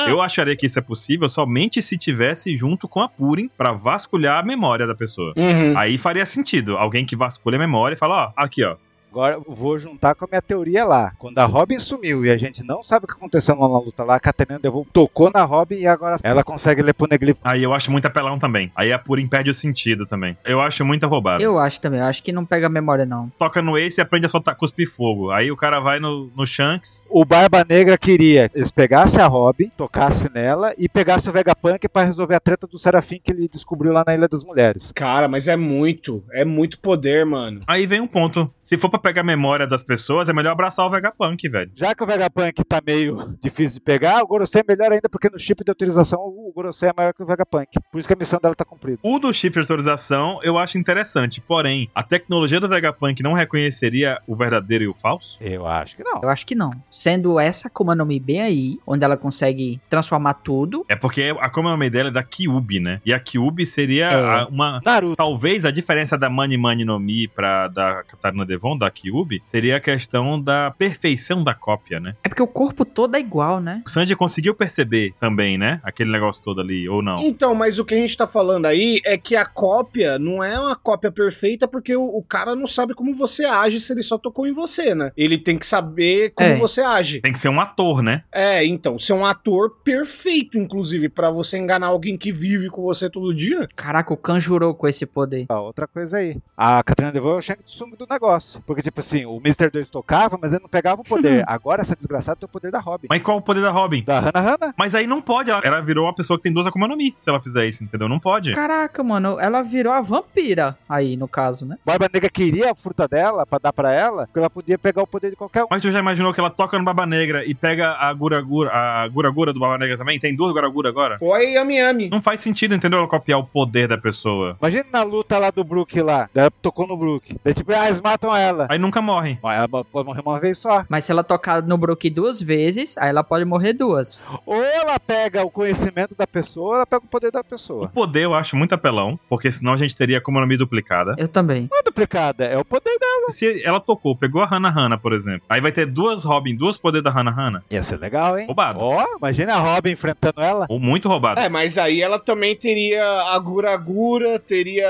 Eu acharia que isso é possível somente se tivesse junto com a Purim pra vasculhar a memória da pessoa.
Uhum.
Aí faria sentido. Alguém que vasculha a memória e fala, ó, aqui, ó.
Agora eu vou juntar com a minha teoria lá. Quando a Robin sumiu e a gente não sabe o que aconteceu na luta lá, a Catarina Devon tocou na Robin e agora ela consegue ler Poneglyph.
Aí eu acho muito apelão também. Aí a Purim perde o sentido também. Eu acho muito roubado.
Eu acho também, eu acho que não pega a memória, não.
Toca no Ace e aprende a soltar cuspir fogo. Aí o cara vai no, no Shanks.
O Barba Negra queria que eles pegassem a Robin, tocassem nela e pegassem o Vegapunk pra resolver a treta do Serafim que ele descobriu lá na Ilha das Mulheres.
Cara, mas é muito. É muito poder, mano.
Aí vem um ponto. Se for pra pegar a memória das pessoas, é melhor abraçar o Vegapunk, velho.
Já que o Vegapunk tá meio difícil de pegar, o Gorosei é melhor ainda porque no chip de utilização o Gorosei é maior que o Vegapunk. Por isso que a missão dela tá cumprida.
O do chip de autorização eu acho interessante, porém, a tecnologia do Vegapunk não reconheceria o verdadeiro e o falso?
Eu acho que não.
Eu acho que não. Sendo essa Akuma no Mi bem aí, onde ela consegue transformar tudo.
É porque a como é o nome dela é da Kyubi, né? E a Kyubi seria
É.
a- uma.
Naruto.
Talvez a diferença da Mani Mani no Mi pra da Katarina Devon, da Kyubi, seria a questão da perfeição da cópia, né?
É porque o corpo todo é igual, né?
O Sanji conseguiu perceber também, né? Aquele negócio todo ali, ou não?
Então, mas o que a gente tá falando aí é que a cópia não é uma cópia perfeita porque o, o cara não sabe como você age se ele só tocou em você, né? Ele tem que saber como
É.
você age.
Tem que ser um ator, né?
É, então, ser um ator perfeito, inclusive, pra você enganar alguém que vive com você todo dia.
Caraca, o Khan jurou com esse poder.
Ah, outra coisa aí. A Katrina Devon é o Shang Tsung do negócio. Porque, tipo assim, o Mr. 2 tocava, mas ele não pegava o poder. Agora essa desgraçada tem o poder da Robin.
Mas qual o poder da Robin?
Da Hannah Hannah.
Mas aí não pode, ela, ela virou uma pessoa que tem duas Akuma no Mi, se ela fizer isso, entendeu? Não pode.
Caraca, mano, ela virou a vampira aí, no caso, né?
Barba Negra queria a fruta dela pra dar pra ela, porque ela podia pegar o poder de qualquer um.
Mas tu já imaginou que ela toca no Baba Negra e pega a Gura Gura, a Gura Gura do Baba Negra também? Tem duas Gura Gura agora?
Oi, Yami Yami.
Não faz sentido, entendeu? Ela copiar o poder da pessoa.
Imagina na luta lá do Brook lá. Ela tocou no Brook. Daí, tipo, ah, eles matam ela.
Aí nunca morre.
Mas ela pode morrer uma vez só.
Mas se ela tocar no Brook duas vezes, aí ela pode morrer duas.
Ou ela pega o conhecimento da pessoa, ou ela pega o poder da
O
pessoa.
poder eu acho muito apelão, porque senão a gente teria a Akuma no Mi duplicada.
Eu também.
Não é duplicada, é o poder dela.
né? Se ela tocou, pegou a Hana Hana, por exemplo, aí vai ter duas Robin, duas poderes da Hana Hana.
Ia ser legal, hein?
Roubado.
Ó, imagina a Robin enfrentando ela.
Ou muito roubado.
É, mas aí ela também teria a Gura Gura, teria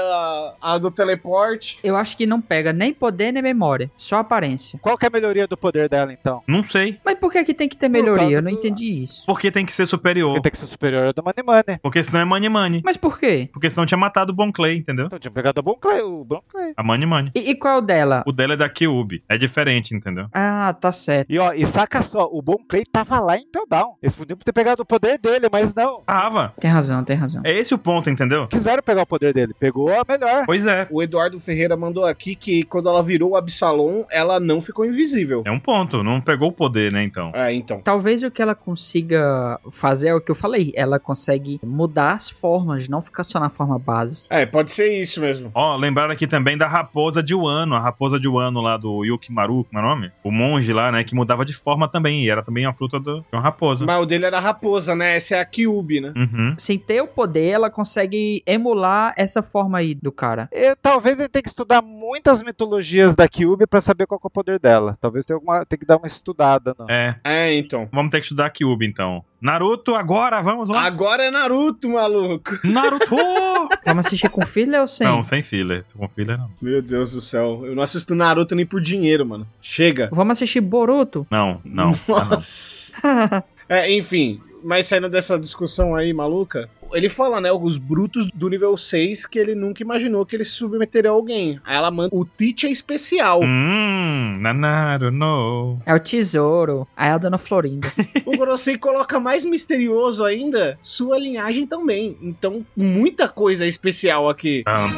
a do teleporte.
Eu acho que não pega nem poder nem memória, só aparência.
Qual que é a melhoria do poder dela, então?
Não sei.
Mas por que que tem que ter
Por causa
melhoria? Eu não
do-
entendi isso.
Porque tem que ser superior.
Porque tem que ser superior ao do Money Money.
Porque senão é Money Money.
Mas por quê?
Porque senão tinha matado o Bon Clay, entendeu?
Então tinha pegado o Bon Clay, o Bon Clay.
A Money Money.
E, e qual é o dela?
O dela é da Kyubi. É diferente, entendeu?
Ah, tá certo.
E ó, e saca só, o Bon Clay tava lá em Peldown. Eles podiam ter pegado o poder dele, mas não.
Tava.
Tem razão, tem razão.
Ah, É esse o ponto, entendeu?
Quiseram pegar o poder dele. Pegou a melhor.
Pois é.
O Eduardo Ferreira mandou aqui que quando ela virou o Absalom, ela não ficou invisível.
É um ponto. Não pegou o poder, né, então.
É, então.
Talvez o que ela consiga fazer é o que eu falei. Ela consegue mudar as formas, não ficar só na forma base.
É, pode ser isso mesmo.
Ó, lembraram aqui também da raposa de Wano, a raposa de Wano lá do Yukimaru, como é o nome? O monge lá, né, que mudava de forma também, e era também a fruta do, de uma raposa.
Mas o dele era raposa, né? Essa é a Kyubi, né?
Uhum.
Sem ter o poder, ela consegue emular essa forma aí do cara.
Eu, talvez ele tenha que estudar muitas mitologias da Kyubi pra saber qual que é o poder dela. Talvez tenha, alguma, tenha que dar uma estudada. Não.
É,
É, então.
vamos ter que estudar a Kyubi, então. Naruto, agora, vamos lá.
Agora é Naruto, maluco.
Naruto!
Vamos assistir com filha ou sem?
Não, sem filha. Se com filha, não.
Meu Deus do céu. Eu não assisto Naruto nem por dinheiro, mano. Chega.
Vamos assistir Boruto?
Não, não. Ah, não.
Nossa. é, enfim. Mas saindo dessa discussão aí, maluca. Ele fala, né, os brutos do nível 6 que ele nunca imaginou que ele se submeteria a alguém. Aí ela manda o Teach é especial.
Hum, Nanaru, no.
É o tesouro. Aí a dona Florinda.
O Gorosei coloca mais misterioso ainda sua linhagem também. Então, muita coisa é especial aqui.
Tan,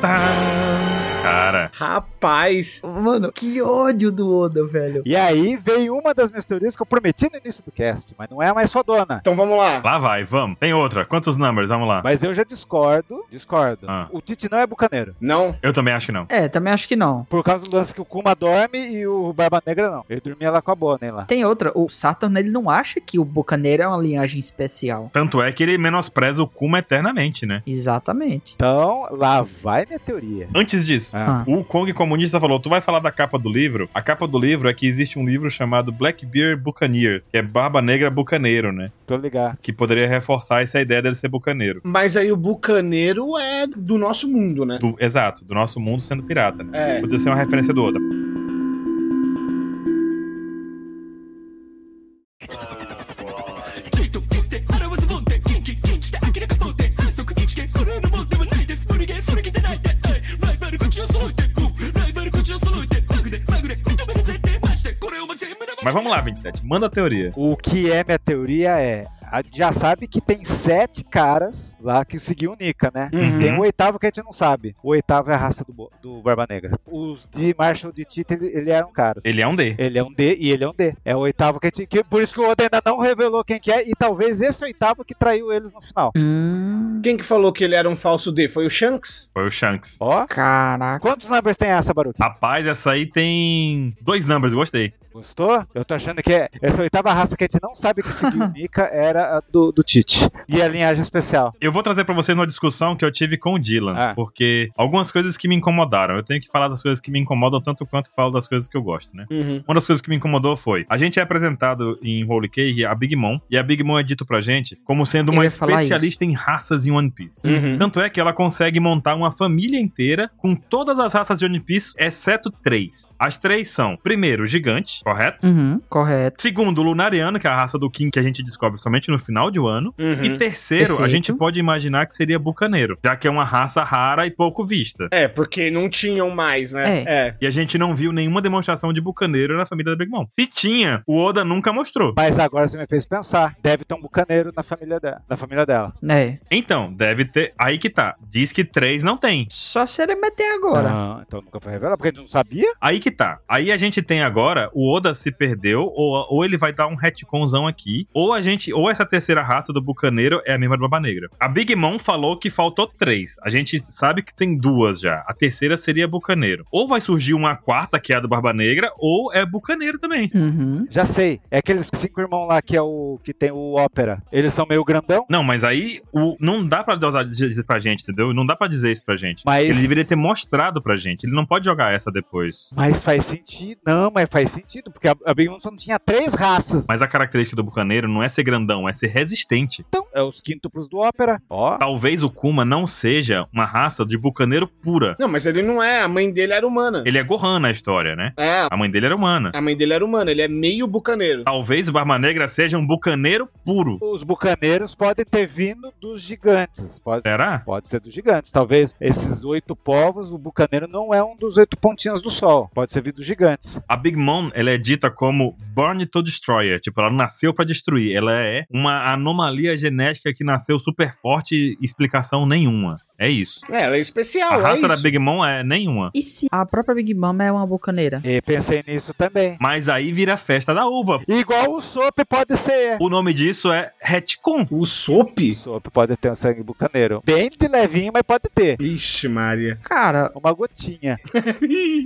tan, tan. Cara,
Rapaz,
Mano, que ódio do Oda, velho.
E aí veio uma das minhas teorias que eu prometi no início do cast, mas não é mais sua dona.
então vamos lá.
lá vai, vamos. Tem outra. Quantos numbers? Vamos lá.
Mas eu já discordo, discordo.
Ah.
O Tite não é bucaneiro.
Não?
Eu também acho que não.
É, também acho que não.
Por causa do lance que o Kuma dorme e o Barba Negra não. Ele dormia lá com a Bonnie lá.
Tem outra, o Saturn ele não acha que o Bucaneiro é uma linhagem especial.
Tanto é que ele menospreza o Kuma eternamente, né?
Exatamente.
Então, lá vai minha teoria.
Antes disso,
Ah.
o Kong comunista falou: Tu vai falar da capa do livro? A capa do livro é que existe um livro chamado Blackbeard Buccaneer, que é Barba Negra Bucaneiro, né?
Tô ligado.
Que poderia reforçar essa ideia dele ser bucaneiro.
Mas aí o bucaneiro é do nosso mundo, né?
Do- exato, do nosso mundo sendo pirata, né?
É.
Poderia ser uma referência do Oda. Mas vamos lá, 27. Manda a teoria.
O que é minha teoria é. A gente já sabe que tem sete caras lá que seguiu o Nika, né?
Uhum.
Tem o oitavo que a gente não sabe. O oitavo é a raça do, Bo- do Barba Negra. Os de Marshall de Tita, ele, ele era um cara.
Ele é um D.
Ele é um D e ele é um D. É o oitavo que, a gente, que por isso que o Oda ainda não revelou quem que é e talvez esse oitavo que traiu eles no final.
Hum,
Quem que falou que ele era um falso D? Foi o Shanks?
Foi o Shanks.
Ó,
caraca.
quantos numbers tem essa, Baruch?
Rapaz, essa aí tem dois numbers, gostei.
Gostou? Eu tô achando que é- essa oitava raça que a gente não sabe que seguiu o Nika era a do, do Tite. E a linhagem especial.
Eu vou trazer pra vocês uma discussão que eu tive com o Dylan,
Ah.
porque algumas coisas que me incomodaram. Eu tenho que falar das coisas que me incomodam tanto quanto falo das coisas que eu gosto, né?
Uhum.
Uma das coisas que me incomodou foi: a gente é apresentado em Holy Cake a Big Mom, e a Big Mom é dito pra gente como sendo
Eu
uma
ia falar Hum.
especialista em raças em One Piece.
Uhum.
Tanto é que ela consegue montar uma família inteira com todas as raças de One Piece, exceto três. As três são, primeiro, o gigante, correto?
Uhum, correto.
Segundo, o Lunariano, que é a raça do King que a gente descobre somente no final de um ano. E
Uhum.
terceiro, a
Perfeito.
gente pode imaginar que seria bucaneiro, já que é uma raça rara e pouco vista.
É, porque não tinham mais, né? É.
E a gente não viu nenhuma demonstração de bucaneiro na família da Big Mom. Se tinha, o Oda nunca mostrou.
Mas agora você me fez pensar. Deve ter um bucaneiro na família, de- na família dela.
É.
Então, deve ter. Aí que tá. Diz que três não tem.
Só se ele meter agora.
Não, então nunca foi revelado, porque a gente não sabia.
Aí que tá. Aí a gente tem agora, o Oda se perdeu, ou, ou ele vai dar um retconzão aqui, ou a gente, ou essa terceira raça do Bucaneiro é a mesma do Barba Negra. A Big Mom falou que faltou três. A gente sabe que tem duas já. A terceira seria Bucaneiro. Ou vai surgir uma quarta, que é a do Barba Negra, ou é Bucaneiro também.
Uhum.
Já sei. É aqueles cinco irmãos lá que é o que tem o ópera. Eles são meio grandão.
Não, mas aí o, não dá pra usar- dizer isso pra gente, entendeu? Não dá pra dizer isso pra gente.
Mas-
Ele deveria ter mostrado pra gente. Ele não pode jogar essa depois.
Mas faz sentido. Não, mas faz sentido, porque a, a Big Mom só não tinha três raças.
Mas a característica do Bucaneiro não é ser grandão, é ser resistente.
Então, é os quíntuplos do ópera. Ó.
Talvez o Kuma não seja uma raça de bucaneiro pura.
Não, mas ele não é. A mãe dele era humana.
Ele é Gohan na história, né?
É,
A mãe dele era humana.
a mãe dele era humana. Ele é meio bucaneiro.
Talvez o Barba Negra seja um bucaneiro puro.
Os bucaneiros podem ter vindo dos gigantes. Pode,
Será?
pode ser dos gigantes. Talvez esses oito povos, o bucaneiro não é um dos oito pontinhos do sol. Pode ser vindo dos gigantes.
A Big Mom, ela é dita como Born to Destroyer. Tipo, ela nasceu pra destruir. Ela é uma anomalia genética que nasceu super forte e explicação nenhuma. É isso.
É, ela é especial,
A
é
raça da
isso.
Big Mom é nenhuma.
E se a própria Big Mama é uma bucaneira?
E pensei nisso também.
Mas aí vira a festa da uva.
Igual o Sop pode ser.
O nome disso é retcon.
O Sop?
O Sop pode ter um sangue bucaneiro. Bem de levinho, mas pode ter.
Ixi, Maria.
Cara,
Uma gotinha.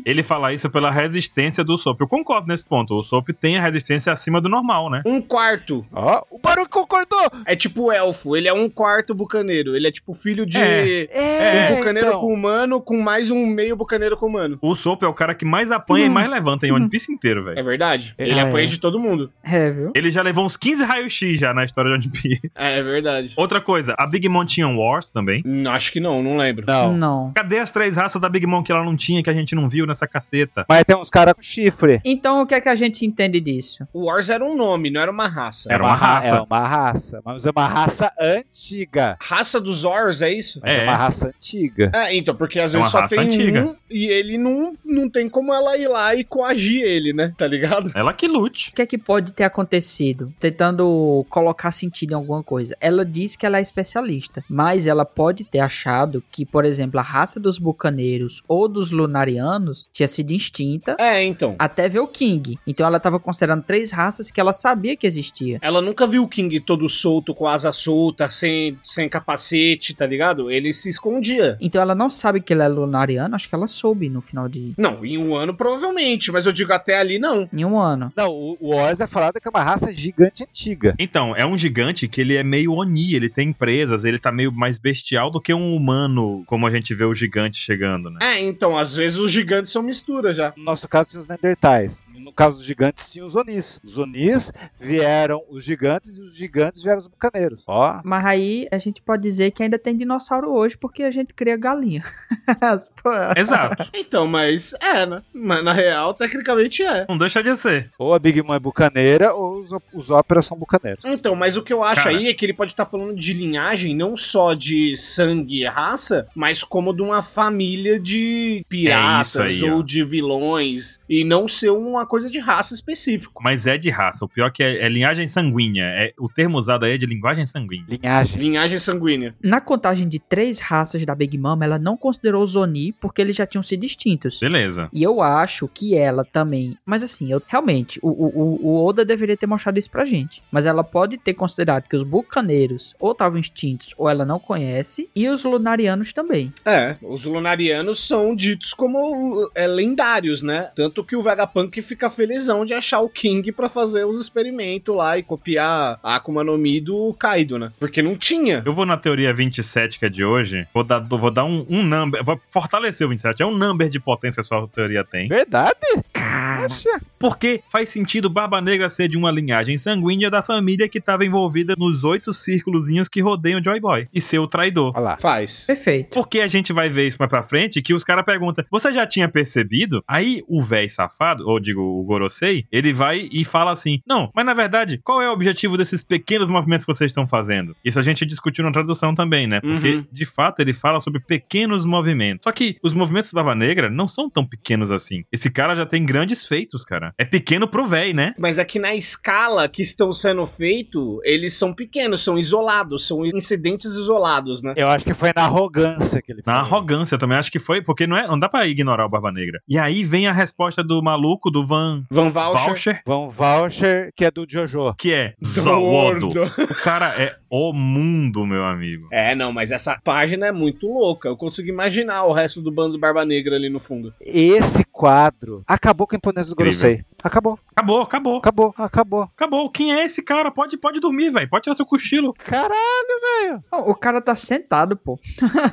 Ele fala isso pela resistência do Sop. Eu concordo nesse ponto. O Sop tem a resistência acima do normal, né?
Um quarto.
Ó, o Baru concordou.
É tipo elfo. Ele é um quarto bucaneiro. Ele é tipo filho de.
É.
É,
Um bucaneiro
então.
com humano, com mais um meio bucaneiro com humano.
O Sop é o cara que mais apanha e mais levanta em One Piece inteiro,
É
velho.
verdade.
É.
Ele
Ah,
apanha
é.
de todo mundo.
é, viu?
Ele já levou uns 15 raios-x já na história de One Piece.
É, verdade.
Outra coisa, a Big Mom tinha um Wars também.
Hum, Acho que não, não lembro.
Não.
Não.
Cadê as três raças da Big Mom que ela não tinha, que a gente não viu nessa caceta?
Mas tem uns caras com chifre.
Então o que é que a gente entende disso?
O Wars era um nome, não era uma raça.
Era uma
ra-
raça.
É uma raça. Mas é uma raça antiga.
Raça dos Wars, é isso?
Mas é,
É.
uma raça antiga.
É, então, porque às
É
vezes
uma
só
raça
tem
antiga.
um e ele não, não tem como ela ir lá e coagir ele, né? Tá ligado?
Ela que lute.
O que é que pode ter acontecido? Tentando colocar sentido em alguma coisa. Ela diz que ela é especialista, mas ela pode ter achado que, por exemplo, a raça dos bucaneiros ou dos lunarianos tinha sido extinta
É, então.
até ver o King. Então ela estava considerando três raças que ela sabia que existia.
Ela nunca viu o King todo solto, com asa solta, sem, sem capacete, tá ligado? Ele se escondia.
Então ela não sabe que ele é lunariano, acho que ela soube no final de
Não, em um ano provavelmente, mas eu digo até ali não.
em um ano.
Não, o o Wars é falado que é uma raça gigante antiga.
Então, é um gigante que ele é meio Oni, ele tem presas, ele tá meio mais bestial do que um humano, como a gente vê o gigante chegando, né?
É, então, às vezes os gigantes são mistura já.
No nosso caso, tinha os Neandertais. No caso dos gigantes, tinha os Onis. Os Onis vieram os gigantes e os gigantes vieram os bucaneiros. Ó,
Mas aí a gente pode dizer que ainda tem dinossauro hoje porque a gente cria galinha. As pô-
Exato.
Então, mas é, né? Mas na real, tecnicamente é.
Não deixa de ser.
ou a Big Mom é bucaneira ou os, os óperas são bucaneiros.
Então, mas o que eu acho
Cara.
aí é que ele pode estar falando de linhagem, não só de sangue e raça, mas como de uma família de piratas
É isso aí,
ou
ó.
de vilões. E não ser uma coisa de raça específica.
Mas é de raça. O pior que é, é linhagem sanguínea. É, o termo usado aí é de linguagem sanguínea.
Linhagem.
Linhagem sanguínea.
Na contagem de três raças da Big Mama, ela não considerou os Oni porque eles já tinham sido extintos.
Beleza.
E eu acho que ela também. Mas assim, eu realmente, o, o, o- o Oda deveria ter mostrado isso pra gente. Mas ela pode ter considerado que os bucaneiros ou estavam extintos ou ela não conhece, e os lunarianos também.
É, os lunarianos são ditos como é, lendários, né? Tanto que o Vegapunk fica felizão de achar o King pra fazer os experimentos lá e copiar a Akuma no Mi do Kaido, né? Porque não tinha.
Eu vou na teoria 27 que é de hoje. Vou dar, vou dar um, um number. Vou fortalecer o 27. É um number de potência que sua teoria tem.
Verdade? Poxa.
Porque faz sentido Barba Negra ser de uma linhagem sanguínea da família que estava envolvida nos oito círculozinhos que rodeiam o Joy Boy e ser o traidor.
Olha lá.
Faz.
Perfeito.
Porque a gente vai ver isso mais pra frente, que os caras perguntam, você já tinha percebido? Aí o véi safado, ou digo, o Gorosei, ele vai e fala assim, não, mas na verdade, qual é o objetivo desses pequenos movimentos que vocês estão fazendo? Isso a gente discutiu na tradução também, né? Porque,
Uhum.
de fato, ele fala sobre pequenos movimentos. Só que os movimentos da Barba Negra não são tão pequenos assim. Esse cara já tem grandes feitos, cara. É pequeno pro véi, né?
Mas é que na escala que estão sendo feitos, eles são pequenos, são isolados, são incidentes isolados, né?
Eu acho que foi na arrogância que ele
Na
falou.
arrogância, eu também acho que foi, porque não, é, não dá pra ignorar o Barba Negra. E aí vem a resposta do maluco, do Van
Van Valcher.
Voucher,
Vão Voucher, que é do Jojo.
que é Zawodo.
Gordo.
O cara é o mundo, meu amigo.
É, não, mas essa página é muito louca. Eu consigo imaginar o resto do bando Barba Negra ali no fundo.
Esse quadro acabou com a imponência do
Incrível.
Gorosei. Acabou,
Acabou, acabou,
acabou, acabou.
acabou. Quem é esse cara? Pode, pode dormir, velho. Pode tirar seu cochilo.
Caralho, velho.
Ó, O cara tá sentado, pô.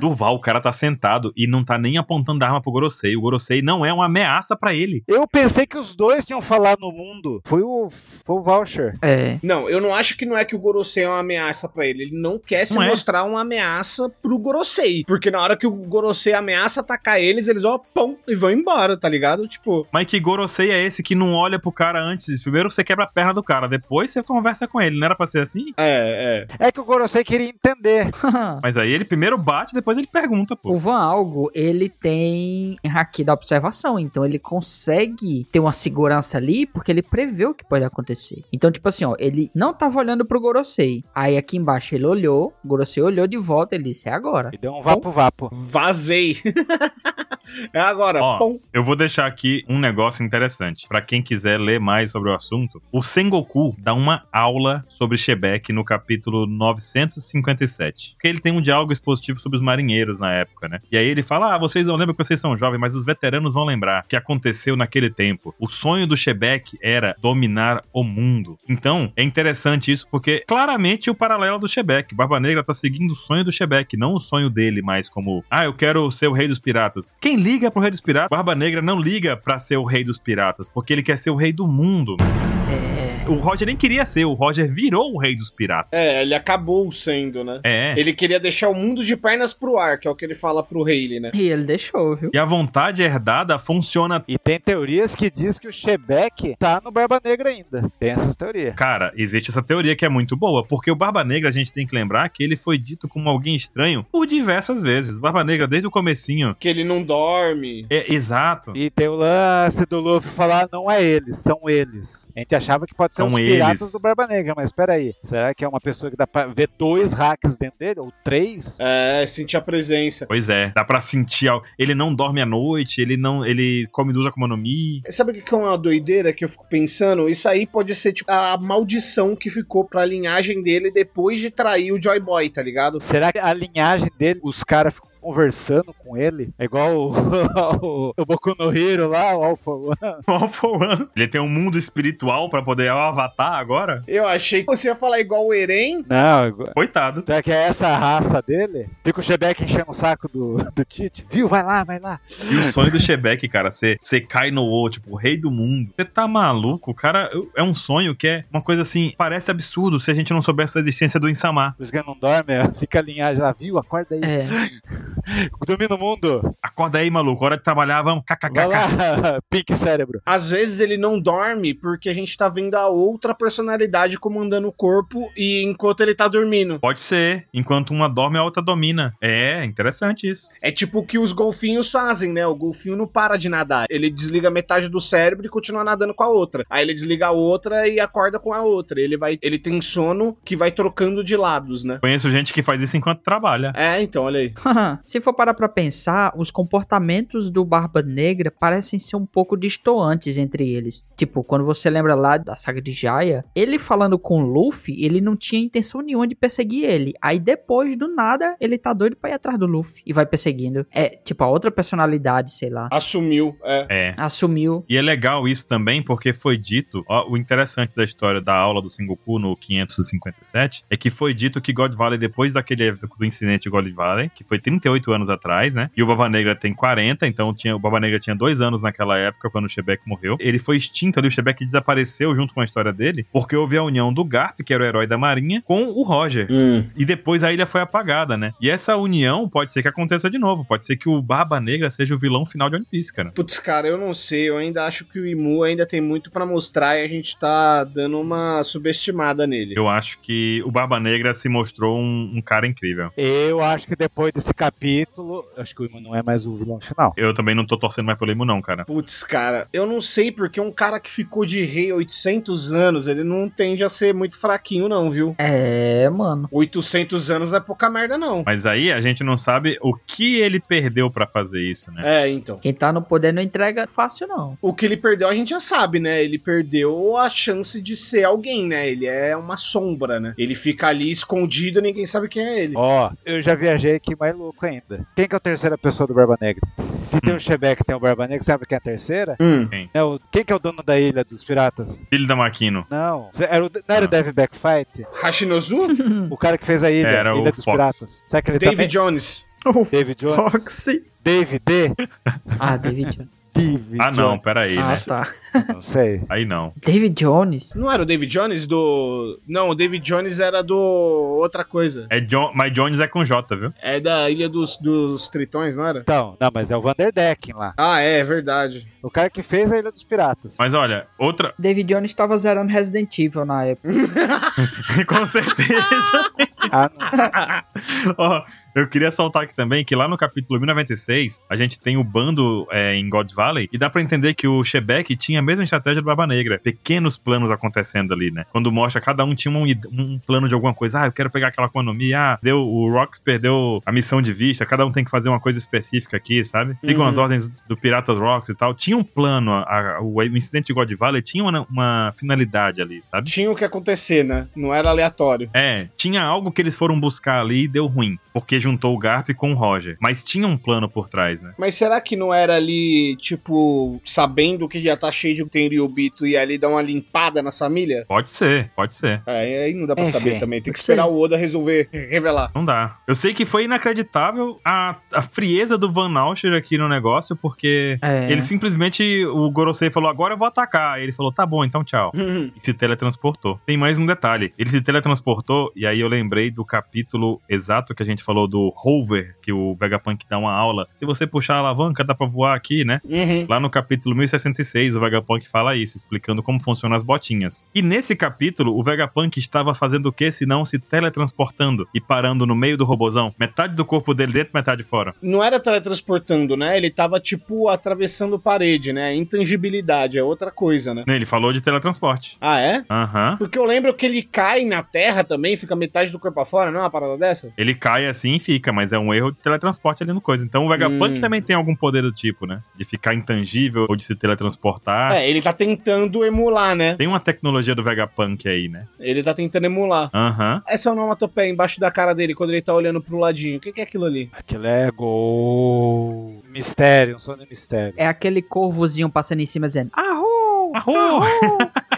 Durval, o cara tá sentado e não tá nem apontando a arma pro Gorosei. O Gorosei não é uma ameaça pra ele.
Eu pensei que os dois tinham falado no mundo. Foi o, foi o Voucher.
É.
Não, eu não acho que não é que o Gorosei é uma ameaça pra ele. Ele não quer se
Não é.
mostrar uma ameaça pro Gorosei. Porque na hora que o Gorosei ameaça atacar eles, eles ó, pão, e vão embora, tá ligado? Tipo,
Mas que Gorosei é esse que não olha pro cara antes? Primeiro você quebra a perna do cara, depois você conversa com ele. Não era pra ser assim?
é, é.
É que o Gorosei queria entender.
Mas aí ele primeiro bate, depois ele pergunta,
O
pô.
Van Algo, ele tem haki da observação, então ele consegue ter uma segurança ali, porque ele prevê o que pode acontecer. Então, tipo assim, ó, ele não tava olhando pro Gorosei. Aí aqui embaixo ele olhou, Gorosei olhou de volta, ele disse, é agora.
E deu um vapo-vapo.
Vazei. é agora.
Ó.
Pum.
Eu vou deixar aqui um negócio interessante. Pra quem quiser ler mais sobre o assunto, o Sengoku dá uma aula sobre Shebeck no capítulo 957. Porque ele tem um diálogo expositivo sobre os marinheiros na época, né? E aí ele fala: Ah, vocês não lembram que vocês são jovens, mas os veteranos vão lembrar o que aconteceu naquele tempo. Tipo, O sonho do Shebeck era dominar o mundo. Então, é interessante isso porque claramente o paralelo do Shebeck. Barba Negra tá seguindo o sonho do Shebeck, não o sonho dele mais como, ah, eu quero ser o rei dos piratas. Quem liga pro rei dos piratas? Barba Negra não liga pra ser o rei dos piratas, porque ele quer ser o rei do mundo. O Roger nem queria ser, o Roger virou o rei dos piratas.
É, ele acabou sendo, né?
É.
Ele queria deixar o mundo de pernas pro ar, que é o que ele fala pro Hayley, né?
E ele deixou, viu?
E a vontade herdada funciona.
E tem teorias que diz que o Shebeck tá no Barba Negra ainda. Tem essas teorias.
Cara, existe essa teoria que é muito boa, porque o Barba Negra, a gente tem que lembrar que ele foi dito como alguém estranho por diversas vezes. Barba Negra, desde o comecinho.
Que ele não dorme.
É, exato.
E tem o lance do Luffy falar, não é eles, são eles. A gente achava que pode ser
São
os piratas
eles.
do Barba Negra, mas peraí. Será que é uma pessoa que dá pra ver dois hacks dentro dele? Ou três?
É, sentir a presença.
Pois é, dá pra sentir. al- Ele não dorme à noite, ele não. Ele come duas Akuma no Mi.
Sabe o que que é uma doideira que eu fico pensando? Isso aí pode ser tipo, a maldição que ficou pra linhagem dele depois de trair o Joy Boy, tá ligado?
Será que a linhagem dele, os caras ficam conversando com ele? É igual o, o, Boku no Hero lá, o Alpha One.
All for one. Ele tem um mundo espiritual pra poder. É o avatar agora?
Eu achei que você ia falar igual o Eren.
Não, é igual-
Coitado.
será que é essa a raça dele? Fica o Shebeck enchendo o saco do, do Tite. Viu? Vai lá, vai lá.
E o sonho do Shebeck, cara, ser ser Kainoo, tipo, o rei do mundo. Você tá maluco? Cara, eu- é um sonho que é uma coisa assim. Parece absurdo se a gente não soubesse da existência do Insamar.
Por isso que ele não dorme, fica a linhagem lá. Viu? Acorda aí.
É.
É.
Domina o mundo.
Acorda aí, maluco. Hora de trabalhar, vamos.
Vai
KKKK.
lá, Pink Cérebro.
Às vezes ele não dorme porque a gente tá vendo a outra personalidade comandando o corpo e enquanto ele tá dormindo.
Pode ser. Enquanto uma dorme, a outra domina. É, interessante isso.
É tipo o que os golfinhos fazem, né? O golfinho não para de nadar. Ele desliga metade do cérebro e continua nadando com a outra. Aí ele desliga a outra e acorda com a outra. Ele vai, ele tem sono que vai trocando de lados, né?
Conheço gente que faz isso enquanto trabalha.
É, então, olha aí.
Se for parar pra pensar, os comportamentos do Barba Negra parecem ser um pouco distoantes entre eles. Tipo, quando você lembra lá da saga de Jaya, ele falando com o Luffy, ele não tinha intenção nenhuma de perseguir ele. Aí depois, do nada, ele tá doido pra ir atrás do Luffy e vai perseguindo. É, tipo, a outra personalidade, sei lá.
Assumiu, é.
É.
Assumiu.
E é legal isso também, porque foi dito, ó, o interessante da história da aula do Sengoku no 557 é que foi dito que God Valley, depois daquele do incidente de God Valley, que foi 38 anos atrás, né? E o Baba Negra tem 40, então tinha, o Baba Negra tinha dois anos naquela época, quando o Shebeck morreu. Ele foi extinto ali, o Shebeck desapareceu junto com a história dele, porque houve a união do Garp, que era o herói da marinha, com o Roger. E depois a ilha foi apagada, né? E essa união pode ser que aconteça de novo, pode ser que o Barba Negra seja o vilão final de One Piece, cara.
Putz, cara, eu não sei. Eu ainda acho que o Imu ainda tem muito pra mostrar e a gente tá dando uma subestimada nele.
Eu acho que o Barba Negra se mostrou um, um cara incrível.
Eu acho que depois desse capítulo, acho que o Iman não é mais o vilão final.
Eu também não tô torcendo mais pelo Imo, não, cara.
Putz, cara, eu não sei porque um cara que ficou de rei 800 anos, ele não tende a ser muito fraquinho, não, viu?
É, mano.
800 anos não é pouca merda, não.
Mas aí a gente não sabe o que ele perdeu pra fazer isso, né?
É, então.
Quem tá no poder não entrega fácil, não.
O que ele perdeu a gente já sabe, né? Ele perdeu a chance de ser alguém, né? Ele é uma sombra, né? Ele fica ali escondido, ninguém sabe quem é ele.
Ó, eu já viajei aqui mais louco ainda. Quem que é a terceira pessoa do Barba Negra? Se tem o Shebeck e tem o Barba Negra, sabe quem é a terceira?
Hum.
É o- quem que é o dono da ilha dos piratas?
Filho da Maquino.
Não. Era o, não era o
Ah.
David Backfight?
Hashinozu?
O cara que fez a ilha,
Era
Ilha
o
dos
Fox.
Piratas. Será que ele
Hum. David
também?
Jones.
David Jones.
Foxy.
David D.
Ah, David Jones.
David
Ah, não,
Jones.
peraí,
Ah,
né?
tá.
Não sei.
Aí não.
David Jones?
Não era o David Jones do. Não, o David Jones era do. outra coisa.
É John, mas Jones é com J, viu?
É da Ilha dos, dos Tritões, não era?
Então, não, mas é o Vanderdecken lá.
Ah, é, é verdade.
O cara que fez a Ilha dos Piratas.
Mas olha, outra.
David Jones tava zerando Resident Evil na época.
com certeza.
Ah, não.
Ó, eu queria soltar aqui também que lá no capítulo 1096, a gente tem o bando é, em God Valley, e dá pra entender que o Shebeck tinha a mesma estratégia do Barba Negra. Pequenos planos acontecendo ali, né? Quando mostra, cada um tinha um, id- um plano de alguma coisa. Ah, eu quero pegar aquela economia. Ah, deu, o Rox perdeu a missão de vista. Cada um tem que fazer uma coisa específica aqui, sabe? Sigam
Uhum.
as ordens do Piratas Rocks e tal. Tinha um plano, a- a- o incidente de God Valley tinha uma- uma finalidade ali, sabe?
Tinha o que acontecer, né? Não era aleatório.
É, tinha algo que eles foram buscar ali e deu ruim, porque juntou o Garp com o Roger. Mas tinha um plano por trás, né?
Mas será que não era ali, tipo, sabendo que já tá cheio de Tenryubito e ali dar uma limpada nas famílias?
Pode ser, pode ser.
É, aí não dá pra
Enfim,
saber também. Tem que
sim.
esperar o Oda resolver, revelar.
Não dá. Eu sei que foi inacreditável a, a frieza do Van Nauscher aqui no negócio, porque
É.
ele simplesmente, o Gorosei falou, agora eu vou atacar. Aí ele falou, tá bom, então tchau.
Hum,
E se teletransportou. Tem mais um detalhe. Ele se teletransportou, e aí eu lembrei do capítulo exato que a gente falou do Hover, que o Vegapunk dá uma aula. Se você puxar a alavanca, dá pra voar aqui, né?
uhum.
Lá no capítulo 1066, o Vegapunk fala isso, explicando como funcionam as botinhas. E nesse capítulo, o Vegapunk estava fazendo o que se não se teletransportando e parando no meio do robozão, metade do corpo dele dentro, metade fora.
Não era teletransportando, né? Ele tava, tipo, atravessando parede, né? Intangibilidade, é outra coisa, né?
Ele falou de teletransporte.
Ah, é?
Aham.
Porque eu lembro que ele cai na terra também, fica metade do corpo afora, não é uma parada dessa?
Ele cai assim e fica, mas é um erro de teletransporte ali no coisa. Então o Vegapunk
Hum.
também tem algum poder do tipo, né? De ficar intangível ou de se teletransportar.
É, ele tá tentando emular, né?
Tem uma tecnologia do Vegapunk aí, né?
Ele tá tentando emular.
Aham.
Essa é onomatopeia embaixo da cara dele quando ele tá olhando pro ladinho. O que, que é aquilo ali?
Aquilo é gol. Mistério, um sonho de mistério.
É aquele corvozinho passando em cima dizendo: Arru!
Arru!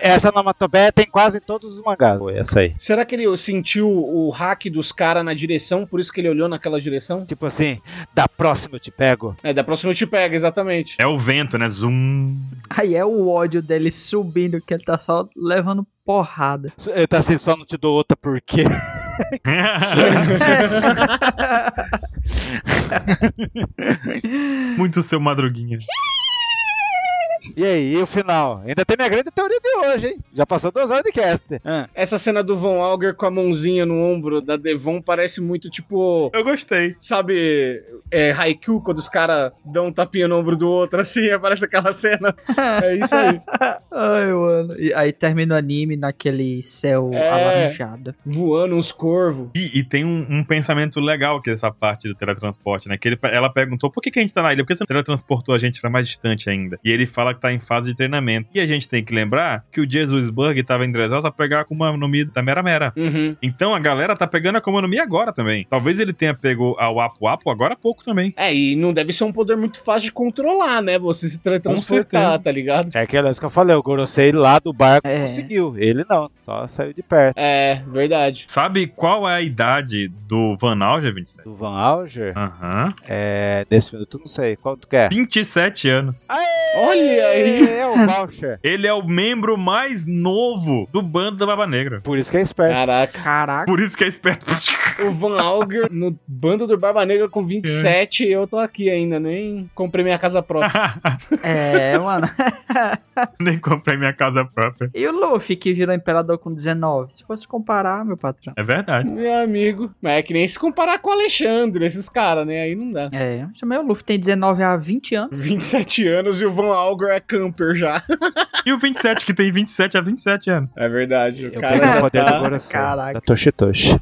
Essa onomatopeia tem quase em todos os mangás. Foi essa aí.
Será que ele sentiu o hack dos caras na direção, por isso que ele olhou naquela direção?
Tipo assim, da próxima eu te pego.
É, da próxima eu te pego, exatamente.
É o vento, né? Zoom.
Aí é o ódio dele subindo, que ele tá só levando porrada.
Eu tá assim, só não te dou outra porque.
Muito seu madruguinha.
E aí, e o final? Ainda tem minha grande teoria de hoje, hein? Já passou duas horas de cast. Ah,
Essa cena do Von Auger com a mãozinha no ombro da Devon parece muito tipo.
Eu gostei.
Sabe, é, Haikyuu, quando os caras dão um tapinha no ombro do outro, assim, aparece aquela cena. É isso aí.
Ai, mano. E aí termina o anime naquele céu
É.
alaranjado.
Voando uns corvos.
E, e tem um, um pensamento legal aqui dessa parte do teletransporte, né? Que ele- ela perguntou por que, que a gente tá na ilha, por que você teletransportou a gente pra mais distante ainda? E ele fala que tá em fase de treinamento. E a gente tem que lembrar que o Jesus Bug tava em Dresal pra pegar a Akuma no Mi da Mera Mera.
Uhum.
Então a galera tá pegando a Akuma no Mi agora também. Talvez ele tenha pego a Wapu Wapu agora há pouco também.
É, e não deve ser um poder muito fácil de controlar, né? Você se
certeza.
teletransportar, tá ligado?
É aquela que eu falei, o Gorosei lá do barco
É.
conseguiu. Ele não, só saiu de perto.
É, verdade.
Sabe qual é a idade do Van Alger, 27?
Do Van Alger?
Aham.
É. Nesse minuto, não sei. Qual tu quer?
27 anos.
Olha aí!
É o Voucher.
Ele é o membro mais novo do bando da Baba Negra.
Por isso que é esperto.
Caraca,
Caraca.
Por isso que é esperto.
o Van Auger no bando do Barba Negra com 27, eu tô aqui ainda, nem comprei minha casa própria.
É, mano.
Nem comprei minha casa própria.
E o Luffy que virou imperador com 19? Se fosse comparar, meu patrão.
É verdade.
Meu amigo. Mas é que nem se comparar com o Alexandre, esses caras, né? Aí não dá.
É, também o Luffy tem 19 a 20 anos.
27 anos e o Van Auger é camper já.
E o 27, que tem 27 a 27 anos.
É verdade. O
Eu
cara
peguei o
já
poder do
tá...
Gorosei.
Caraca.
Da Toshitoshi.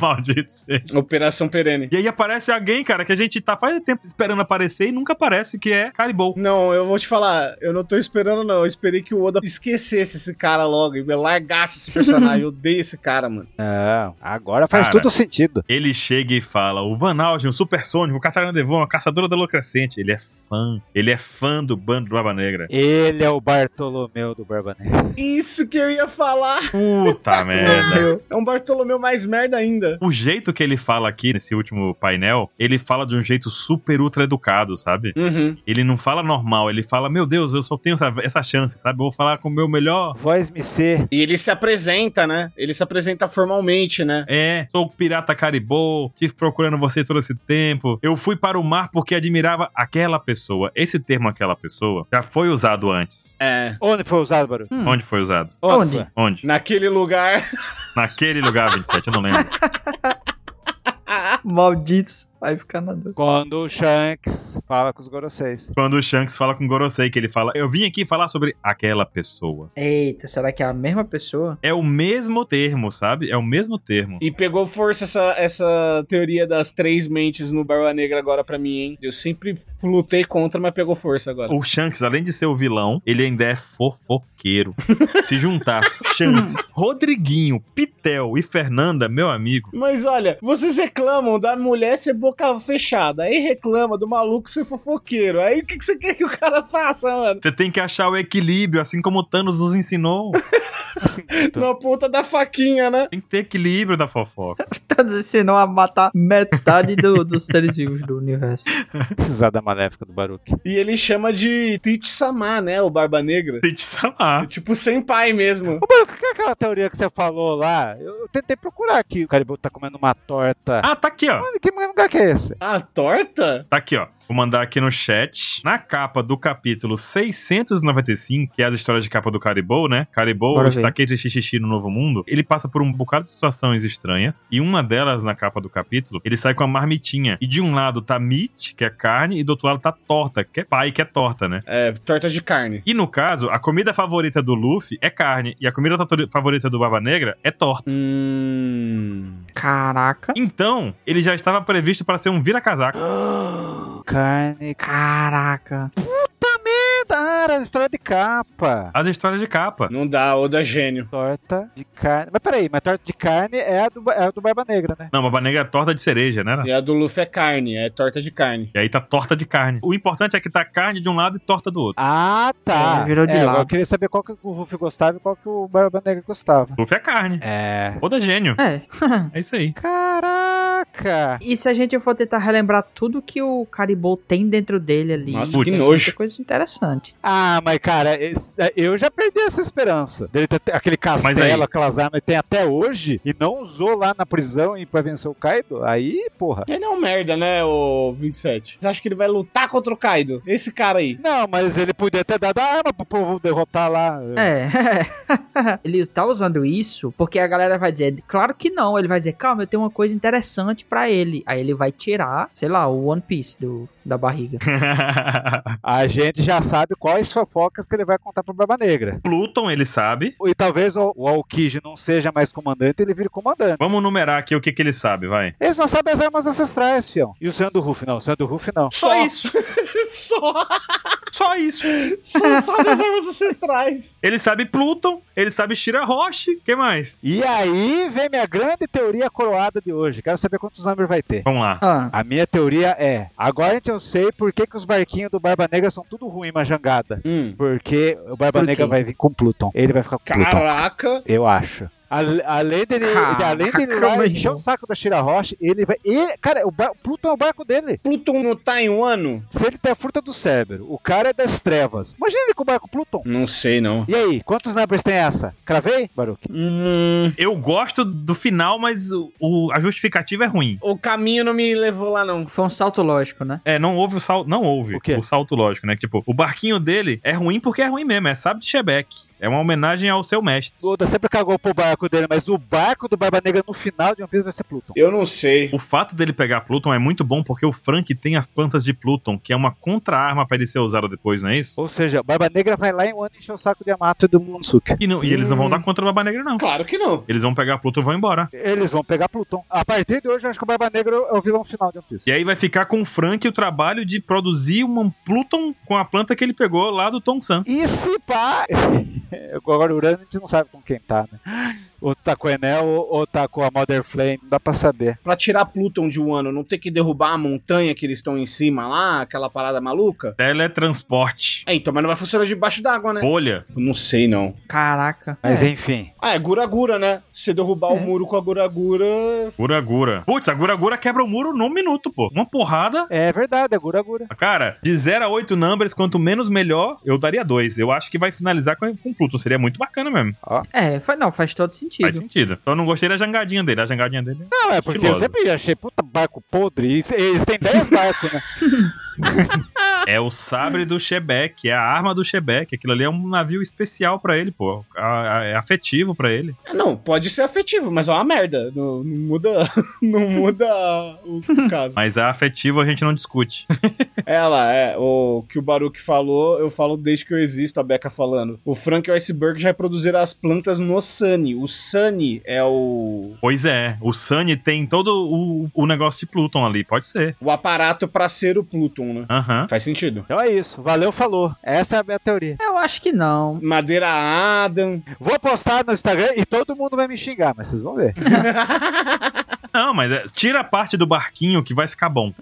Maldito ser.
Operação Perene.
E aí aparece alguém, cara, que a gente tá faz tempo esperando aparecer e nunca aparece, que é Caribou.
Não, eu vou te falar, eu não tô esperando, não. Eu esperei que o Oda esquecesse esse cara logo e largasse esse personagem. Eu odeio esse cara, mano.
Não, agora faz
Cara.
tudo sentido.
Ele chega e fala: o Van Algen, o Supersônico, o Catarina Devon, a Caçadora da Lua Crescente. Ele é fã. Ele é fã do bando da Baba Negra.
Ele é o Bartolomeu do Barba Negra.
Isso que eu ia falar.
Puta merda.
É um Bartolomeu mais merda ainda.
O jeito que ele fala aqui nesse último painel, ele fala de um jeito super ultra educado, sabe?
Uhum.
Ele não fala normal, ele fala, meu Deus, eu só tenho essa, essa chance, sabe? Eu vou falar com o meu melhor.
Voz me ser.
E ele se apresenta, né? Ele se apresenta formalmente, né?
É, sou o pirata caribou, estive procurando você todo esse tempo. Eu fui para o mar porque admirava aquela pessoa. Esse termo, aquela pessoa, já foi usado antes.
É.
Onde foi usado, Baru?
Hum.
Onde foi usado?
Onde?
foi?
Onde?
Naquele lugar.
Naquele lugar 27, eu não lembro.
Malditos. Vai ficar na dor.
Quando o Shanks fala com os Goroseis.
Quando o Shanks fala com o Gorosei, que ele fala, eu vim aqui falar sobre aquela pessoa.
Eita, será que é a mesma pessoa?
É o mesmo termo, sabe? É o mesmo termo.
E pegou força essa, essa teoria das três mentes no Barba Negra agora pra mim, hein? Eu sempre lutei contra, mas pegou força agora.
O Shanks, além de ser o vilão, ele ainda é fofoqueiro. Se juntar Shanks, Rodriguinho, Pitel e Fernanda, meu amigo,
Mas olha, vocês reclamam da mulher ser boca fechada, aí reclama do maluco ser fofoqueiro. Aí o que, que você quer que o cara faça, mano?
você tem que achar o equilíbrio, assim como o Thanos nos ensinou.
Assim,
Na ponta da faquinha, né?
Tem que ter equilíbrio da fofoca.
Tá ensinando a matar metade do- dos seres vivos do universo.
Precisada maléfica do Baruque.
E ele chama de Tite Samar, né? O Barba Negra.
Tem que chamar.
Tipo, sem pai mesmo.
Ô, Baruque, o que é aquela teoria que você falou lá? Eu, eu tentei procurar aqui. O Caribou tá comendo uma torta.
Ah, tá aqui, ó.
Mano, que lugar que é esse?
Ah, torta?
Tá aqui, ó. Vou mandar aqui no chat. Na capa do capítulo 695, que é as histórias de capa do Caribou, né? Caribou,
Bora
o
ver.
estaquete xixi no Novo Mundo. Ele passa por um bocado de situações estranhas. E uma delas, na capa do capítulo, ele sai com a marmitinha. E de um lado tá meat, que é carne, e do outro lado tá torta, que é pai, que é torta, né?
É, torta de carne.
E no caso, a comida favorita do Luffy é carne. E a comida tato- favorita do Barba Negra é torta.
Hum.
Caraca.
Então, ele já estava previsto para ser um vira-casaca.
Carne.
Caraca.
Cara, história de capa.
As histórias de capa.
Não dá, Oda é gênio.
Torta de carne. Mas peraí, mas torta de carne é a do, é a do Barba Negra, né?
Não, Barba Negra é torta de cereja, né?
E a do Luffy é carne, é torta de carne.
E aí tá torta de carne. O importante é que tá carne de um lado e torta do outro.
Ah, tá.
É, virou de
É,
lado.
Eu queria saber qual que o Ruff gostava e qual que o Barba Negra gostava.
Luffy é carne.
É.
Oda é gênio.
É.
É isso aí.
Caraca!
E se a gente for tentar relembrar tudo que o Caribou tem dentro dele ali?
Nossa,
Putz.
que
Tem
nojo.
coisa interessante.
Ah, mas cara, esse- é, eu já perdi essa esperança. Dele ter aquele
Mas aí-
castelo, aquelas armas que tem até hoje e não usou lá na prisão e pra vencer o Kaido. Aí, porra.
Ele é um merda, né, o 27? Você acha que ele vai lutar contra o Kaido? Esse cara aí.
Não, mas ele podia ter dado a arma pro povo derrotar lá.
É. ele tá usando isso porque a galera vai dizer, claro que não. Ele vai dizer, calma, eu tenho uma coisa interessante pra ele. Aí ele vai tirar, sei lá, o One Piece do, da barriga.
A gente já sabe quais fofocas que ele vai contar pro Barba Negra.
Pluton, ele sabe.
E talvez o, o Aokiji não seja mais comandante, ele vire comandante.
Vamos numerar aqui o que, que ele sabe, vai.
Eles não sabem as armas ancestrais, fião. E o Senhor do Ruff, não. O Senhor do Ruff, não.
Só
Só.
isso.
só,
Só isso.
só, só das armas ancestrais.
Ele sabe Pluton, ele sabe Shirahoshi. que mais?
E aí vem minha grande teoria coroada de hoje. Quero saber quantos números vai ter.
Vamos lá.
Ah,
A minha teoria é: agora eu sei por que, que os barquinhos do Barba Negra são tudo ruim, uma jangada.
Hum.
Porque o Barba
Por
Negra
quê?
vai vir com Pluton. Ele vai ficar com Pluton.
Caraca.
Eu acho. Ale- Além dele,
Caraca,
ele- além dele lá
meu
encher o
irmão.
saco da Shira Roche, ele vai. ele- cara, o, bar- o Pluton é o barco dele.
Pluton não tá em um ano?
Se ele tem a fruta do cérebro, o cara é das trevas. Imagina ele com o barco Pluton.
Não sei, não.
E aí, quantos numbers tem essa? Cravei, Baruque?
Hum,
Eu gosto do final, mas o, o- a justificativa é ruim.
o caminho não me levou lá, não.
foi um salto lógico, né?
É, não houve o salto. Não houve
O quê?
o salto lógico, né? Tipo, o barquinho dele é ruim porque é ruim mesmo. É sábio de Chebec. É uma homenagem ao seu mestre.
Oda sempre cagou pro barco dele, mas o barco do Barba Negra no final de uma vez vai ser Pluton.
Eu não sei.
O fato dele pegar Pluton é muito bom porque o Frank tem as plantas de Pluton, que é uma contra-arma pra ele ser usado depois, não é isso?
Ou seja, Barba Negra vai lá em Wano encher o saco de Yamato e do Momonosuke.
E, não- e eles não vão
Hum.
dar contra o Barba Negra, não.
Claro que não.
Eles vão pegar Pluton e vão embora.
Eles vão pegar Pluton. A partir de hoje, eu acho que o Barba Negra é o vilão final de One Piece.
E aí vai ficar com o Frank o trabalho de produzir um Pluton com a planta que ele pegou lá do Tom San.
E se pá... Agora o Urano a gente não sabe com quem tá, né? ou tá com o Enel ou, ou tá com a Mother Flame, não dá pra saber.
Pra tirar Pluton de Wano, não ter que derrubar a montanha que eles estão em cima lá, aquela parada maluca?
Teletransporte.
É, então, mas não vai funcionar debaixo d'água, né?
Bolha.
Eu Não sei, não.
Caraca.
Mas
É.
enfim.
Ah, é gura-gura, né? Se derrubar o muro com a gura-gura...
Guragura. Putz, a Guragura quebra o muro num minuto, pô. Uma porrada.
É verdade, é gura-gura.
Cara, de 0 a 8 numbers, quanto menos melhor, eu daria 2. Eu acho que vai finalizar com, com Pluton. Seria muito bacana mesmo.
É, faz, não, faz todo
Faz
sentido.
sentido. Só não gostei da jangadinha dele. A jangadinha dele.
Não, é porque
Estilosa.
eu sempre achei, puta, barco podre. Isso- Eles têm 10 barcos, né?
É o sabre do Shebeck, é a arma do Shebeck. Aquilo ali é um navio especial pra ele, pô. A- a- É afetivo pra ele.
Ah, Não, pode ser afetivo, mas é uma merda. Não, não muda, não muda o caso.
Mas a afetivo a gente não discute.
Ela é o que o Baruch falou, eu falo desde que eu existo, a Becca falando. O Frank Iceberg já produziram as plantas no Sunny. O Sunny é o,
Pois é, o Sunny tem todo o, o negócio de Pluton ali, pode ser.
o aparato pra ser o Pluton, né?
Aham.
Faz sentido.
Então é isso. Valeu, falou. Essa é a minha teoria.
Eu acho que não.
Madeira Adam.
Vou postar no Instagram e todo mundo vai me xingar, mas vocês vão ver.
Não, mas é, tira a parte do barquinho que vai ficar bom,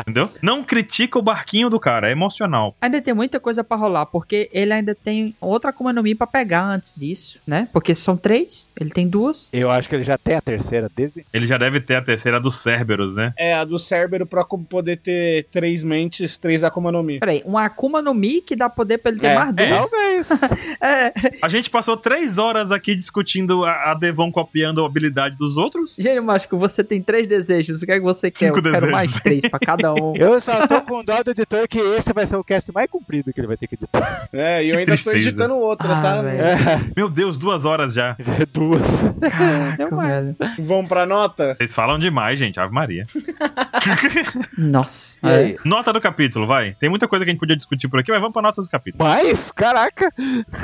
entendeu? Não critica o barquinho do cara, é emocional.
Ainda tem muita coisa pra rolar, porque ele ainda tem outra Akuma no Mi pra pegar antes disso, né? Porque são três, ele tem duas.
eu acho que ele já tem a terceira desde.
Ele já deve ter a terceira do Cerberus, né?
É a do Cerbero pra co- poder ter três mentes, três Akuma no Mi.
Peraí, uma Akuma no Mi que dá poder pra ele ter
É,
mais
é
duas.
isso.
Talvez.
É.
A gente passou três horas aqui discutindo a, a Devon copiando a habilidade dos outros.
Gênio Mágico, você tem três desejos. O que é que você quer?
Cinco
eu quero
desejos.
mais três pra cada um.
Eu só tô com dó do editor que esse vai ser o cast mais comprido que ele vai ter que editar.
É, e eu
Que
ainda tô
tristeza.
editando outra,
Ah,
tá?
velho.
É,
Meu Deus, duas horas já.
duas.
Caraca,
mais.
velho.
Vamos pra nota?
Vocês falam demais, gente. Ave Maria.
Nossa.
E aí?
Nota do capítulo, vai. Tem muita coisa que a gente podia discutir por aqui, mas vamos pra nota do capítulo.
Mas, caraca,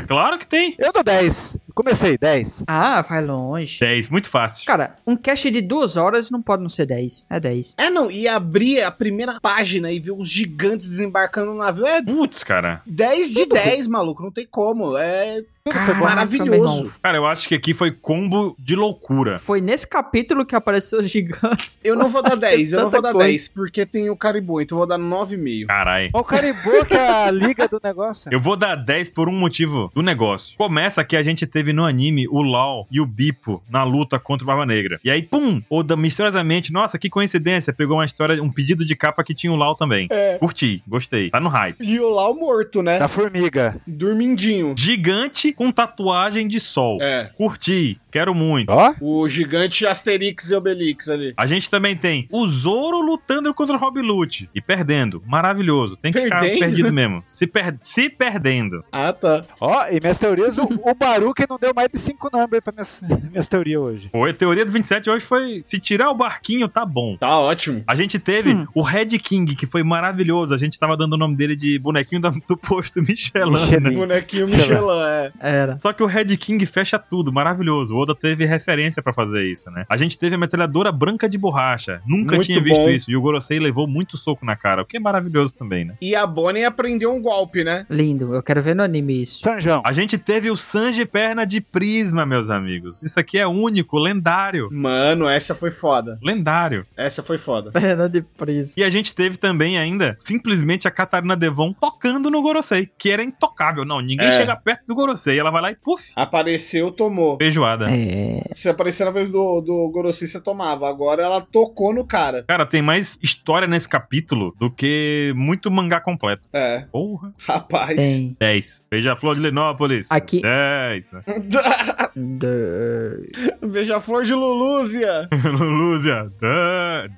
Claro que tem.
eu dou 10. Comecei, 10.
Ah, vai longe.
10, muito fácil.
Cara, um cast de duas horas não pode não ser 10. É 10.
É, não, e abrir a primeira página e ver os gigantes desembarcando no navio é
Putz, cara.
10 de 10, maluco, não tem como. É
Caraca,
maravilhoso.
meu irmão.
Cara, eu acho que aqui foi combo de loucura.
Foi nesse capítulo que apareceu os gigantes.
Eu não vou dar 10, eu não
Tanta
vou dar
coisa.
10, porque tem o Caribu, então eu vou dar 9,5.
Carai.
Olha o Caribou que é a liga do negócio.
Eu vou dar 10 por um motivo do negócio. Começa que a gente teve no anime o Lau e o Bipo na luta contra o Barba Negra. E aí, pum! Oda misteriosamente, nossa, que coincidência, pegou uma história, um pedido de capa que tinha o Lau também. Curti, gostei. Tá no hype.
E o Lau morto, né?
Tá.
Da formiga.
Dormindinho.
Gigante com tatuagem de sol.
É.
Curti, quero muito.
Ó,
O gigante Asterix e Obelix ali.
A gente também tem o Zoro lutando contra o Rob Lute e perdendo. Maravilhoso. Tem que
Perdendo?
ficar perdido mesmo. Se, per- se perdendo.
Ah, tá.
ó, e minhas teorias, o, o Baruque não deu mais de 5 numbers pra minhas, minhas teorias hoje.
Pô, a teoria do 27 hoje foi: se tirar o barquinho, tá bom.
Tá ótimo.
A gente teve
Hum.
o Red King, que foi maravilhoso. A gente tava dando o nome dele de bonequinho da- do posto Michelin. né?
Michelin.
Tá
Bonequinho Michelin, é.
Era.
Só que o Red King fecha tudo, maravilhoso. O Oda teve referência pra fazer isso, né? A gente teve a metralhadora branca de borracha. Nunca
Muito
tinha visto
bom.
isso. E o Gorosei levou muito soco na cara, o que é maravilhoso também, né?
E a Bonnie aprendeu um golpe, né?
Lindo, eu quero ver no anime isso.
Sanjão.
A gente teve o Sanji Perna de Prisma, meus amigos. Isso aqui é único, lendário.
Mano, essa foi foda.
Lendário.
Essa foi foda.
Perna É, de prisma.
E a gente teve também ainda, simplesmente, a Catarina Devon tocando no Gorosei, que era intocável. Não, ninguém
É.
chega perto do Gorosei. Ela vai lá e puf,
Apareceu, tomou.
feijoada.
É.
Se aparecer na vez do, do Gorosei, você tomava. Agora ela tocou no cara.
Cara, tem mais história nesse capítulo do que muito mangá completo.
É,
Porra.
rapaz.
É, Tem.
10. Veja a Flor de Lenópolis.
Aqui-
10.
De-
Veja a flor de Lulúzia.
Lúzia.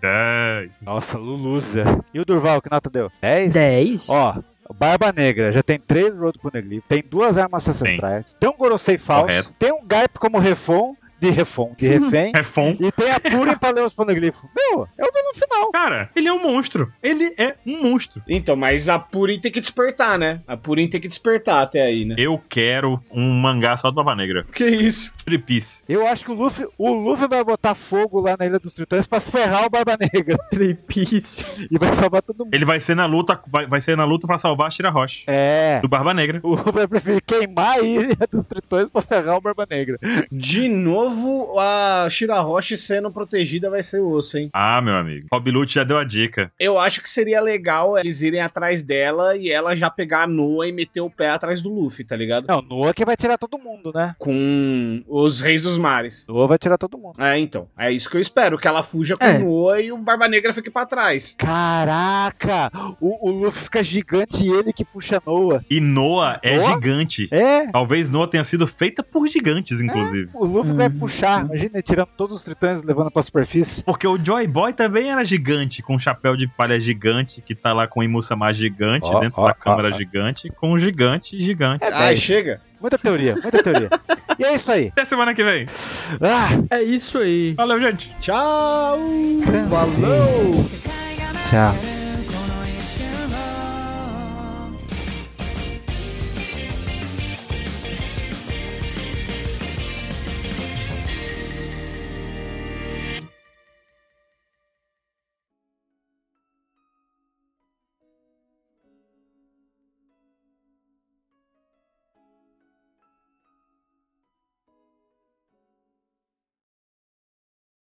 10.
Nossa, Luluza. E o Durval, que nota deu?
eh,
10?
10?
Ó, Barba Negra já tem três Road Poneglyph, tem duas armas ancestrais, tem um Gorosei falso,
Correto.
tem um Garp como Refon, de refém, de refém.
É fom.
e tem a pura em paleus paneglypho. Meu, eu vi no final.
Cara, ele é um monstro. Ele é um monstro.
Então, mas a Purim tem que despertar, né? A Purim tem que despertar até aí, né?
Eu quero um mangá só do Baba Negra.
Que isso?
Tripice.
Eu acho que o Luffy, o Luffy vai botar fogo lá na Ilha dos Tritões pra ferrar o Barba Negra.
Tripice.
E vai salvar todo mundo.
Ele vai ser na luta, vai, vai ser na luta pra salvar a Shira Roche.
É.
Do Barba Negra.
O Luffy vai preferir queimar a Ilha dos Tritões pra ferrar o Barba Negra.
De novo, a Shirahoshi sendo protegida vai ser osso, hein?
Ah, meu amigo. Rob Lute já deu a dica.
Eu acho que seria legal eles irem atrás dela e ela já pegar a Noa e meter o pé atrás do Luffy, tá ligado?
Não, Noah que vai tirar todo mundo, né?
Com os Reis dos Mares.
Noah vai tirar todo mundo.
É, então. É isso que eu espero, que ela fuja com
É.
Noa e o Barba Negra fique pra trás.
Caraca! O, o Luffy fica gigante e ele que puxa Noah.
E Noah é
Noah?
gigante.
É,
Talvez Noah tenha sido feita por gigantes, inclusive.
o Luffy vai
Hum.
puxar. Imagina ele tirando todos os tritões e levando pra superfície.
Porque o Joy Boy também era gigante, com um chapéu de palha gigante, que tá lá com o Imusama gigante,
Ó,
dentro
ó,
da câmera
ó, ó.
gigante, com um gigante gigante.
É
Ai,
bem.
chega.
Muita teoria, muita teoria. e é isso aí.
Até semana que vem.
Ah,
É isso aí.
Valeu, gente.
Tchau!
Valeu! Tchau.